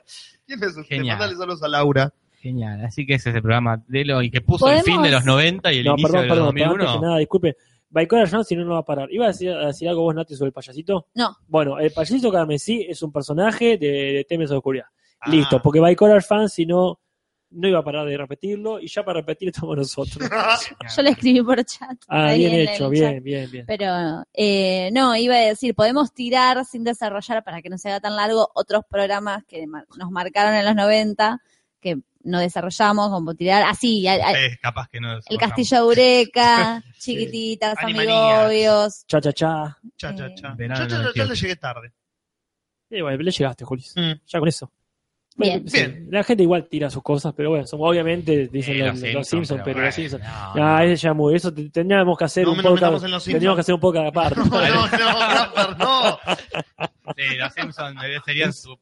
¿Quién es usted?
Genial.
Mandale saludos a Laura.
Genial, así que ese es el programa de lo y que puso el
¿Podemos?
fin de los 90 y el
no,
inicio
perdón,
de los
perdón. pero antes
2001.
que nada, disculpe. Baikora Jones, si no, no va a parar. ¿Iba a decir, a decir algo vos, Nati, sobre el payasito?
No.
Bueno, el payasito carmesí es un personaje de, de Temes de Oscuridad.
Ah,
Listo, porque Baikora Fan, si no, no iba a parar de repetirlo. Y ya para repetir estamos nosotros.
Yo le escribí por chat.
Ah,
ahí
bien
en el
hecho,
chat.
bien, bien, bien.
Pero eh, no, iba a decir, podemos tirar sin desarrollar para que no se haga tan largo otros programas que ma- nos marcaron en los 90 que no desarrollamos, como tirar así, a- a-
Eh, capaz que no.
El Castillo de Eureka, Chiquititas,
Animaniacs.
Amigobios,
Cha, cha, cha.
eh,
Cha, cha, cha.
Verano
Yo, yo, yo
98.
le llegué tarde.
Eh, bueno, le llegaste, Julis.
Mm.
Ya con eso.
Bien.
Sí, La gente igual tira sus cosas, pero bueno, son- obviamente dicen
Eh,
los, los Simpsons, pero
bueno,
los Simpsons.
no,
Ah,
no.
ese ya muy, eso te- teníamos que hacer
No,
un
no metamos
podcast.
en los Simpsons.
Teníamos que hacer un podcast aparte.
No, no, no, Gaffer, no.
Sí, los Simpsons serían su,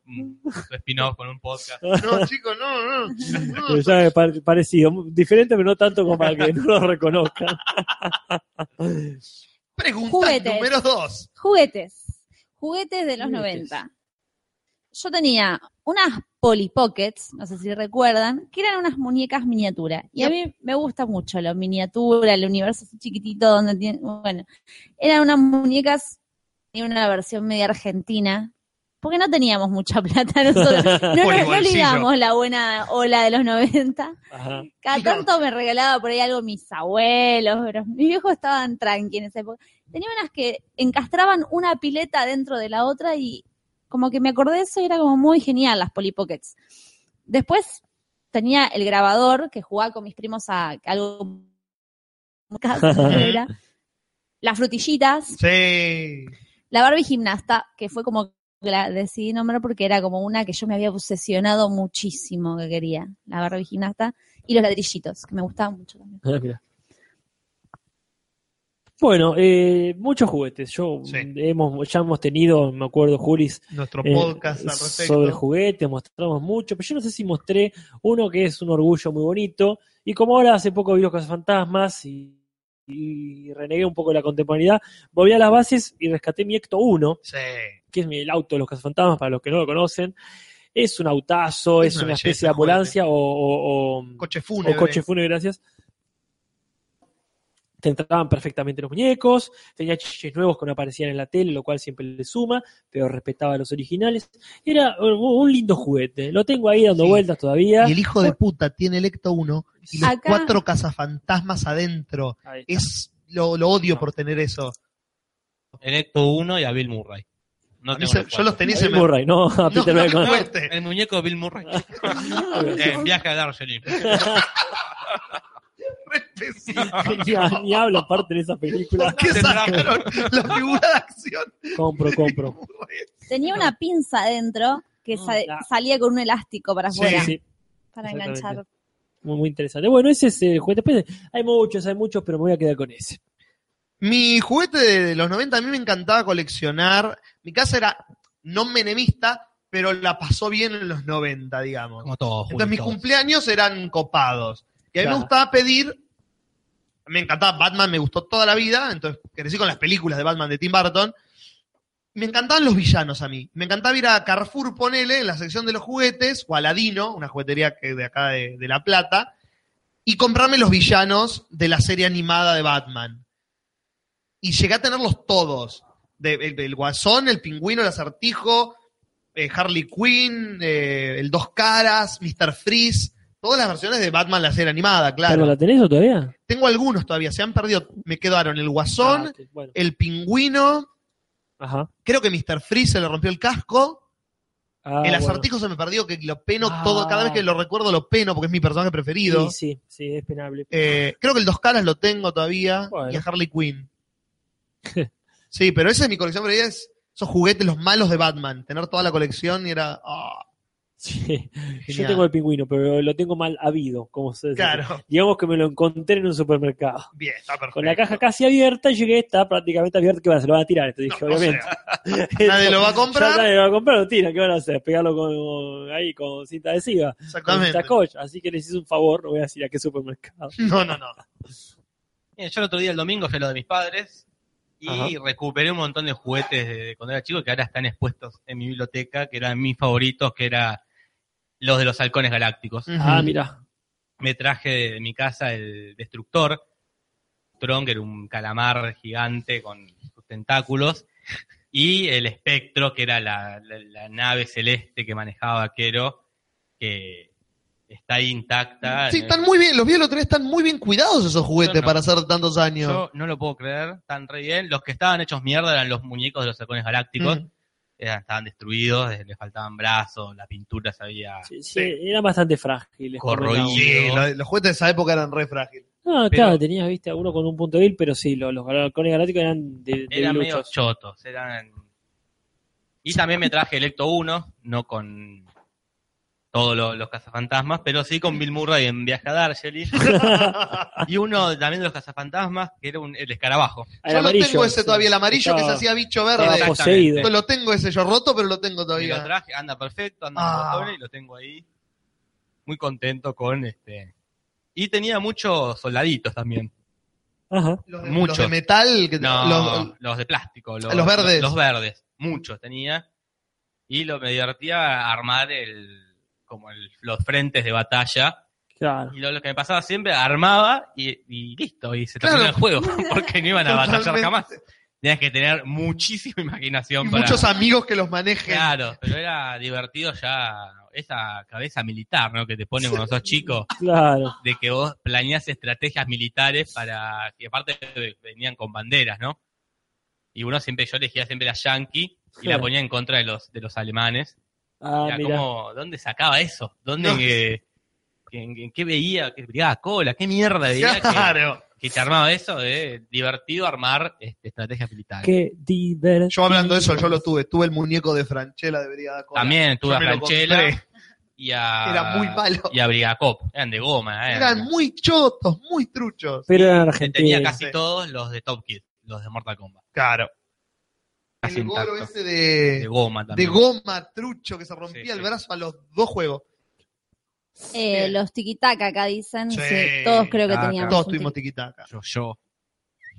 su spin-off con un podcast.
No, chicos, no, no. no.
Pero ya es pare- parecido, diferente, pero no tanto como para que no lo reconozcan.
Pregunta
Juguetes.
número dos.
Juguetes. Juguetes de los
Juguetes.
90. Yo tenía unas Polly Pockets, no sé si recuerdan, que eran unas muñecas miniatura. Y a mí me gusta mucho la miniatura, el universo así chiquitito donde tiene, bueno, eran unas muñecas en una versión media argentina, porque no teníamos mucha plata nosotros. No, no, no
bolsillo.
ligamos la buena ola de los 90.
Ajá.
Cada
Claro.
tanto me regalaba por ahí algo mis abuelos, pero mis viejos estaban tranqui en esa época. Tenía unas que encastraban una pileta dentro de la otra y como que me acordé de eso y era como muy genial las Polly Pockets. Después tenía el grabador que jugaba con mis primos a algo era. las frutillitas,
Sí.
la Barbie gimnasta, que fue como que la decidí nombrar porque era como una que yo me había obsesionado muchísimo que quería, la Barbie gimnasta, y los ladrillitos, que me gustaban mucho también.
Ah, mira. Bueno, eh, muchos juguetes. Yo
Sí.
hemos, ya hemos tenido, me acuerdo, Julis,
Nuestro
eh,
podcast al respecto.
sobre juguetes, mostramos mucho, pero yo no sé si mostré uno que es un orgullo muy bonito. Y como ahora hace poco vi los Fantasmas y, y renegué un poco de la contemporaneidad, volví a las bases y rescaté mi Ecto 1
Sí.
que es mi- el auto de los cazafantasmas, para los que no lo conocen. Es un autazo,
Es
es,
una
una,
belleza,
especie de ambulancia o, o- o-
Coche
o
fúnebre.
coche fúnebre, gracias. Te entraban perfectamente los muñecos, tenía chiches nuevos que no aparecían en la tele, lo cual siempre le suma, pero respetaba a los originales. Era un- un lindo juguete, lo tengo ahí dando
Sí.
vueltas todavía.
Y el hijo de puta tiene el Ecto 1 y los
Acá-
cuatro cazafantasmas adentro.
Ahí está.
Es lo, lo odio por tener eso.
En Ecto 1 y a Bill Murray. No
A mí
tengo
se-
los
yo los
cuatro.
tenía y se
Bill
me...
Murray, no, a
No,
Peter
no,
Beckman.
qué fuerte.
El muñeco de Bill Murray. en viaje a Darjeeling.
Ni, a- ni hablo aparte en esa película.
¿Por qué sacaron la figura de acción?
Compro, compro.
Tenía una pinza adentro que sa-
Mm, la-
salía con un elástico para
Sí.
afuera,
Sí, sí.
para
exactamente.
enganchar.
Muy, muy interesante. Bueno, ese es el juguete. Después hay muchos, hay muchos, pero me voy a quedar con ese.
Mi juguete de los 90 a mí me encantaba coleccionar. Mi casa era no menemista, pero la pasó bien en los 90, digamos.
Como todos juntos.
Entonces mis cumpleaños eran copados. Y a mí
Claro.
me gustaba pedir, me encantaba Batman, me gustó toda la vida, entonces crecí con las películas de Batman de Tim Burton. Me encantaban los villanos a mí. Me encantaba ir a Carrefour, ponele, en la sección de los juguetes, o Aladino, una juguetería que de acá de, de La Plata, y comprarme los villanos de la serie animada de Batman. Y llegué a tenerlos todos. De- el, el Guasón, el Pingüino, el Acertijo, eh, Harley Quinn, eh, el Dos Caras, Mr. Freeze, todas las versiones de Batman la serie animada,
¿Carlos,
claro.
¿La tenés o todavía?
Tengo algunos todavía, se han perdido. Me quedaron el Guasón,
Ah, ok, bueno.
el Pingüino,
Ajá.
creo que Mr. Freeze se le rompió el casco,
Ah,
el
bueno.
Acertijo se me perdió, que lo peno
Ah.
todo, cada vez que lo recuerdo lo peno porque es mi personaje preferido.
Sí, sí, sí, es penable.
Eh, creo que el Dos Caras lo tengo todavía,
Bueno.
y a Harley Quinn. sí, pero esa es mi colección preferida, es esos juguetes, los malos de Batman. Tener toda la colección y era... ah,
Sí. Yo
Genial.
tengo el pingüino, pero lo tengo mal habido, como se dice.
claro,
Digamos que me lo encontré en un supermercado.
bien, está perfecto.
Con la caja casi abierta, llegué, está prácticamente abierta, que van, se lo van a tirar. Esto dije,
No, o
obviamente.
sea, nadie lo va a
Ya
comprar.
nadie lo va a comprar, lo tiran, ¿qué van a hacer? Pegarlo con, ahí con cinta adhesiva, con
Exactamente.
cinta coach. Así que les hice un favor, no voy a decir a qué supermercado.
No, no, no.
Bien, yo el otro día, el domingo, fui a lo de mis padres y
Ajá.
recuperé un montón de juguetes de, de cuando era chico que ahora están expuestos en mi biblioteca, que eran mis favoritos, que eran los de los halcones galácticos.
Mm.
Ah, mira.
Me traje de, de mi casa el destructor, Tron, que era un calamar gigante con sus tentáculos, y el espectro, que era la, la- la nave celeste que manejaba Vaquero, que está ahí intacta.
Sí,
En el-
están muy bien, los vi el otro día, están muy bien cuidados esos juguetes
Yo no.
para hacer tantos años.
Yo no lo puedo creer, están re bien. Los que estaban hechos mierda eran los muñecos de los halcones galácticos.
Mm.
Eran- estaban destruidos, eh, les faltaban brazos, la pintura se había...
Sí, sí, Eran bastante frágiles.
Corroído.
comentaba.
Sí, lo- los juguetes de esa época eran re frágiles.
Ah,
Pero-
claro, tenías, viste, alguno con un punto débil, pero sí, los, los halcones galácticos eran de, de
Eran medio
luchos.
chotos, eran... Y también me traje Electo 1, no con todos lo- los cazafantasmas, pero sí con Bill Murray en Viaje a Darjeeling. y uno también de los cazafantasmas, que era un, el escarabajo.
El
Yo lo
amarillo,
tengo ese
sí.
todavía, el amarillo que se
Estaba-
hacía bicho
estaba
verde.
Exactamente.
poseído.
Lo tengo ese yo roto, pero lo tengo
Y lo
todavía.
traje, anda perfecto, anda
Ah.
en botones y lo tengo ahí. Muy contento con este. Y tenía muchos soldaditos también.
Ajá.
Los, de-
Muchos.
los de metal, que-
No,
los-
los, de plástico. Los,
los verdes.
Los, verdes. Muchos tenía. Y lo me divertía armar el como el- los frentes de batalla.
Claro.
Y lo, lo que me pasaba siempre, armaba y, y listo. Y se
Claro.
terminó el juego. Porque no iban a batallar
Totalmente.
jamás. Tenías que tener muchísima imaginación
y
para.
muchos amigos que los manejen.
Claro, pero era divertido ya esa cabeza militar, ¿no? Que te pone cuando sos chico,
Claro.
de que vos planeás estrategias militares para. Y aparte venían con banderas, ¿no? Y uno siempre, yo elegía siempre la yankee y la
Claro.
ponía en contra de los, de los alemanes.
Ah,
era
mira.
como, ¿dónde sacaba eso? ¿Dónde
No.
que- que- en, en qué veía? ¿Qué brigada cola? ¿Qué mierda veía? Que,
Claro.
que te armaba eso de divertido armar este, estrategias militares.
Qué divertido.
Yo hablando de eso, yo lo tuve. Tuve el muñeco de Franchella de Brigada Cola.
También tuve
Yo
a
me lo
Franchella
compré.
y a.
Era muy malo.
y a Brigacop. Eran de goma, eh.
Eran muy chotos, muy truchos.
Pero en
Que
Argentina.
tenía casi
Sí.
todos los de Top Kid, los de Mortal Kombat.
Claro.
Casi
El golo
intactos.
ese
De
de,
goma
de
también.
goma trucho que se rompía
Sí,
el
sí.
brazo a los dos juegos.
Eh,
Bien.
los tiquitaca acá dicen,
Sí,
sí, todos creo que
taca.
teníamos.
Todos
un
tuvimos tiquitaca.
Yo, yo.
tiqui-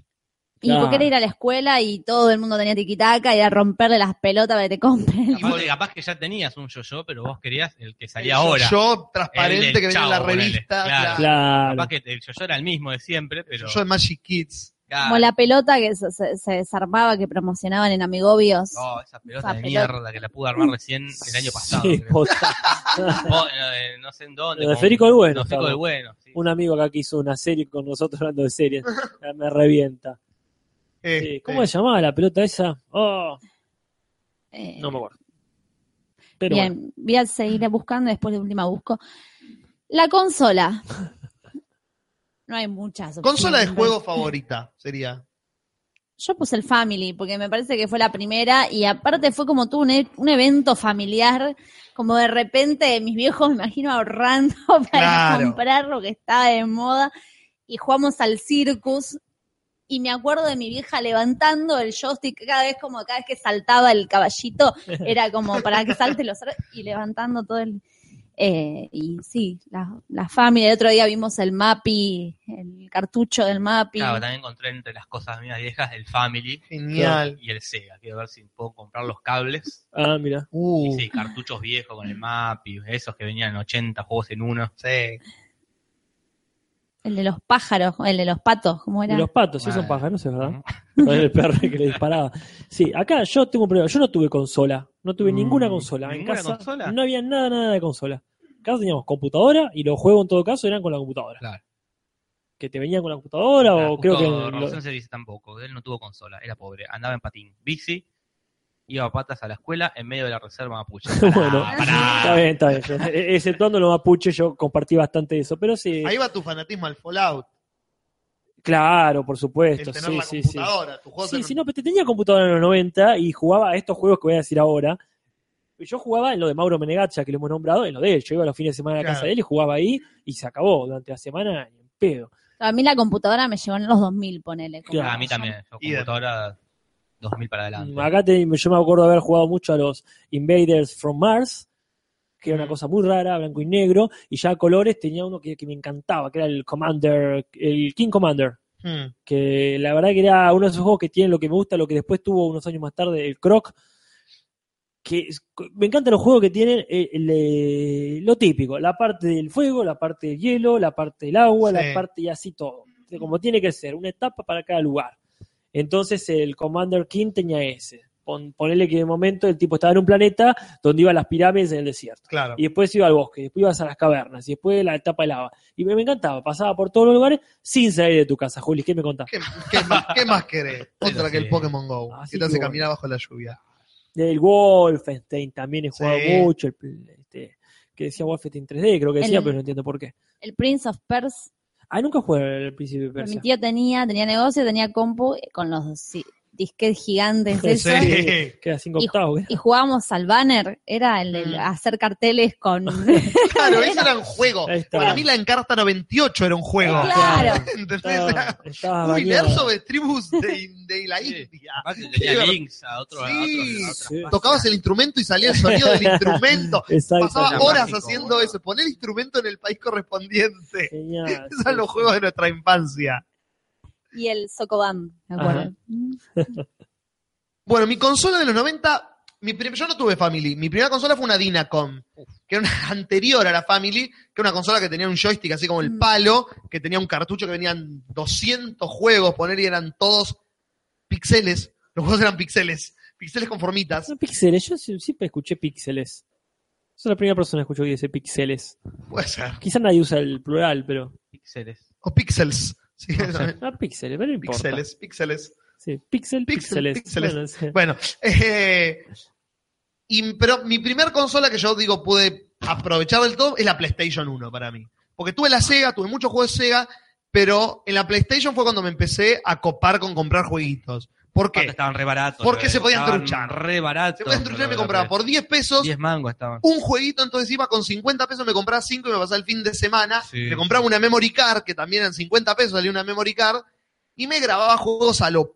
Y vos
Claro.
querés ir a la escuela y todo el mundo tenía tiquitaca y a romperle las pelotas para que te compren.
Capaz, que- capaz que ya tenías un yo-yo, pero vos querías el que salía
El
ahora.
Yo
El
transparente
del
que venía en la
chavo, ponele.
revista.
Claro.
Claro.
Claro.
Capaz que el yo-yo era el mismo de siempre, pero.
Yo de Magic Kids.
Claro.
Como la pelota que se, se- se desarmaba, que promocionaban en Amigobios.
No, oh, esa pelota
Esa
de
pelota.
mierda que la pude armar recién el año pasado.
Sí,
creo.
posta.
Vos, eh, no sé en dónde.
Lo de
con-
Federico del Bueno,
lo de Federico
estaba.
del Bueno, sí.
Un amigo acá que hizo una serie con nosotros hablando de series. Ah, Me revienta. Sí,
Este,
¿Cómo se llamaba la pelota esa? Oh,
Eh,
no me acuerdo. Pero
bien,
bueno,
voy a seguir buscando, después de última busco. La consola. No hay muchas. opciones.
Consola de juego favorita sería.
Yo puse el Family, porque me parece que fue la primera, y aparte fue como tú, un, e- un evento familiar, como de repente mis viejos, me imagino, ahorrando para
Claro.
comprar lo que estaba de moda, y jugamos al circus, y me acuerdo de mi vieja levantando el joystick, cada vez como cada vez que saltaba el caballito, era como para que salte los y levantando todo el... eh, y sí, la, la familia, el otro día vimos el Mappy, el cartucho del Mappy.
Claro, también encontré entre las cosas mías viejas el Family
Genial.
y el Sega. Quiero ver si puedo comprar los cables.
ah, mira.
Uh,
Y sí, cartuchos viejos con el map y esos que venían 80 juegos en uno.
sí.
El de los pájaros, el de los patos, ¿cómo
Y
era?
los patos, sí
Bueno.
son pájaros, es verdad.
Ujú.
Con el perro que le disparaba. Sí, acá yo tengo un problema. Yo no tuve consola. No tuve
Mm,
ninguna consola. en
¿ninguna
casa
consola?
no había nada, nada de consola. En casa teníamos computadora y los juegos en todo caso eran con la computadora.
Claro.
Que te venían con la computadora
Ah,
o
justo
creo que...
Robson
lo-
se dice tampoco, él no tuvo consola, era pobre, andaba en patín, bici, iba a patas a la escuela en medio de la reserva mapuche. Pará,
bueno,
Ah, pará.
está bien, está bien. Yo- e- Exceptuando los mapuches, yo compartí bastante eso. Pero sí,
Ahí va tu fanatismo al Fallout.
claro, por
El
supuesto.
tener
Sí,
la
sí, sí.
computadora, tu juego
Sí,
de-
sí, no, pero te tenía computadora en los 90 y jugaba a estos juegos que voy a decir ahora. Y Yo jugaba en lo de Mauro Menegacha, que lo hemos nombrado, en lo de él. Yo iba los fines de semana a la
Claro.
casa de él y jugaba ahí y se acabó durante la semana ni en pedo.
A mí la computadora me llevó en los 2000, ponele. como-
Claro.
Ah, a mí también, yo
Y de-
computadora 2000 para adelante.
Acá te- yo me acuerdo de haber jugado mucho a los Invaders from Mars, que
Mm.
era una cosa muy rara, blanco y negro, y ya a colores tenía uno que, que me encantaba, que era el Commander, el King Commander.
Mm,
Hmm.
que la verdad que era uno de esos juegos que tiene lo que me gusta, lo que después tuvo unos años más tarde, el Croc. Que es- me encantan los juegos que tienen eh, el, eh, lo típico, la parte del fuego, la parte del hielo, la parte del agua,
Sí.
la parte y así todo. Como tiene que ser, una etapa para cada lugar. Entonces el Commander King tenía ese. Pon- ponele que de momento el tipo estaba en un planeta donde iba a las pirámides en el desierto.
Claro.
Y después iba al bosque, después ibas a las cavernas, y después la etapa de lava. Y me, me encantaba, pasaba por todos los lugares sin salir de tu casa. Juli, ¿qué me contás?
¿Qué, qué más, qué más querés? Otra que el
sí.
Pokémon GO.
Así
que te
que
hace
bueno.
caminar bajo la lluvia.
Del Wolfenstein también he jugado
Sí.
mucho. el pl- este, que decía Wolfenstein 3D, creo que decía,
El-
pero no entiendo por qué.
El Prince of Persia,
Ah, nunca jugué el Príncipe de
que mi
Persia.
tío tenía, tenía negocio, tenía compu eh, con los sí, disquet gigante es eso.
Sí.
Queda cinco octavos.
Y jugábamos al banner, era el de
Mm.
hacer carteles con...
Claro, eso era un juego.
Ahí está.
Para mí la Encarta 98 era un juego.
Claro.
¿Entendés? Era,
Estaba, estaba
Uy,
bañado.
leer sobre tribus de, de la
Sí.
India.
Aparte tenía links a otro. a
Sí.
otro- a otras
Sí.
páginas.
Tocabas el instrumento y salía el sonido del instrumento.
Exacto.
Pasaba
era
horas
mágico,
haciendo
boludo.
eso. Poner el instrumento en el país correspondiente.
Genial.
Esos son los juegos de nuestra infancia.
y el Socoban, ¿me acuerdo?
Ajá.
Mm.
Bueno, mi consola de los 90, mi prim- yo no tuve Family. Mi primera consola fue una Dinacom, que era una anterior a la Family, que era una consola que tenía un joystick así como el
Mm.
palo, que tenía un cartucho que venían 200 juegos, poner y eran todos pixeles. Los juegos eran pixeles, pixeles con formitas.
Son píxeles. Yo sie- siempre escuché píxeles. Soy la primera persona que escucho que dice píxeles.
Puede ser.
Quizá nadie usa el plural, pero.
Píxeles.
O pixels. Sí,
Ah, píxeles, pero no importa.
pixeles, píxeles.
Sí, píxel,
Píxel,
píxeles.
píxeles.
Bueno, sí.
Bueno, eh, y- pero mi primer consola que yo digo pude aprovechar del todo es la PlayStation 1 para mí. Porque tuve la Sega, tuve muchos juegos de Sega, pero en la PlayStation fue cuando me empecé a copar con comprar jueguitos. ¿Por
Aparte
qué?
Estaban re baratos.
Porque
boludo.
se podían
Estaban
truchar.
Re baratos.
Se puede destruir, me
boludo,
compraba por Uh. 10 pesos
10 mangos estaban.
un jueguito, entonces iba con 50 pesos, me compraba 5 y me pasaba el fin de semana.
Sí.
Me compraba una memory card, que también eran 50 pesos, salía una memory card, y me grababa juegos a lo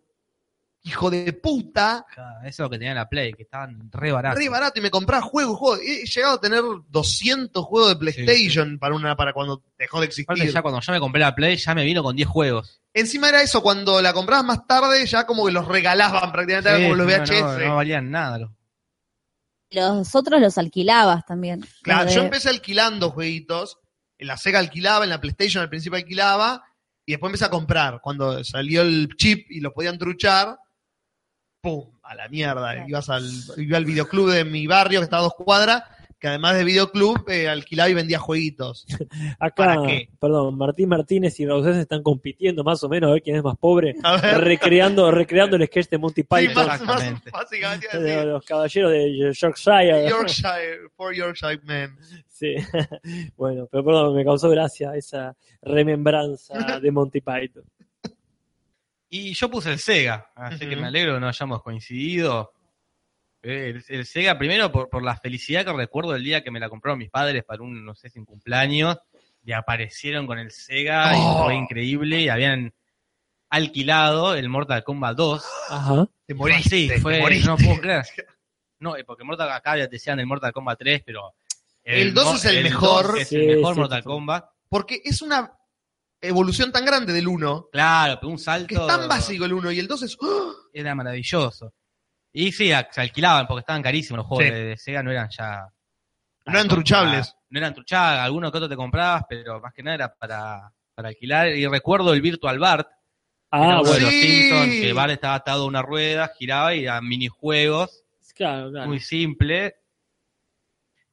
hijo de puta.
Eso es lo que tenía la Play, que estaban re baratos.
re barato y me compraba juegos, juegos. He llegado a tener 200 juegos de PlayStation para una para cuando dejó de
Aparte,
existir.
ya cuando yo me compré la Play, ya me vino con 10 juegos.
Encima era eso, cuando la comprabas más tarde ya como que los regalaban prácticamente, eran
Sí,
como los
no,
VHS.
No, no valían nada. los-
Los otros los alquilabas también.
Claro,
Los de-
yo empecé alquilando jueguitos, en la Sega alquilaba, en la PlayStation al principio alquilaba y después empecé a comprar. Cuando salió el chip y los podían truchar, ¡pum! A la mierda.
Claro.
Ibas al, iba al videoclub de mi barrio que estaba a dos cuadras, que además de videoclub eh, alquilaba y vendía jueguitos.
Acá,
¿Para qué?
perdón, Martín Martínez y Rausés están compitiendo más o menos a ver quién es más pobre,
A ver.
recreando, recreando el sketch de Monty
Sí, más,
Python.
más
Exactamente.
básicamente iba a
de
decir,
los caballeros de Yorkshire.
Yorkshire, for Yorkshire men.
Sí. Bueno, pero perdón, me causó gracia esa remembranza de Monty Python.
Y yo puse el Sega, así que
Ujú.
me alegro que no hayamos coincidido. Eh, El, el Sega, primero por, por la felicidad que recuerdo el día que me la compraron mis padres para un, no sé, sin cumpleaños, y aparecieron con el Sega,
Oh.
y fue increíble, y habían alquilado el Mortal Kombat 2.
Ajá.
Te moriste,
Sí,
te
fue,
moriste.
no puedo creer. No, eh, porque Mortal acá ya te decían el Mortal Kombat 3, pero...
El 2
Mor-
es el mejor.
2 Es
Sí,
el mejor
sí,
Mortal
sí.
Kombat.
Porque es una evolución tan grande del 1,
Claro, pero un salto...
que es tan básico el 1 y el 2 es... ¡oh!
era maravilloso. Y sí, a- se alquilaban porque estaban carísimos los juegos
Sí.
de, de Sega, no eran ya.
No eran truchables.
No eran truchables, algunos que otros te comprabas, pero más que nada era para, para alquilar. Y recuerdo el Virtual Bart, que era
Ah,
uno de
bueno.
los
Sí.
Simpsons, que Bart estaba atado a una rueda, giraba y a minijuegos,
Claro, claro.
muy simple.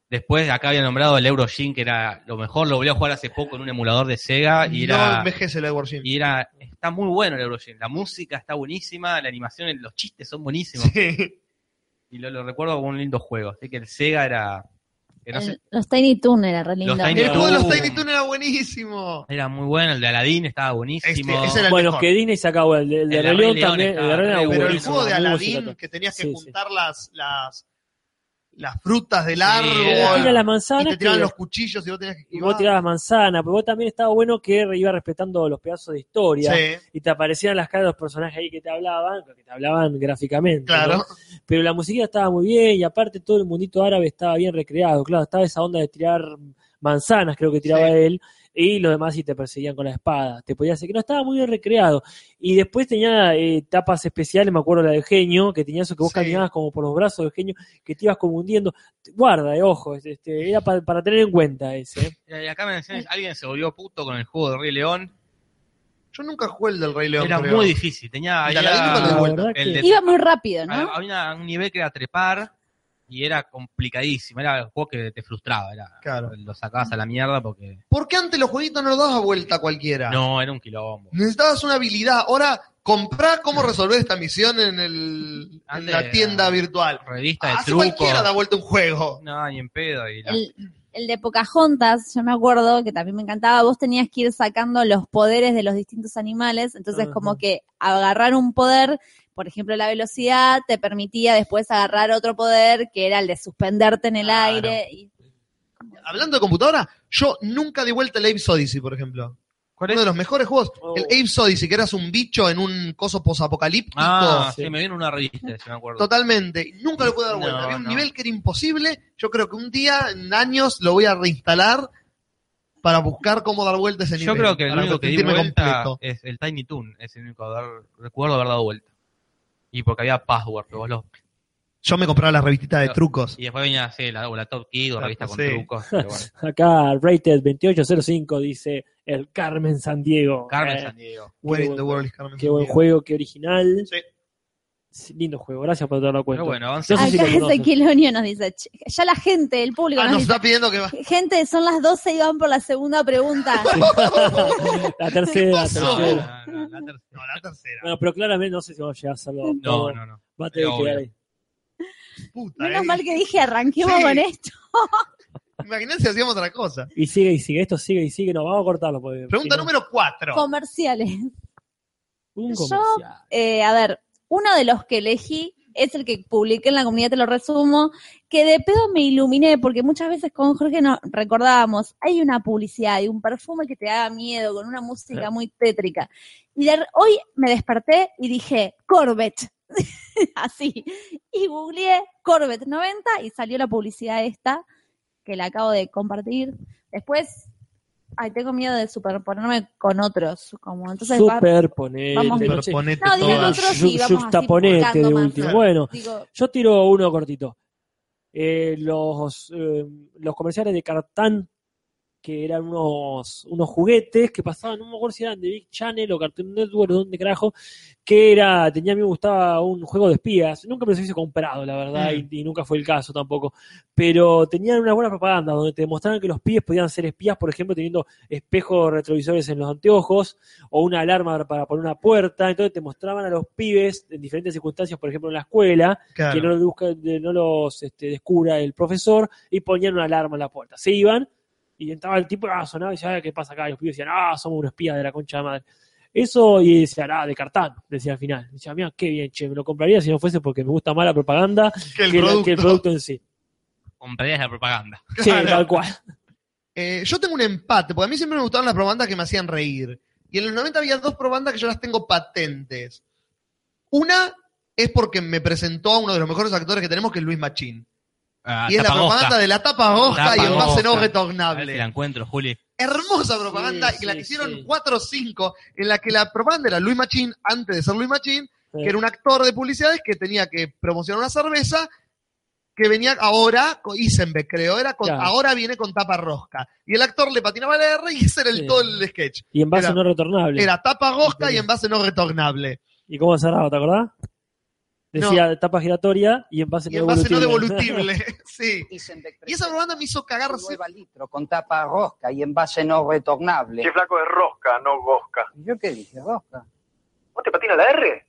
Después acá había nombrado el Eurogin, que era lo mejor, lo volví a jugar hace poco en un emulador de Sega Ah, y
No
era
envejece el Edward Jim.
y era está muy bueno el Eurogin, la música está buenísima, la animación, los chistes son buenísimos.
Sí.
y lo, lo recuerdo como un lindo juego. Así que el Sega era. que no sé,
el- los Tiny Toon era re lindo.
Los Tiny
El juego de los
Toon.
Tiny Toon era buenísimo.
era muy bueno, el de Aladdin estaba buenísimo.
Este, ese era el
Bueno,
mejor.
que Disney sacaba el de, el de
El de
Rey
Rey
León
León
también.
estaba,
el de Rey León era
re
Pero el
buenísimo,
juego de
la
Aladdin,
música,
que tenías que
Sí, sí.
juntar las... las las frutas del
Sí,
todo.
era-
Tira
árbol
las
y
manzanas
te tiraban
que-
los cuchillos y vos tenías que
y vos
esquivar.
tirabas manzanas, pero vos también estaba bueno que iba respetando los pedazos de historia
Sí,
y te aparecían las caras de los personajes ahí que te hablaban, que te hablaban gráficamente. ¿no?
claro.
pero la musiquita estaba muy bien y aparte todo el mundito árabe estaba bien recreado, claro, estaba esa onda de tirar manzanas, creo que tiraba
Sí.
él, y los demás sí te perseguían con la espada, te podías hacer que no estaba muy bien recreado. Y después tenía eh, tapas especiales, me acuerdo la del genio, que tenía eso que vos
Sí.
caminabas como por los brazos del genio, que te ibas como hundiendo. Guarda, eh, ojo, este, era pa- para tener en cuenta ese. eh.
Y acá me decían, alguien se volvió puto con el juego de Rey León.
Yo nunca jugué el del Rey León.
Era
creo.
muy difícil. Tenía
El de
había-
Aladdin cuando
La
vuelta.
verdad
el
que-
de-
Iba muy rápido, ¿no?
había una- un nivel que era trepar y era complicadísimo. Era un juego que te frustraba. Era,
Claro.
Lo sacabas a la mierda porque.
¿Por qué antes los jueguitos no los dabas vuelta a cualquiera?
No, era un quilombo.
Necesitabas una habilidad. Ahora, comprá cómo resolver esta misión en, el, en
Antes
la
era-
tienda virtual.
Revista de
Ah, Hace
trucos.
cualquiera da vuelta un juego.
No, ni en pedo. Y la-
El, el de Pocahontas, yo me acuerdo que también me encantaba, vos tenías que ir sacando los poderes de los distintos animales, entonces
Ajá.
como que agarrar un poder, por ejemplo, la velocidad te permitía después agarrar otro poder que era el de suspenderte en el
Claro.
aire. y-
Hablando de computadora, yo nunca di vuelta el Apes Odyssey, por ejemplo.
¿Cuál
Uno de los mejores juegos.
Oh.
El Apes Odyssey, que eras un bicho en un coso posapocalíptico.
Ah,
sí.
sí, me
eh.
viene una revista, si me acuerdo.
Totalmente. Y Nunca lo pude dar vuelta.
No,
Había un
no.
nivel que era imposible. Yo creo que un día, en años, lo voy a reinstalar para buscar cómo dar vuelta ese nivel.
Yo creo que el
para
único que di
sentirme
vuelta
completo.
es el Tiny Toon. Es el único que haber- recuerdo haber dado vuelta. Y porque había password. que vos lo-
Yo me compraba la revistita de
No.
trucos.
Y después venía sí, la, o la Top Kid o
Claro,
revista con
sí.
trucos. pero bueno.
Acá, Rated 2805 dice el Carmen San Diego.
Carmen San Diego.
Where in
buen-
the world is Carmen
Qué buen
Sandiego?
juego, qué original.
Sí.
Sí, Lindo juego, gracias por darlo cuenta.
Pero bueno,
No sé
avanzamos.
si
Acá
lo conoces.
Ezequielonio nos dice, "Che, ya la gente, el público
Ah,
nos
nos
dice,
está pidiendo que va.
gente, son las 12 y van por la segunda pregunta.
la tercera, la
No, no,
tercera.
no, no, la tercera.
No, la tercera.
Bueno, pero claramente no sé si vamos a llegar a hacerlo.
No, no, no.
Va a tener
Era
que
obvio.
quedar ahí.
Puta,
Menos
eh.
mal que dije, arranquemos
Sí.
con esto.
Imagínate si hacíamos otra cosa.
Y sigue y sigue, esto sigue y sigue. No, vamos a cortarlo. porque-
Pregunta
si no,
número 4.
Comerciales.
Un
Yo-
comercial.
Eh, a ver, uno de los que elegí es el que publiqué en la comunidad, te lo resumo, que de pedo me iluminé, porque muchas veces con Jorge nos recordábamos, hay una publicidad, hay un perfume que te da miedo, con una música muy tétrica. Y de- hoy me desperté y dije, Corvette. Así. Y googleé Corvette 90 y salió la publicidad esta, que la acabo de compartir. Después, ay, tengo miedo de superponerme con otros. Como, entonces va-
Superponete.
vamos-
no sé.
Superponete
No, digan
todas.
otro sí,
Yu-
vamos así
yuxtaponete de
buscando más.
último. Bueno,
digo,
yo tiro uno cortito. Eh, los, eh, los comerciales de Cartán, que eran unos, unos juguetes que pasaban, no me acuerdo si eran de Big Channel o Cartoon Network, dónde carajo, que era, tenía a mí me gustaba un juego de espías. Nunca me los hice comprado, la verdad, y, y nunca fue el caso tampoco. Pero tenían una buena propaganda donde te demostraban que los pibes podían ser espías, por ejemplo, teniendo espejos retrovisores en los anteojos o una alarma para poner una puerta. Entonces te mostraban a los pibes en diferentes circunstancias, por ejemplo, en la escuela,
Claro.
que no, los busca- de- no los este, descubra el profesor y ponían una alarma en la puerta. Se iban y entraba el tipo, ah, sonaba y decía, ah, ¿qué pasa acá? Y los pibes decían, ah, somos unos espías de la concha de madre. Eso y decía, ah, de cartán, decía al final. Decía, mira, qué bien, che, me lo compraría si no fuese porque me gusta más la propaganda
Que el
que, la-
producto.
que el producto en sí.
Comprarías la propaganda.
Claro.
Sí, tal cual.
Eh, yo tengo un empate, porque a mí siempre me gustaban las probandas que me hacían reír. Y en los 90 había dos probandas que yo las tengo patentes. Una es porque me presentó a uno de los mejores actores que tenemos, que es Luis Machín.
Ah,
y es la
tapabocas.
propaganda de la tapa hoja y el
Tapabocas.
pase no
A ver si la
retornable.
encuentro, Juli.
Hermosa propaganda,
Sí,
y la
sí,
que hicieron
sí.
4 o 5, en la que la propaganda era Luis Machín, antes de ser Luis Machín,
Sí.
que era un actor de publicidades que tenía que promocionar una cerveza que venía ahora, con Isenbeck creo, era con-
Claro.
ahora viene con tapa rosca. Y el actor le patinaba la R y ese era el,
Sí.
todo el sketch.
Y en base
Era-
no retornable.
Era tapa rosca
Sí.
y envase no retornable.
¿Y cómo cerraba, te acordás? Decía tapa giratoria y en base
Y envase no
devolutible.
devolutible. sí. Y esa propaganda me hizo cagarse.
Nueva litro con tapa rosca y envase no retornable.
flaco es rosca, no gosca.
¿Y ¿Yo qué dije? ¿Rosca?
¿Vos te patinas la R?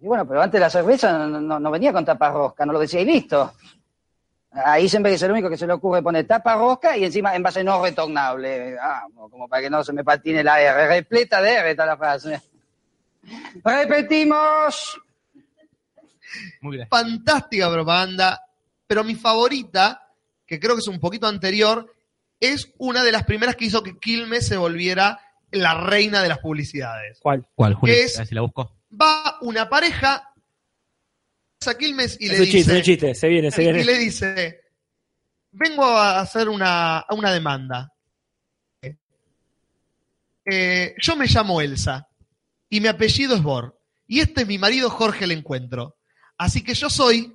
Y bueno, pero antes la cerveza no, no- no venía con tapa rosca, no lo decía y listo. Ahí siempre es el único que se le ocurre poner tapa rosca y encima envase no retornable. Ah, como para que no se me patine la R. Repleta de R está la frase. Repetimos.
Muy bien.
Fantástica propaganda. Pero mi favorita, que creo que es un poquito anterior, es una de las primeras que hizo que Quilmes se volviera la reina de las publicidades.
¿Cuál?
¿Cuál, Juli?
¿Qué es?
A ver si la busco.
va una pareja a Quilmes y
Es
le
un chiste, es un
dice,
chiste. Se viene, se
y
viene.
le dice, vengo a hacer una, a una demanda. Eh, yo me llamo Elsa y mi apellido es Bor y este es mi marido Jorge el Encuentro. Así que yo soy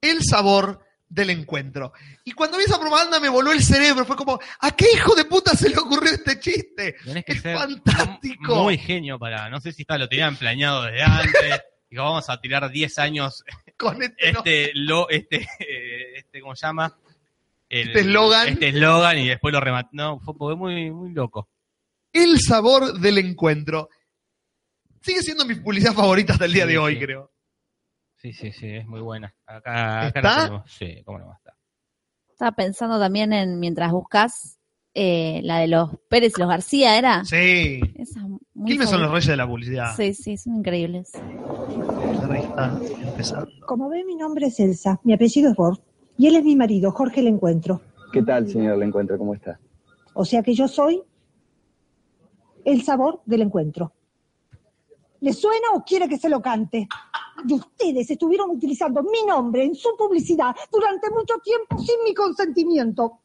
el sabor del encuentro. Y cuando vi esa propaganda me voló el cerebro, fue como, ¿a qué hijo de puta se le ocurrió este chiste?
Tenés que
Es
ser
fantástico.
muy genio para. No sé si está, lo tenían planeado desde antes. Digo, vamos a tirar 10 años
Con este, no-
este lo este eh, este cómo se llama El-
Este eslogan.
este eslogan y después lo remató no fue fue muy muy loco
el sabor del encuentro. Sigue siendo mi publicidad favorita hasta el día
Sí,
de hoy,
sí.
creo.
sí sí sí es muy buena acá,
¿Está?
acá la tenemos. sí cómo no va a estar.
estaba pensando también en, mientras buscas, eh, la de los Pérez y los García, ¿era?
Sí.
Esa es muy muy
Quilmes son los
favorito.
reyes de la publicidad.
Sí, sí, son increíbles.
El rey está empezando.
Como ve, mi nombre es Elsa, mi apellido es Bor, y él es mi marido, Jorge el Encuentro.
¿Qué tal, señor? Le encuentro, ¿cómo está?
O sea que yo soy el sabor del encuentro. ¿Le suena o quiere que se lo cante? Y ustedes estuvieron utilizando mi nombre en su publicidad durante mucho tiempo sin mi consentimiento.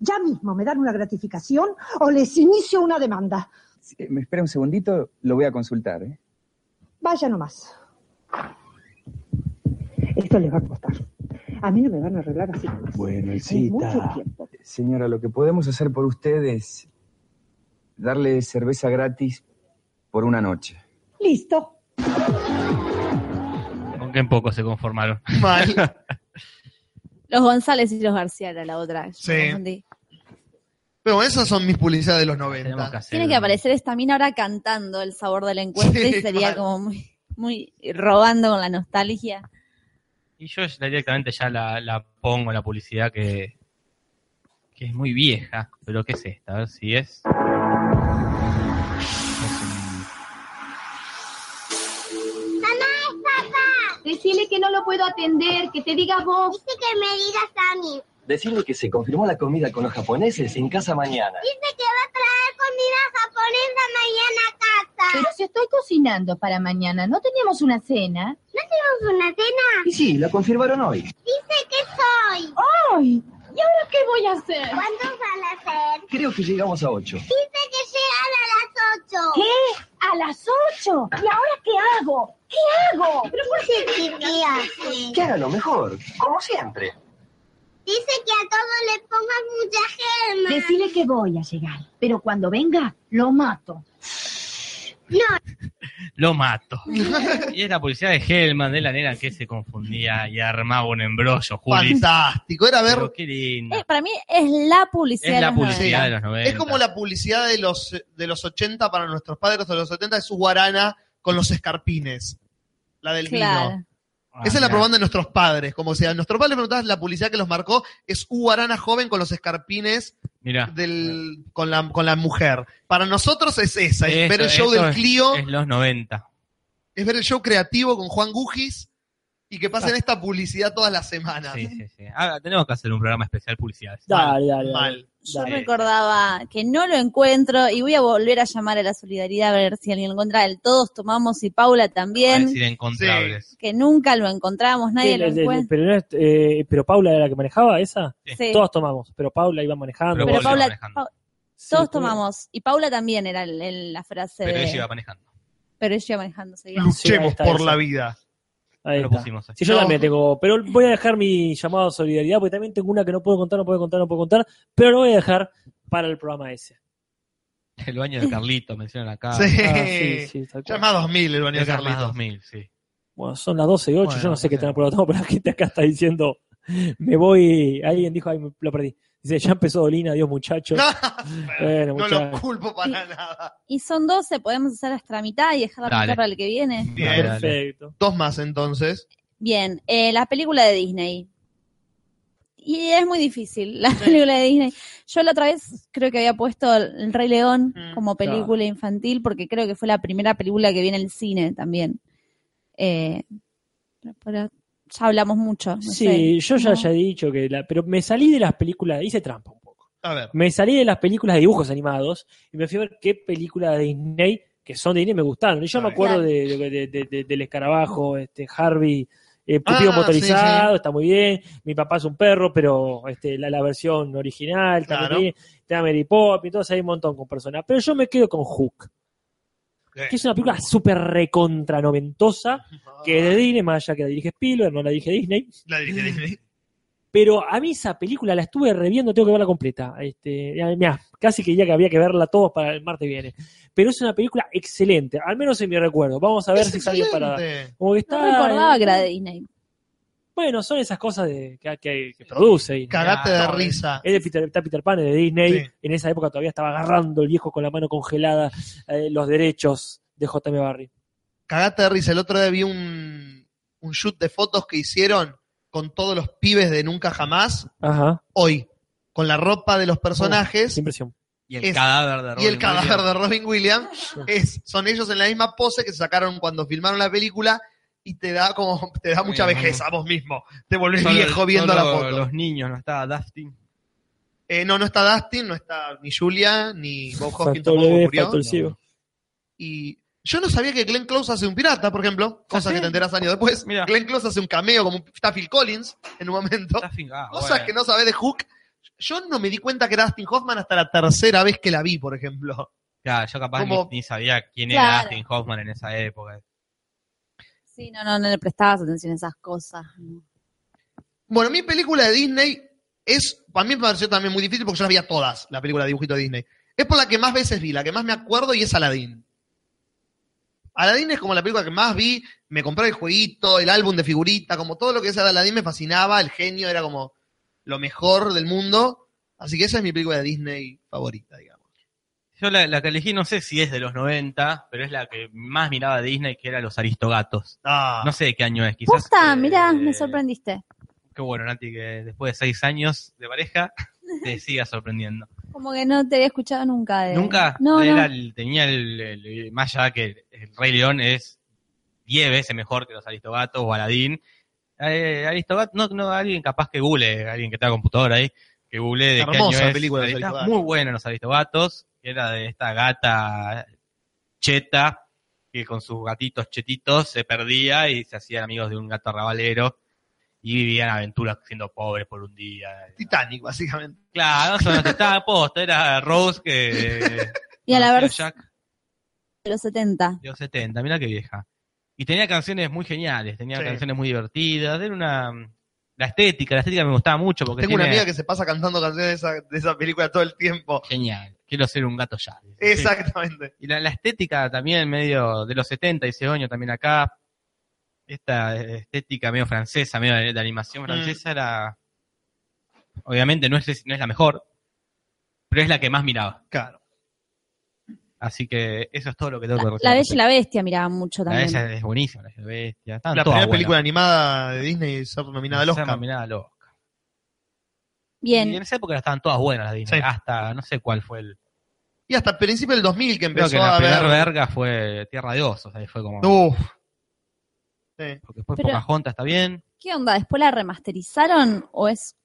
Ya mismo me dan una gratificación o les inicio una demanda.
Sí, me espera un segundito, lo voy a consultar, ¿eh?
Vaya nomás. Esto les va a costar. A mí no me van a arreglar así.
Bueno,
Elcita. mucho tiempo.
Señora, lo que podemos hacer por usted es darle cerveza gratis por una noche.
Listo.
Con que en poco se conformaron.
Mal.
Los González y los García era la otra. yo
Sí.
me confundí.
Pero esas son mis publicidades de los
Tenemos que
90.
Tiene
hacer.
que aparecer Estamina ahora cantando el sabor del encuentro
Sí,
y sería
mal.
como muy, muy robando con la nostalgia.
Y yo ya directamente ya la, la pongo en la publicidad que, que es muy vieja. Pero ¿qué es esta? A ver si es.
Decirle que no lo puedo atender, que te diga vos. Dice que me digas a mí.
Decirle que se confirmó la comida con los japoneses en casa mañana.
Dice que va a traer comida japonesa mañana a casa. Pero si estoy cocinando para mañana, ¿no teníamos una cena? ¿No tenemos una cena?
Y sí, la confirmaron hoy.
Dice que soy. ¡Ay! ¿Y ahora qué voy a hacer? ¿Cuántos van a hacer?
Creo que llegamos a 8.
Dice que llegan a las ocho. ¿Qué? ¿A las ocho? ¿Y ahora qué hago? ¿Qué hago? ¿Pero por qué? ¿Qué hace?
Que haga lo mejor, como siempre.
Dice que a todos le pongas mucha gema. Decirle que voy a llegar, pero cuando venga, lo mato.
Lo mato. Y es la publicidad de Hellman, de la nena que se confundía y armaba un embrollo, Juli.
Fantástico. Era ver.
Pero qué lindo.
Eh, para mí es la publicidad.
Es
de
la
los 90.
publicidad de los 90.
Es como la publicidad de los, de los 80 para nuestros padres o de los 70 de su guarana con los escarpines. La del
Claro.
vino.
Ah,
Esa es la
mirá.
propaganda de nuestros padres. Como si a nuestros padres les preguntabas la publicidad que los marcó, es u guarana joven con los escarpines
Ah, Mirá.
del, con, la, con la mujer. Para nosotros es esa, es
Eso-
ver el show
eso
del
es-
Clio,
Es los 90.
es ver el show creativo con Juan Gugis y que pasen esta publicidad todas las semanas.
Sí, sí, sí. Ah, tenemos que hacer un programa especial publicidades.
Dale, dale, dale.
Mal.
Yo
Dale.
recordaba que no lo encuentro y voy a volver a llamar a la solidaridad a ver si alguien lo encuentra. El todos tomamos y Paula
Es
también,
decir, encontrables.
que nunca lo encontramos, nadie
Sí,
lo
le- le-
encuentra.
eh, pero, no es- eh, pero Paula era la que manejaba esa.
Sí.
Todos tomamos, pero Paula iba manejando.
Pero,
Paula iba
Paula,
manejando.
Pa- todos
Sí,
tomamos y Paula también era el- el- la frase.
Pero
de-
ella iba manejando.
pero ella iba manejando. seguía.
Sí, ahí
Luchemos
está
por
esa.
la vida.
Ahí
Lo
está.
pusimos ahí.
Sí, yo
No.
también tengo, pero voy a dejar mi llamado a solidaridad porque también tengo una que no puedo contar, no puedo contar, no puedo contar, pero lo voy a dejar para el programa ese.
El baño de Carlito, mencionan acá.
Sí.
Ah, sí, sí, tal
Ya es
cual.
más 2000 el baño de
Es más
Carlitos.
2000, sí.
Bueno, son las 12 y 8, yo
Bueno,
no sé qué
sí.
tan apurado estamos, pero la gente acá está diciendo, me voy, alguien dijo, ay, me- lo perdí. Dice, ya empezó Dolina, adiós muchachos. Bueno,
no
muchachos.
lo culpo para
Sí.
nada.
Y son 12, podemos hacer hasta la mitad y dejar la
Dale.
mitad para el que viene.
Bien.
Dale, dale.
Perfecto.
Dos más entonces.
Bien, eh, la película de Disney. Y es muy difícil, la película de Disney. Yo la otra vez creo que había puesto El Rey León
Mm,
como película infantil porque creo que fue la primera película que vi en el cine también. Eh, pero ya hablamos mucho. no
Sí,
sé,
yo ya,
¿no?
ya he dicho que, la, pero me salí de las películas, hice trampa un poco.
A ver.
Me salí de las películas de dibujos animados y me fui a ver qué películas de Disney que son de Disney me gustaron. Y yo
Ah,
me
bien.
acuerdo de, de- de- de- del escarabajo, este Harvey, eh, Pupilo
Ah,
motorizado,
sí,
está muy bien. Mi papá es un perro, pero este, la, la versión original también
Claro.
tiene, está Mary Pop y todo, hay un montón con personas. Pero yo me quedo con Hook, que es una película súper recontra noventosa, que es
Ah.
de Disney, más allá que la dirige Spielberg, no la dirige Disney.
La dirige Disney.
Pero a mí esa película la estuve reviendo, tengo que verla completa. Este, mirá, casi que ya que había que verla todos para el martes que viene. Pero es una película excelente, al menos en mi recuerdo. Vamos a ver
Es
si salió para.
excelente.
Como
No
que está,
recordaba que era de Disney.
Bueno, son esas cosas de, que, que- que produce. Disney.
Cagate de
Ah,
risa.
Es de Peter, está Peter Pan, es de Disney.
Sí.
En esa época todavía estaba agarrando el viejo con la mano congelada eh, los derechos de J.M. Barry.
Cagate de risa. El otro día vi un, un shoot de fotos que hicieron con todos los pibes de Nunca Jamás
Ajá, Oh,
hoy. Con la ropa de los personajes
sin presión.
Y el
es-
cadáver de Robin
y el cadáver
Williams.
de Robin Williams es, son ellos en la misma pose que se sacaron cuando filmaron la película y te da como te da mucha
Eh,
vejez a vos mismo. Te volvés
Solo-
viejo viendo
solo
la foto.
Los niños, no estaba Dustin.
Eh, no, no está Dustin, no está ni Julia, ni Bob Hoskins
Faltó el
tampoco
bebé,
murió.
faltó el ciego.
Y yo no sabía que Glenn Close hace un pirata, por ejemplo, cosa
¿Ah,
que te enterás años después. Glenn Close hace un cameo, como un- está Phil Collins en un momento. Cosas
Ah, bueno.
que no sabés de Hook. Yo no me di cuenta que era Dustin Hoffman hasta la tercera vez que la vi, por ejemplo.
Claro, yo capaz
Como-
ni, ni sabía quién era
Claro.
Dustin Hoffman en esa época.
Sí, no, no, no le prestabas atención a esas cosas. ¿no?
Bueno, mi película de Disney es, para mí me pareció también muy difícil porque yo las veía todas, la película de dibujito de Disney. Es por la que más veces vi, la que más me acuerdo y es Aladdin. Aladdin es como la película que más vi, me compré el jueguito, el álbum de figurita, como todo lo que es de Aladdin me fascinaba, el genio era como lo mejor del mundo. Así que esa es mi película de Disney favorita, digamos.
Yo la, la que elegí no sé si es de los 90, pero es la que más miraba Disney, que era Los Aristogatos.
Ah,
No sé de qué año es, quizás. eh,
Posta, mirá, me sorprendiste.
Qué bueno, Nati, que después de seis años de pareja te siga sorprendiendo.
Como que no te había escuchado nunca de.
Nunca
Eh, No,
Era
no.
el- tenía el, el- el- más allá que el Rey León es 10 veces mejor que los Aristogatos o Aladín. Eh, Aristogatos, no, no, alguien capaz que google, alguien que tenga computadora ahí, que google de qué
Hermosa
año es.
película de los
Está
Aristogatos.
muy buena los Aristogatos, que era de esta gata cheta que con sus gatitos chetitos se perdía y se hacían amigos de un gato arrabalero y vivían aventuras siendo pobres por un día.
Titanic, básicamente.
Claro, no solo estaba posta, era Rose que
Y a la
conocía
versión
Jack
de los 70.
de los 70, mira qué vieja. Y tenía canciones muy geniales, tenía
Sí.
canciones muy divertidas, era una la estética, la estética me gustaba mucho porque
Tengo una
tiene-
amiga que se pasa cantando canciones de esa, de esa película todo el tiempo.
genial, quiero ser un gato ya.
Exactamente.
Y la, la estética también medio de los 70 y oño también acá. Esta estética medio francesa, medio de, de
Mm.
animación francesa era obviamente no es no es la mejor, pero es la que más miraba.
Claro.
Así que eso es todo lo que tengo que
La
recomendar.
Bella y la Bestia miraba mucho
La
también.
Bella es buenísima, la Bella y la bestia. estaban
la
todas
primera
buenas.
película animada de Disney es nominada al
Ser
Oscar.
nominada al Oscar. Y en
Bien.
esa época estaban todas buenas las Disney.
Sí.
Hasta no sé cuál fue el.
Y hasta el principio del 2000 que
Creo
empezó
que la
a
primera
ver.
verga fue Tierra de Osos. Ahí fue como.
Uf. Sí.
Porque después
Pero-
Pocahontas está bien.
¿Qué onda? ¿Después la remasterizaron o es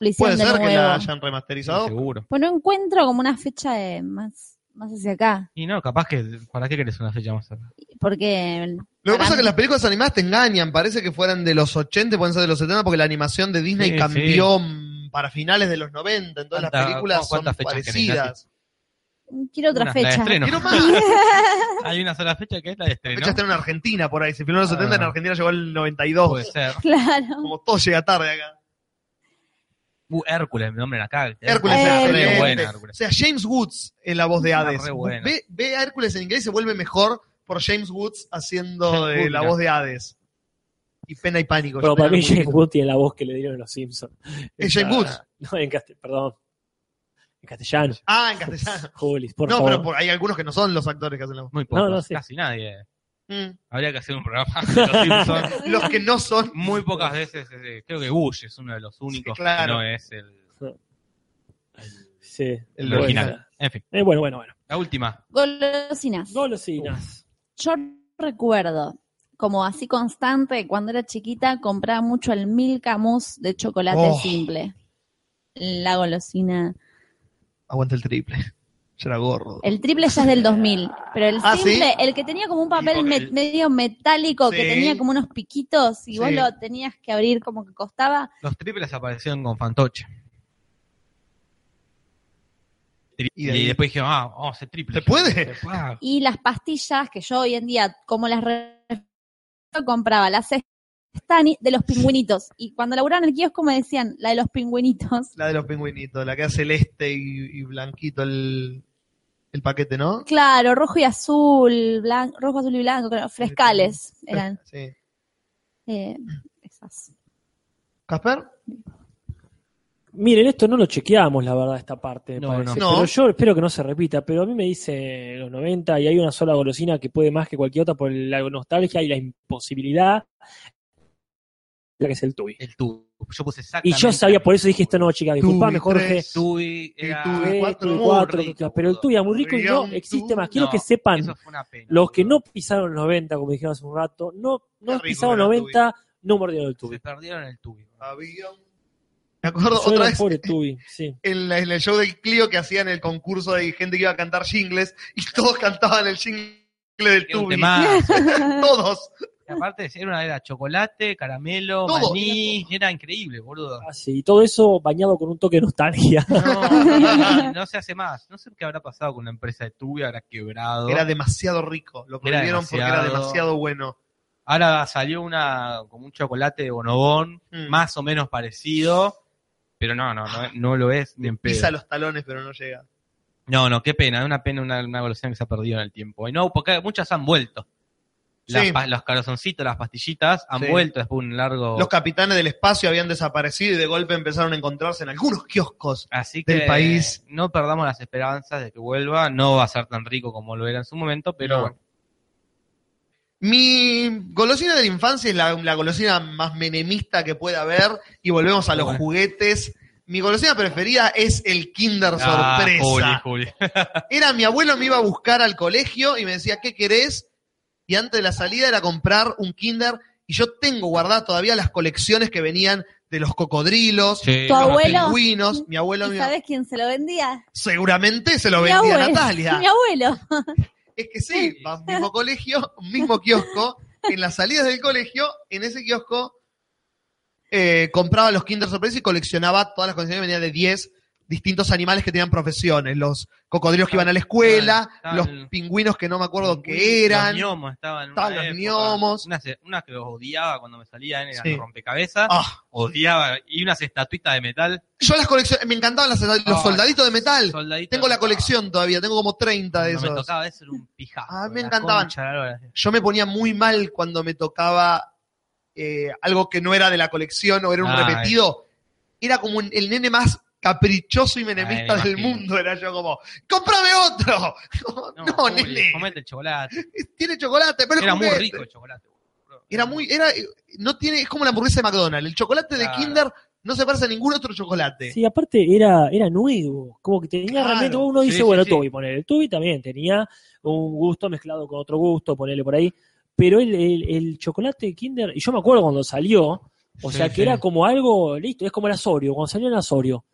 le
Puede
hicieron de
ser que la
nuevo?
hayan remasterizado.
seguro.
Pues no encuentro como una fecha de más, más hacia acá.
Y no, capaz que. ¿Para qué querés una fecha más acá?
Porque.
Lo que pasa es
para
que
mí-
las películas animadas te engañan. Parece que fueran de los 80, pueden ser de los 70, porque la animación de Disney
Sí,
cambió mm, para finales de los 90. Entonces las
¿Cuánta-
películas son
cuántas fechas querés,
parecidas.
Quiero otra
Una, la de
fecha.
estreno.
Quiero más.
Hay una sola fecha que es la de
La
estreno.
fecha está en Argentina por ahí. Se filmó en los
Ah. Pues.
70, en Argentina llegó el 92.
Puede ser.
Claro.
Como todo llega tarde acá.
Uh, Hércules, mi nombre en acá.
Hércules
Era
es
re
excelente.
buena,
O
Hércules.
sea, James Woods en la voz de
Una
Hades.
re buena.
Ve, ve a Hércules en inglés y se vuelve mejor por James Woods haciendo
James
eh,
Woods,
la
mirá.
voz de Hades. Y pena y pánico.
Pero
yo
para
Pues me
mí
acuerdo
James
mucho.
Wood tiene la voz que le dieron en Los Simpsons.
¿Es
Esa-
James Woods?
No, en castellano, perdón. En castellano.
Ah, en castellano.
Julis, por
no,
favor.
pero por- hay algunos que no son los actores que hacen la voz.
Muy pocos,
No, no, sí.
casi nadie.
Mm.
Habría que hacer un programa de los Simpsons.
Los que no son.
Muy pocas veces, eh, creo que Bush es uno de los únicos
claro.
que no es el,
Sí.
el
Bueno.
original. En fin,
Eh, bueno, bueno, bueno.
la última.
Golosinas.
Golosinas.
Yo recuerdo, como así constante, cuando era chiquita, compraba mucho el Milka Mousse de chocolate
Oh.
simple. La golosina.
Aguanta el triple. Yo era gordo.
El triple ya es del 2000, pero el
Ah, ¿sí?
simple, el que tenía como un papel
porque
me-
el-
medio metálico, que
Sí.
tenía como unos piquitos y vos
Sí.
lo tenías que abrir como que costaba,
Los triples aparecieron con Fantoche. Tri-
Y
Y,
de ahí-
después dijeron, ah, vamos a hacer triple.
¿Se puede?
Ah,
y las pastillas que yo hoy en día, como las re- compraba, las Stani de los pingüinitos. Y cuando laburaban en el kiosco me decían, la de los pingüinitos.
La de los pingüinitos, la que hace celeste y, y blanquito el, el paquete, ¿no?
Claro, rojo y azul, blanco, rojo, azul y blanco, creo, frescales eran.
Sí.
eh, esas.
¿Casper?
Miren, esto no lo chequeamos, la verdad, esta parte. me
No, no.
parece.
No.
Pero yo espero que no se repita. Pero a mí me dice los 90 y hay una sola golosina que puede más que cualquier otra por la nostalgia y la imposibilidad la que es el Tubi.
El Tubi. Yo puse
Y
exactamente.
yo sabía, por eso dije esto no, chicas, disculpame, Jorge.
Tubi era-
Eh, Tubi
muy
cuatro,
rico.
pero el Tubi era muy rico y no
Rion
existe
Tubi.
más. Quiero
No,
que sepan,
eso fue una pena.
los que no pisaron los 90, como dijeron hace un rato, no, no pisaron los 90, no mordieron el Tubi.
Se perdieron el Tubi.
Me acuerdo
Yo
otra
era
vez
pobre Tubi, sí.
en, la- en el show del Clio que hacían el concurso de gente que iba a cantar jingles y todos cantaban el jingle del
Era un
Tubi.
temazo.
todos.
Y aparte era una era chocolate, caramelo,
Todo,
maní, era increíble, boludo.
Ah, sí, y todo eso bañado con un toque de nostalgia.
No, no se hace más. No sé qué habrá pasado con la empresa de Tubi, habrá quebrado.
Era demasiado rico. Lo
Era
prohibieron porque era
demasiado.
demasiado bueno.
Ahora salió una como un chocolate de bonobón,
Mm.
más o menos parecido, pero no, no, no, no lo es ni en pedo.
Pisa los talones, pero no llega.
No, no, qué pena, una pena una, una golosina que se ha perdido en el tiempo. Y no, porque muchas han vuelto. Las
Sí.
pa- los carozoncitos, las pastillitas han
Sí.
vuelto después de un largo.
Los capitanes del espacio habían desaparecido y de golpe empezaron a encontrarse en algunos kioscos
Así que
del país.
no perdamos las esperanzas de que vuelva. No va a ser tan rico como lo era en su momento, pero
No.
bueno.
Mi golosina de la infancia es la, la golosina más menemista que pueda haber. Y volvemos a los
Bueno.
juguetes. Mi golosina preferida es el Kinder
Ah,
Sorpresa.
Juli, Juli.
Era mi abuelo, me iba a buscar al colegio y me decía, ¿qué querés? Y antes de la salida era comprar un Kinder. Y yo tengo guardadas todavía las colecciones que venían de los cocodrilos,
Sí.
de
¿Tu
los
abuelo?
pingüinos. Mi abuelo,
¿Y
mi-
sabes quién se lo vendía?
seguramente se lo
Mi
vendía
abuelo.
Natalia.
Mi abuelo.
Es que sí, va al mismo colegio, mismo kiosco. En las salidas del colegio, en ese kiosco, eh, compraba los Kinder Sorpresa y coleccionaba todas las colecciones que venían de 10 distintos animales que tenían profesiones. Los cocodrilos que iban a la escuela,
Tal,
los
tal.
pingüinos que no me acuerdo qué eran.
Los gnomos estaban. en
Estaban
una
los
época.
gnomos.
Unas, unas que odiaba cuando me salían eran
Sí.
los rompecabezas.
Ah,
Odiaba. Y unas estatuitas de metal.
yo las colecciones, me encantaban las- los
Ah,
soldaditos de metal.
soldaditos
Tengo la
de metal.
colección todavía, tengo como 30 de
Cuando me
esos.
tocaba eso era un pijazo.
Ah, me
la
encantaban.
concha de la lora.
Yo me ponía muy mal cuando me tocaba eh, algo que no era de la colección o era un
Ah,
repetido. Era como un- el nene más caprichoso y menemista
Ay, me
del
imagino.
mundo. Era yo como, ¡cómprame otro! Como,
No,
No,
Juli,
nene,
comete el chocolate.
tiene chocolate, pero es
Era muy
juguete".
rico el chocolate. boludo.
Era muy, era, no tiene, es como la hamburguesa de McDonald's. El chocolate
Claro.
de Kinder no se parece a ningún otro chocolate.
Sí, aparte era, era nuevo, como que tenía
Claro.
realmente, uno
Sí,
dice,
sí,
bueno,
sí.
Tubi, ponele, el Tubi también tenía un gusto mezclado con otro gusto, ponele por ahí, pero el, el- el chocolate Kinder, y yo me acuerdo cuando salió, o
Sí,
sea que
sí.
era como algo, listo, es como el Asorio, cuando salió el Asorio,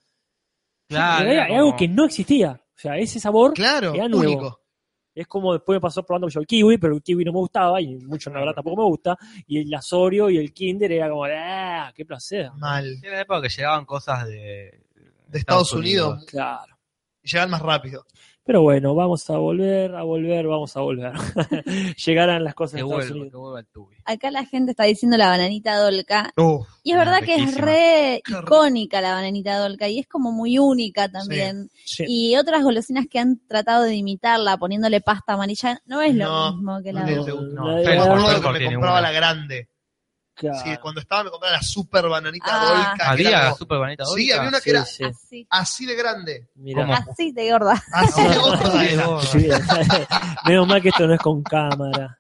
Claro,
era,
era
era algo
como-
que no existía, o sea, ese sabor
Claro,
era nuevo.
único.
Es como después me pasó probando yo el kiwi, pero el kiwi no me gustaba y mucho la verdad tampoco me gusta. Y el asorio y el kinder era como, ¡ah! ¡Qué placer!
Mal.
Era la época que llegaban cosas de,
De Estados Unidos,
Claro.
llegan más rápido.
Pero bueno, vamos a volver, a volver, vamos a volver. Llegarán las cosas de
Que
Estados
vuelva, que
Unidos.
vuelva el tubi.
Acá la gente está diciendo la bananita dolca.
Uf,
Y es
Ah,
verdad que es
riquísima.
re
rico.
icónica la bananita dolca y es como muy única también.
Sí.
Y otras golosinas que han tratado de imitarla poniéndole pasta amarilla no es
No,
lo mismo que
no
la
tiene
otra.
seguro.
No,
Yo me
Pero
acuerdo
por
que
favor,
me
tiene
compraba
una.
la grande.
Eh, Claro.
Sí, cuando estaba me compraba la super bananita
Ah.
dolca. que era
Había
como-
super bonita
Sí, había una que
Sí,
era
sí.
Así,
así de grande.
Mirá.
¿Cómo?
así de gorda.
Así de gorda
Sí,
era.
gorda.
Sí, bien. Menos mal que esto no es con cámara.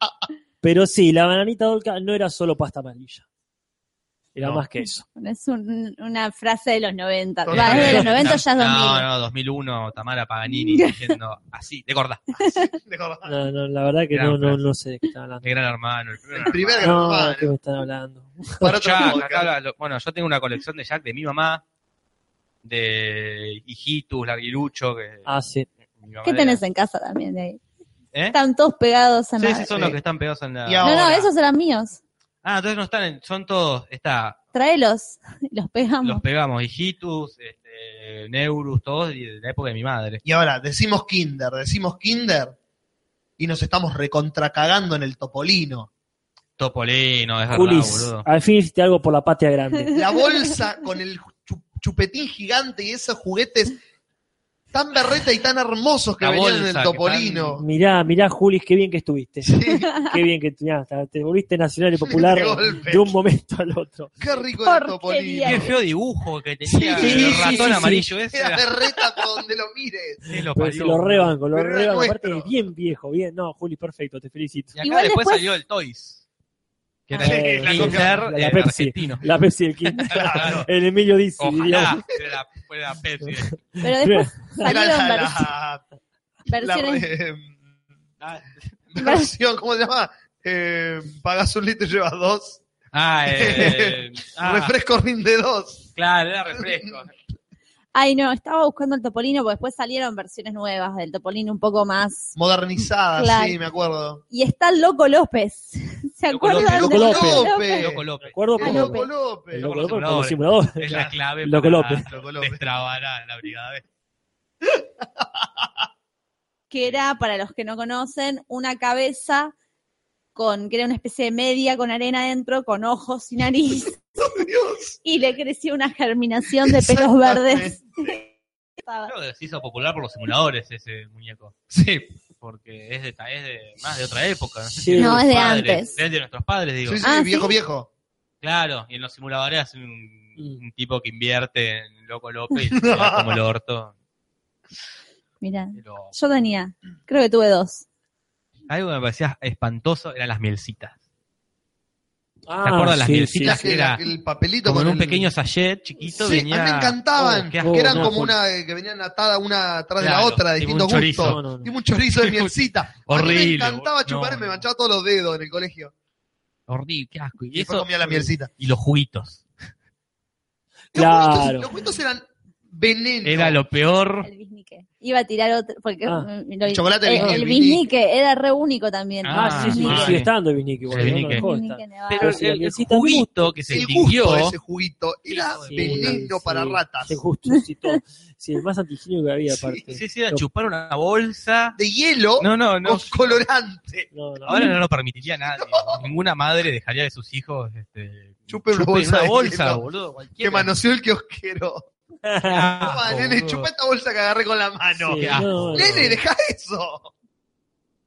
Pero sí, la bananita dolca no era solo pasta amarilla. Era
No.
más que eso.
Es un- una frase de los 90.
Total.
Va, es de los 90 ya es 2000.
No, no, 2001, Tamara Paganini diciendo así, de gorda,
De gorda.
No, no, la verdad que
Gran
no, no,
frase.
no sé de qué están hablando.
de gran hermano. El primer
El primer gran
No,
hermano.
¿de qué me están hablando?
Para otro
Jack,
podcast.
acá habla- lo- bueno, yo tengo una colección de Jack de mi mamá, de Hijitus, Larguirucho. Que,
Ah, sí.
mi mamá
¿Qué
era-
tenés en casa también de ahí?
¿Eh?
Están todos pegados a
Sí,
la...
sí, son
Sí.
los que están pegados en la.
Y
No, no,
Ahora.
esos eran míos.
Ah, entonces no están, en- son todos. Está,
Tráelos y los pegamos.
los pegamos, Hijitus, este, Neurus, todos y de la época de mi madre.
Y ahora, decimos Kinder, decimos Kinder y nos estamos recontracagando en el topolino.
Topolino, es verdad,
Julis,
boludo.
al fin hiciste algo por la patria grande.
La bolsa con el chu- chupetín gigante y esos juguetes tan berreta y tan hermosos que
La
venían en
bolsa,
el
que
topolino.
Mirá, mirá, Julis, qué bien que estuviste.
Sí,
Qué bien que estuviste. Te volviste nacional y popular
De golpe.
de un momento al otro.
qué rico era el
Porquería.
Qué
topolino.
feo dibujo que tenía
Sí,
el
sí,
ratón
sí, sí.
amarillo ese.
Era
era-
berreta por donde lo mires.
sí, lo
Pero
parió,
se lo
boludo.
rebanco, lo
Pero era
rebanco.
nuestro.
Aparte, bien viejo, bien. No, Juli, perfecto, te felicito.
Y acá
Igual
después
después-
salió el Toys. Que Que era el Kinder,
la,
eh,
Pepsi.
argentino.
La Pepsi del Kinder.
Claro.
El Emilio Dizzi, diríamos.
Ojalá fuera, fuera Pepsi.
Pero después
Era
salieron
la-
vers-
la- la
versiones.
re-
Ah,
la versión, ¿cómo se llama? Eh, pagas un litro y llevas dos.
Ah, eh, ah.
Refresco rinde dos.
Claro, era refresco.
Ay, no, estaba buscando el Topolino, porque después salieron versiones nuevas del Topolino un poco más.
Modernizada,
Claro.
sí, me acuerdo.
Y está el Loco López. ¿Se
Loco
acuerdan?
Loco
del
López.
Loco López.
Recuerdo
Ah,
como-
López.
Loco López.
el
Loco
Loco
López
López
como
como simulador.
Es la clave
Loco
para
López.
destrabar a la brigada B.
que era, para los que no conocen, una cabeza con, que era una especie de media con arena adentro, con ojos y nariz, y le crecía una germinación de pelos verdes.
Creo que se hizo popular por los simuladores ese muñeco. Sí. Porque es de, ta- es de más de otra época. No, sé si
Sí. No, es de
nuestros padres.
antes.
Es de nuestros padres, digo.
Sí, sí,
Ah, ¿sí?
viejo, viejo.
Claro, y en los simuladores hace un,
Mm.
un tipo que invierte en Loco López y le queda como el orto.
Mira,
Pero
yo tenía, creo que tuve dos.
algo que me parecía espantoso eran las mielcitas.
Ah,
¿Te acuerdas las
sí,
mielcitas?
sí, sí.
Que
Era
la- el papelito
como en
con
un
el-
pequeño sachet chiquito
Sí,
venía...
a mí me encantaban,
Oh, qué
que
asco.
eran
no,
como
por-
una eh, que venían atadas una atrás de
Claro,
la otra, de
tipo
distintos
un chorizo.
gustos.
No, no, no.
Tipo un chorizo de mielcita. A mí me
Horrible,
encantaba
boludo.
chupar
No,
y me
no.
manchaba todos los dedos en el colegio.
Oh.
Horrible, qué asco.
Y
Y,
después
eso,
comía la mielcita.
y los juguitos.
Los,
Claro.
juguitos, los juguitos eran veneno.
Era lo peor.
El bisnique. Iba a tirar otro, porque
Ah.
mm, lo-
El chocolate
el,
bisnique,
el
el
bisnique era re único también.
Ah, sí, sí,
Ah,
sigue
sí.
estando el Vinique. boludo,
El
no
Vinique.
dejó de
Bisnique
estar.
nevado.
Pero
sí, la
el, el
mielcita
juguito que se
el gusto de
extinguió,
ese juguito era
Sí,
veneno para
sí,
ratas.
sí, justo, sí, todo. Sí, el más antihigiénico que había,
Sí,
aparte.
sí, sí, era chupar una bolsa.
De hielo
No, no, no.
con colorante.
No, no.
Ahora no lo permitiría nadie. Ninguna madre dejaría de sus hijos este,
Chupen una
chupen
bolsa de hielo.
boludo.
Que
cualquiera.
manoseó el kiosquero.
Ah,
Toma,
boludo.
nene, chupa esta bolsa que agarré con la mano.
Sí,
Ah, qué asco,
no, no.
Nene, deja eso.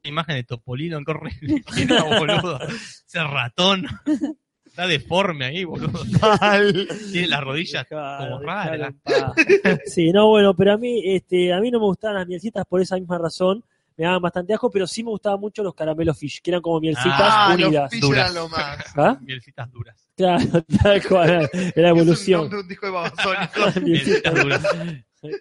imagen de Topolino en Corre- Era, boludo. Ese ratón. Está deforme ahí, boludo. Tiene las rodillas
Dejalo,
como raras.
dejalo en paz. Sí, no, bueno, pero a mí, este, a mí no me gustaban las mielcitas por esa misma razón. Me daban bastante asco, pero sí me gustaban mucho los caramelos fish, que eran como mielcitas
Ah,
los
unidas.
fish
duras.
eran lo más.
¿Ah?
Mielcitas duras.
Claro, tal cual, era
Es un nombre
evolución.
de un disco de Babasónicos.
Mielcitas duras.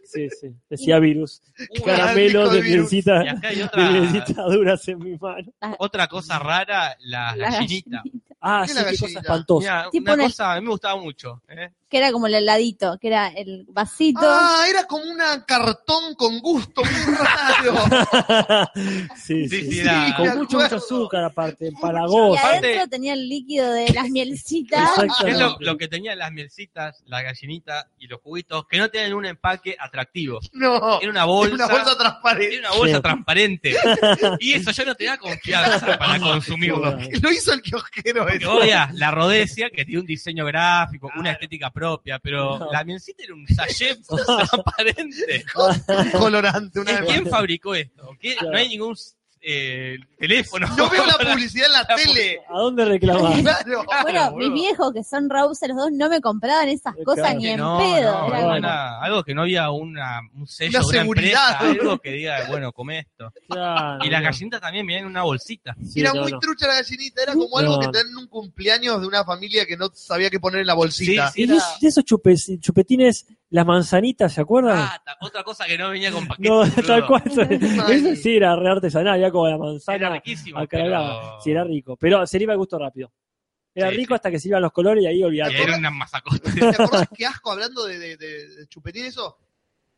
Sí, sí, decía virus.
Un
Caramelos
disco de
de
virus.
Y
mielcitas,
acá hay
de
otra,
mielcitas duras en mi mano.
otra cosa rara, la,
La
gallinita.
gallinita.
Ah,
¿Qué
sí,
es la
qué cosa
gallinita?
espantosa.
Mirá,
Tipo
una
una-
cosa, a mí me gustaba mucho. ¿eh?
Que era como el heladito, que era el vasito.
Ah, era como una cartón con gusto muy raro.
sí,
Sí,
sí,
sí,
sí.
era-
Con
me
mucho, mucho
acuerdo.
azúcar aparte,
y
empalagoso.
Aparte-
adentro tenía el líquido de las mielcitas.
Ah,
¿Qué es lo,
Exactamente.
lo que tenían las mielcitas, la gallinita y los juguitos? Que no tenían un empaque atractivo.
No.
Era una
Era
bolsa,
una bolsa transparente.
era una bolsa
Sí.
transparente. Y eso ya no te da confianza para consumirlo.
Lo hizo el kiosquero
Porque
ese.
obvia, la rodecia, que tiene un diseño gráfico, una estética propia, pero
No.
la mielcita era un sachet transparente.
Colorante, una vez más.
¿Quién fabricó esto? ¿Qué- No hay ningún eh, teléfono.
No veo la publicidad en la
La
tele.
¿A dónde reclamar?
Claro.
Bueno,
boludo.
mis viejos que son Rauser, los dos no me compraban esas
Claro.
cosas ni en
No,
pedo.
no,
Era
no,
como-
nada, algo que no había una, un sello,
Una
una,
seguridad.
empresa, algo que diga, bueno, come esto.
Claro,
Y las
no.
gallinitas también vienen en una bolsita.
Sí,
era
no,
muy
no.
trucha la gallinita, era como algo
No,
que
no.
te dan en un cumpleaños de una familia que no sabía qué poner en la bolsita.
Sí,
Y de, de esos chupes- chupetines, las manzanitas, ¿se acuerdan?
Ah, ta- otra cosa que no venía con paquete.
no,
boludo.
tal cual. Ah, Eso
Mal.
sí era re artesanal, ya como la
Era
manzana
riquísimo.
acaragada.
pero-
Sí, era rico. Pero se le iba el gusto rápido. Era
Sí,
rico
sí.
hasta que se iban los colores y ahí
Y
olvidate.
era una masacota.
¿Te acordás qué asco hablando de, de, de- de chupetín eso?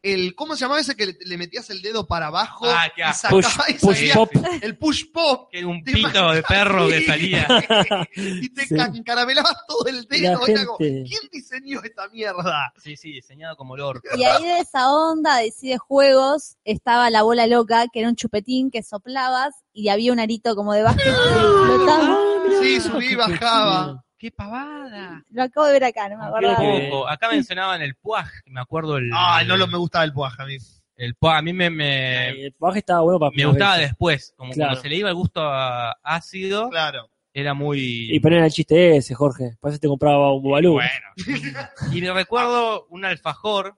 El, ¿Cómo se llamaba ese que le, le metías el dedo para abajo
Ah, qué
y
asco.
sacabas
Push-
y
push
salía
pop.
el push pop?
Que era un
Te
pito de perro que salía.
y te
Sí.
encarabelabas todo el
La
dedo. Era como,
gente.
¿Quién diseñó esta mierda?
Sí, sí, diseñado como lor.
Y ahí de esa onda, de sí de juegos, estaba la bola loca, que era un chupetín que soplabas y había un arito como de básquet que flotaba.
Sí, subí y bajaba.
¡Qué pavada!
Lo acabo de ver acá,
Ah,
no me acordaba.
Creo que-
Poco. Acá mencionaban el puaj, me acuerdo el.
Ay, Ah, no lo, me gustaba el puaja a mí.
El puaj, a mí me, me,
Eh, El baje estaba bueno para
me
primeras
gustaba
veces.
después. Como
Claro.
cuando se le iba el gusto a ácido,
Claro.
era muy.
Y poner el chiste ese, Jorge. Para eso te compraba un bubalú.
Bueno. y le recuerdo un alfajor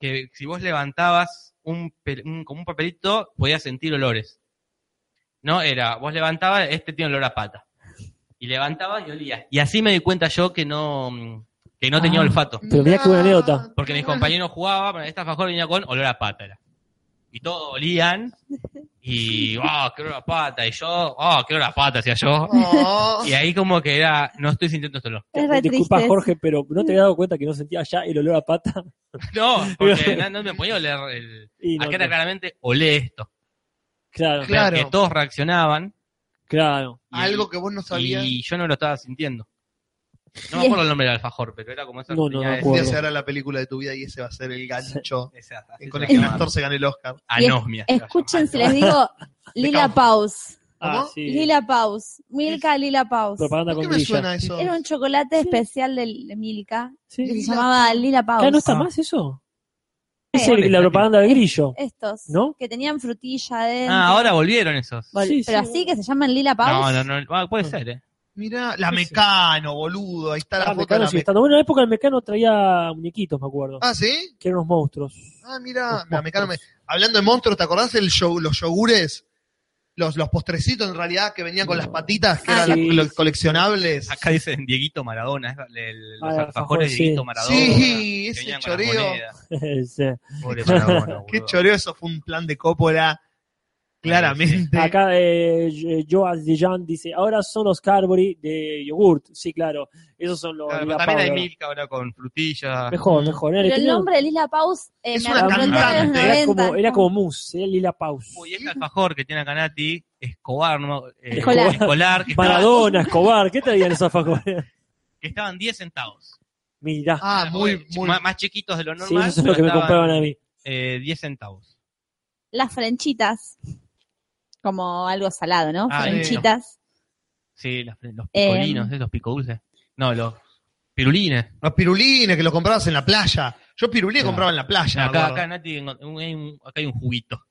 que si vos levantabas un, pe- un- como un papelito, podías sentir olores. ¿No? Era, vos levantabas, este tiene olor a pata. Y levantaba y olía. Y así me di cuenta yo que no, mm, que no tenía
Ah,
olfato.
Pero mirá que buena anécdota.
Porque mis compañeros jugaban, pero esta fajor venía con olor a pata. era. Y todos olían. Y, oh, qué olor a pata. Y yo, oh, qué olor a pata, hacía yo.
Oh.
Y ahí como que era, no estoy sintiendo este olor.
Es re
Eh, Disculpa,
triste.
Jorge, pero ¿no te habías dado cuenta que no sentía ya el olor a pata?
No, porque na- no me podía oler el...
Y no,
acá era
no.
claramente, olé esto.
Claro,
O sea,
Claro.
que todos reaccionaban.
claro.
y-
Algo que vos no sabías.
Y yo no lo estaba sintiendo. No me acuerdo el nombre del alfajor, pero era como esa
No, no,
tenía
no
ese-
acuerdo.
Un día se hará la película de tu vida y ese va a ser el gancho.
ese- así
Eh, Con
se
el que un
llamaba.
actor se gana el Oscar.
Anosmia. se llama.
Escuchen si les digo Lila Paus.
Ah,
¿Cómo?
sí.
Lila Paus. Milka Lila Paus.
Propaganda
¿Por
con
qué me suena
grilla.
eso?
Era un chocolate especial del- de Milka
Sí.
que se
Lila
llamaba Lila Paus.
¿Acá no está
Ah.
más eso?
Sí.
Es el- la propaganda del grillo.
Eh, Estos.
¿No?
Que tenían frutilla adentro.
Ah, ahora volvieron esos.
eh, Vol-
Sí,
Pero
sí.
así que se llaman Lila Paus.
No, no, no, ah, puede ser, ¿eh?
Mirá, la Mecano, boludo. Ahí está la
Ah,
foto de
Mecano
la
sigue
Mecano.
estando. Bueno, en la época el Mecano traía muñequitos, me acuerdo.
Ah, ¿sí?
Que eran unos monstruos.
Ah, mirá,
Los
la Mecano. me-
monstruos.
Hablando de monstruos, ¿te acordás el show, los yogures? Los, los postrecitos en realidad que venían con las patitas, que
Ah,
eran
sí,
los
sí.
coleccionables.
Acá dicen Dieguito Maradona, es la- el-
Ah,
los
el alfajor,
alfajores de
sí.
Dieguito Maradona.
Sí,
que
ese
venían con las
choreo.
monedas.
Sí.
Pobre Maradona,
Qué
boludo.
choreo, eso fue un plan de Coppola, claramente.
Acá eh, Joas Dijan dice, ahora son los Carbury de yogurt. Sí, claro. Esos son los...
Claro,
Lila
pero también hay
Powder.
Milka ahora con frutillas.
Mejor, mejor. Era-
Pero el
tenía-
nombre ¿eh? de Lila Paus eh,
Es
me
una
acordó el nombre de los
cantante.
90.
Era como, era como mousse, era Lila Paus.
Uy, este alfajor que tiene acá Nati, Escobar, ¿no? Eh,
Escolar.
Escolar, que, estaba-
Maradona, Escobar, ¿qué traían esos alfajores?
que estaban 10 centavos.
Mirá,
Ah, muy, muy.
Más, más chiquitos de lo
sí,
normal.
eso es lo
pero
que me
estaban,
compraban a mí.
eh, 10 centavos.
Las frenchitas. Como algo salado, ¿no?
Ah,
frenchitas.
Sí, las- los
Eh,
picolinos, eh, los picodulces. No, los pirulines.
Los pirulines que los comprabas en la playa. Yo pirulines
Claro.
compraba en la playa. me
acá,
acuerdo.
acá, Nati, en- un- hay un- acá hay un juguito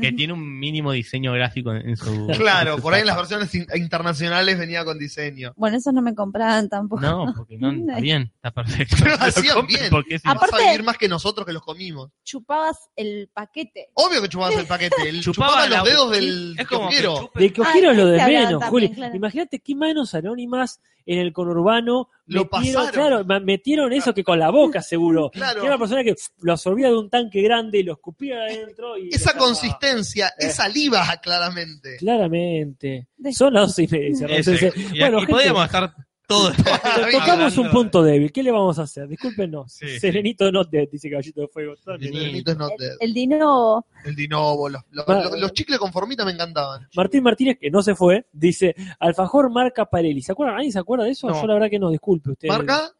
que tiene un mínimo diseño gráfico en, en su.
Claro,
su
por ahí en las
tapa.
versiones in- internacionales venía con diseño.
Bueno, esos no me compraban tampoco.
No, porque no está bien, está perfecto.
Pero
No lo
hacían
compren
bien. Ah,
Porque es
Aparte-
Vas a vivir más que nosotros que los comimos.
Chupabas el paquete.
Obvio que chupabas el paquete. El
Chupaba
chupaba los
la-
dedos del
es como que
kiosquero.
chupe-
De que os quiero
Ah,
lo
de
de
ese hablaban
menos,
también,
Juli.
claro.
Imagínate qué manos anónimas en el conurbano
Lo
metieron,
pasaron.
claro, ma- metieron eso que con la boca seguro.
Claro.
Era una persona que lo absorbía de un tanque grande y lo escupía adentro. Y
Esa
lo sacaba.
consistencia,
Eh.
esa saliva, claramente.
claramente.
De-
Son las doce y media.
Ese.
Entonces,
Y
bueno,
aquí
gente,
podríamos estar todos.
tocamos
hablando
un punto débil. ¿Qué le vamos a hacer? Discúlpenos.
Sí, sí.
Serenito no te dice Caballito de Fuego. También.
El, Dinitos Not Dead,
El dinobo.
el dinobo, los, los,
Va-
los- los chicles con formita me encantaban.
Martín Martínez, que no se fue, dice Alfajor marca Parelli. ¿Se acuerdan? ¿Alguien se acuerda de eso?
No.
Yo la verdad que no, disculpe usted.
¿Marca?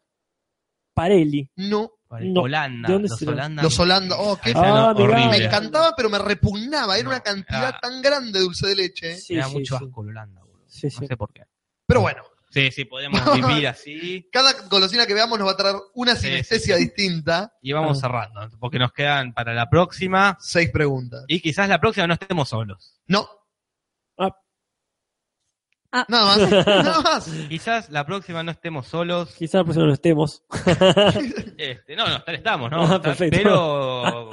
Parelli.
No.
de-
No.
Holanda,
¿De dónde
los
será?
Holanda.
Los Holanda. Oh, qué
Eran
Ah, mirá.
horribles.
Me
Mira.
encantaba, pero me repugnaba. Era
No, Ah.
una cantidad
era-
tan grande de dulce de leche.
Sí,
Me da
sí,
mucho
sí.
asco Holanda, boludo.
Sí, sí.
No sé por qué.
Pero bueno,
Sí, sí, podemos vivir así
cada golosina que veamos nos va a traer una
Sí,
sinestesia distinta.
y vamos
Ah.
cerrando, porque nos quedan para la próxima
Seis preguntas.
y quizás la próxima no estemos solos.
No.
Ah.
Ah.
Nada más. Nada más.
Quizás la próxima no estemos solos.
Quizá la próxima no estemos.
Este, no, no, estar estamos, ¿no?
Ah,
Estar-
perfecto.
Pero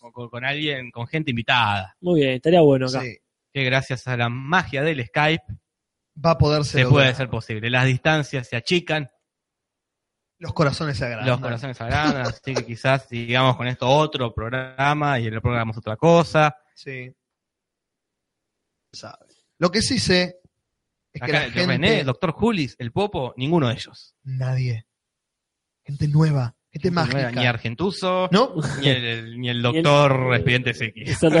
con- con, con alguien, con gente invitada.
Muy bien, estaría bueno acá.
Sí,
Que gracias a la magia del Skype
va a poder
se
ser.
puede hacer posible. Las distancias se achican,
Los corazones se agrandan.
los corazones se agrandan, así que quizás sigamos con esto otro programa y en el programa hagamos otra cosa.
Sí. Sabe. Lo que sí sé es que
Acá,
la gente.
René, Doctor Julis, el Popo, ninguno de ellos.
Nadie. Gente nueva. Gente mágica.
Ni Argentuso,
¿No?
ni, el, ni el Doctor Expediente X.
Exacto.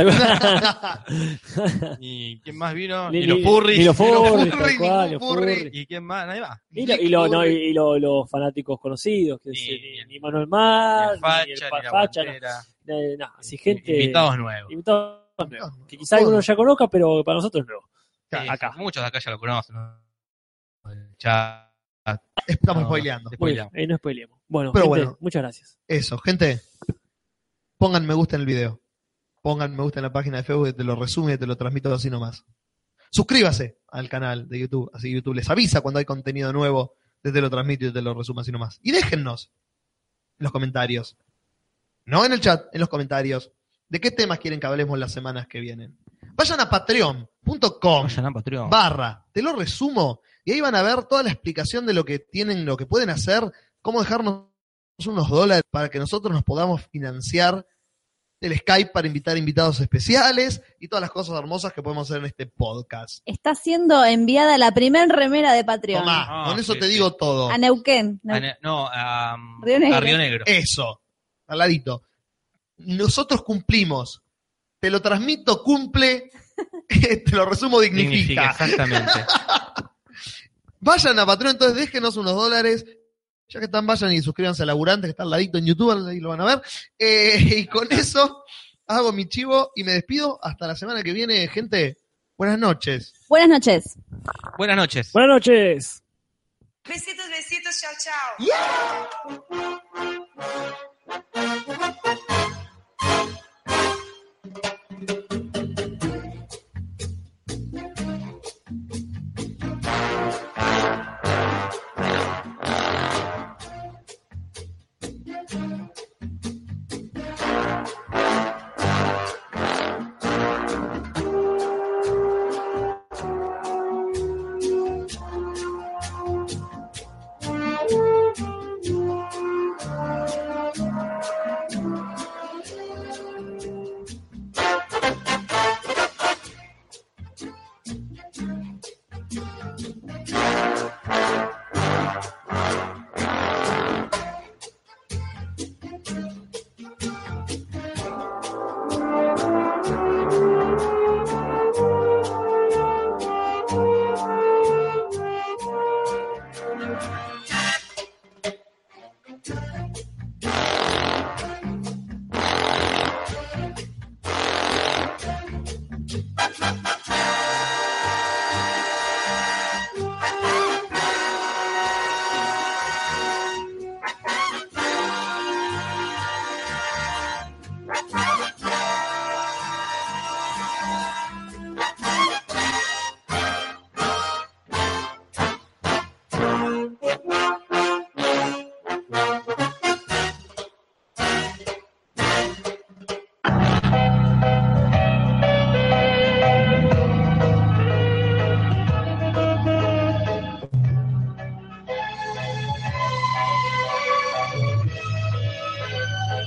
Ni quién más vino,
Ni-
ni, los
ni-
Furries.
ni los
Ni los
Furries,
furry,
tal cual,
ningún
los
furry.
furries.
¿Y quién más? Nadie más.
Y, lo- y lo- no, y- y lo- los fanáticos conocidos, que
Ni-
es,
ni-
eh, Ah, ni Manuel Mar,
ni el Facha,
Pa-
ni la
Facha,
Guantera.
no, eh, no, así gente.
Invitados nuevos.
invitados nuevos,
No,
que quizá algunos ya conozca, pero para nosotros no.
Sí,
acá.
Muchos de acá ya lo conocen. ¿no? El chat.
Estamos
No,
spoileando.
Muy
spoileamos.
bien, ahí no spoileamos. Bueno,
Pero
gente,
bueno.
muchas gracias.
Eso, gente. Pongan me gusta en el video. Pongan me gusta en la página de Facebook, te lo resume y te lo transmito así nomás. Suscríbase al canal de YouTube, así YouTube les avisa cuando hay contenido nuevo, te lo transmito y te lo resumo así nomás. Y déjennos en los comentarios. No en el chat, en los comentarios. ¿De qué temas quieren que hablemos las semanas que vienen? Vayan a patreon.com
Vayan a Patreon.
barra, te lo resumo, y ahí van a ver toda la explicación de lo que tienen, lo que pueden hacer, cómo dejarnos unos dólares para que nosotros nos podamos financiar el Skype para invitar invitados especiales y todas las cosas hermosas que podemos hacer en este podcast.
Está siendo enviada la primer remera de Patreon.
Tomá,
Ah,
con eso
sí,
te
sí.
digo todo.
A Neuquén. Neu-
A Ne- Ah, No, a, um,
Río Negro.
a Río Negro.
Eso, al ladito. Nosotros cumplimos. Te lo transmito, cumple. te lo resumo,
Significa,
dignifica.
exactamente.
Vayan a Patreon, entonces déjenos unos dólares. Ya que están, vayan y suscríbanse a Laburantes, que está al ladito en YouTube, ahí lo van a ver. Eh, y con eso hago mi chivo y me despido. Hasta la semana que viene, gente. Buenas noches.
Buenas noches.
Buenas noches.
Buenas noches.
Besitos, besitos, chao, chao. El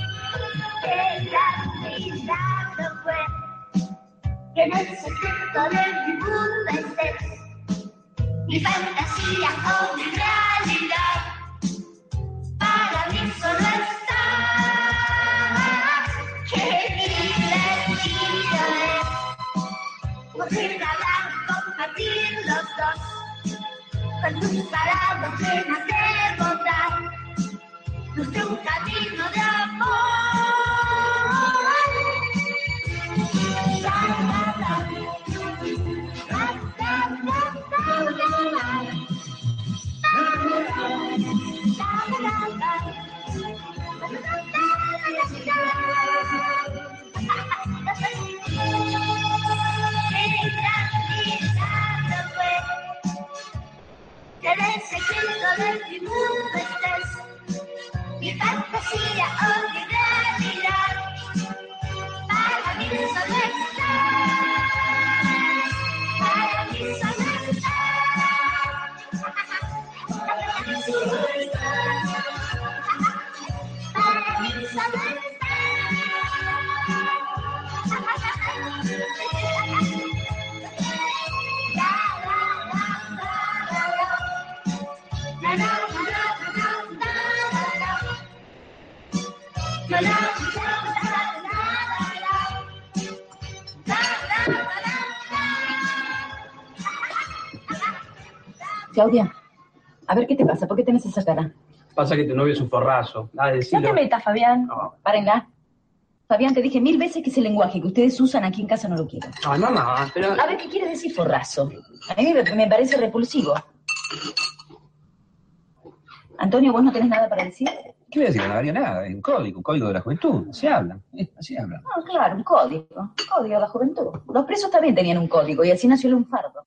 avisado fue que en el secreto de mi mundo estés. Mi fantasía con mi realidad, para mí solo estás. Qué divertido es poder hablar, compartir los dos, con tus palabras llenas de bondad luz de un camino de amor. La, la, la. La, la, la, la, la, la. La, la, la. Qué tranquilidad fue que en el secreto de mi mundo estés mi fantasía o mi realidad. Para mí solo estás, para mí solo estás. Para mí solo estás, para mí solo estás. La, la, la, la, la, la. La, la, la, la, la, la, la. La, la, la, la, la, la. La, la, la, la,
Claudia, a ver qué te pasa, ¿por qué tenés esa cara?
Pasa que tu novio es un forrazo. Ah,
No
decilo.
te metas, Fabián.
No.
Párenla. Fabián, te dije mil veces que ese lenguaje que ustedes usan aquí en casa no lo quiero.
No, no, no, pero-
A ver, ¿qué quiere decir forrazo? A mí me, me parece repulsivo. Antonio, ¿vos no tenés nada para decir?
¿Qué voy a decir? No habría nada. Es un código, un código de la juventud. Se habla. eh, así habla.
No, claro, un código. Un código de la juventud. Los presos también tenían un código y así nació el lunfardo.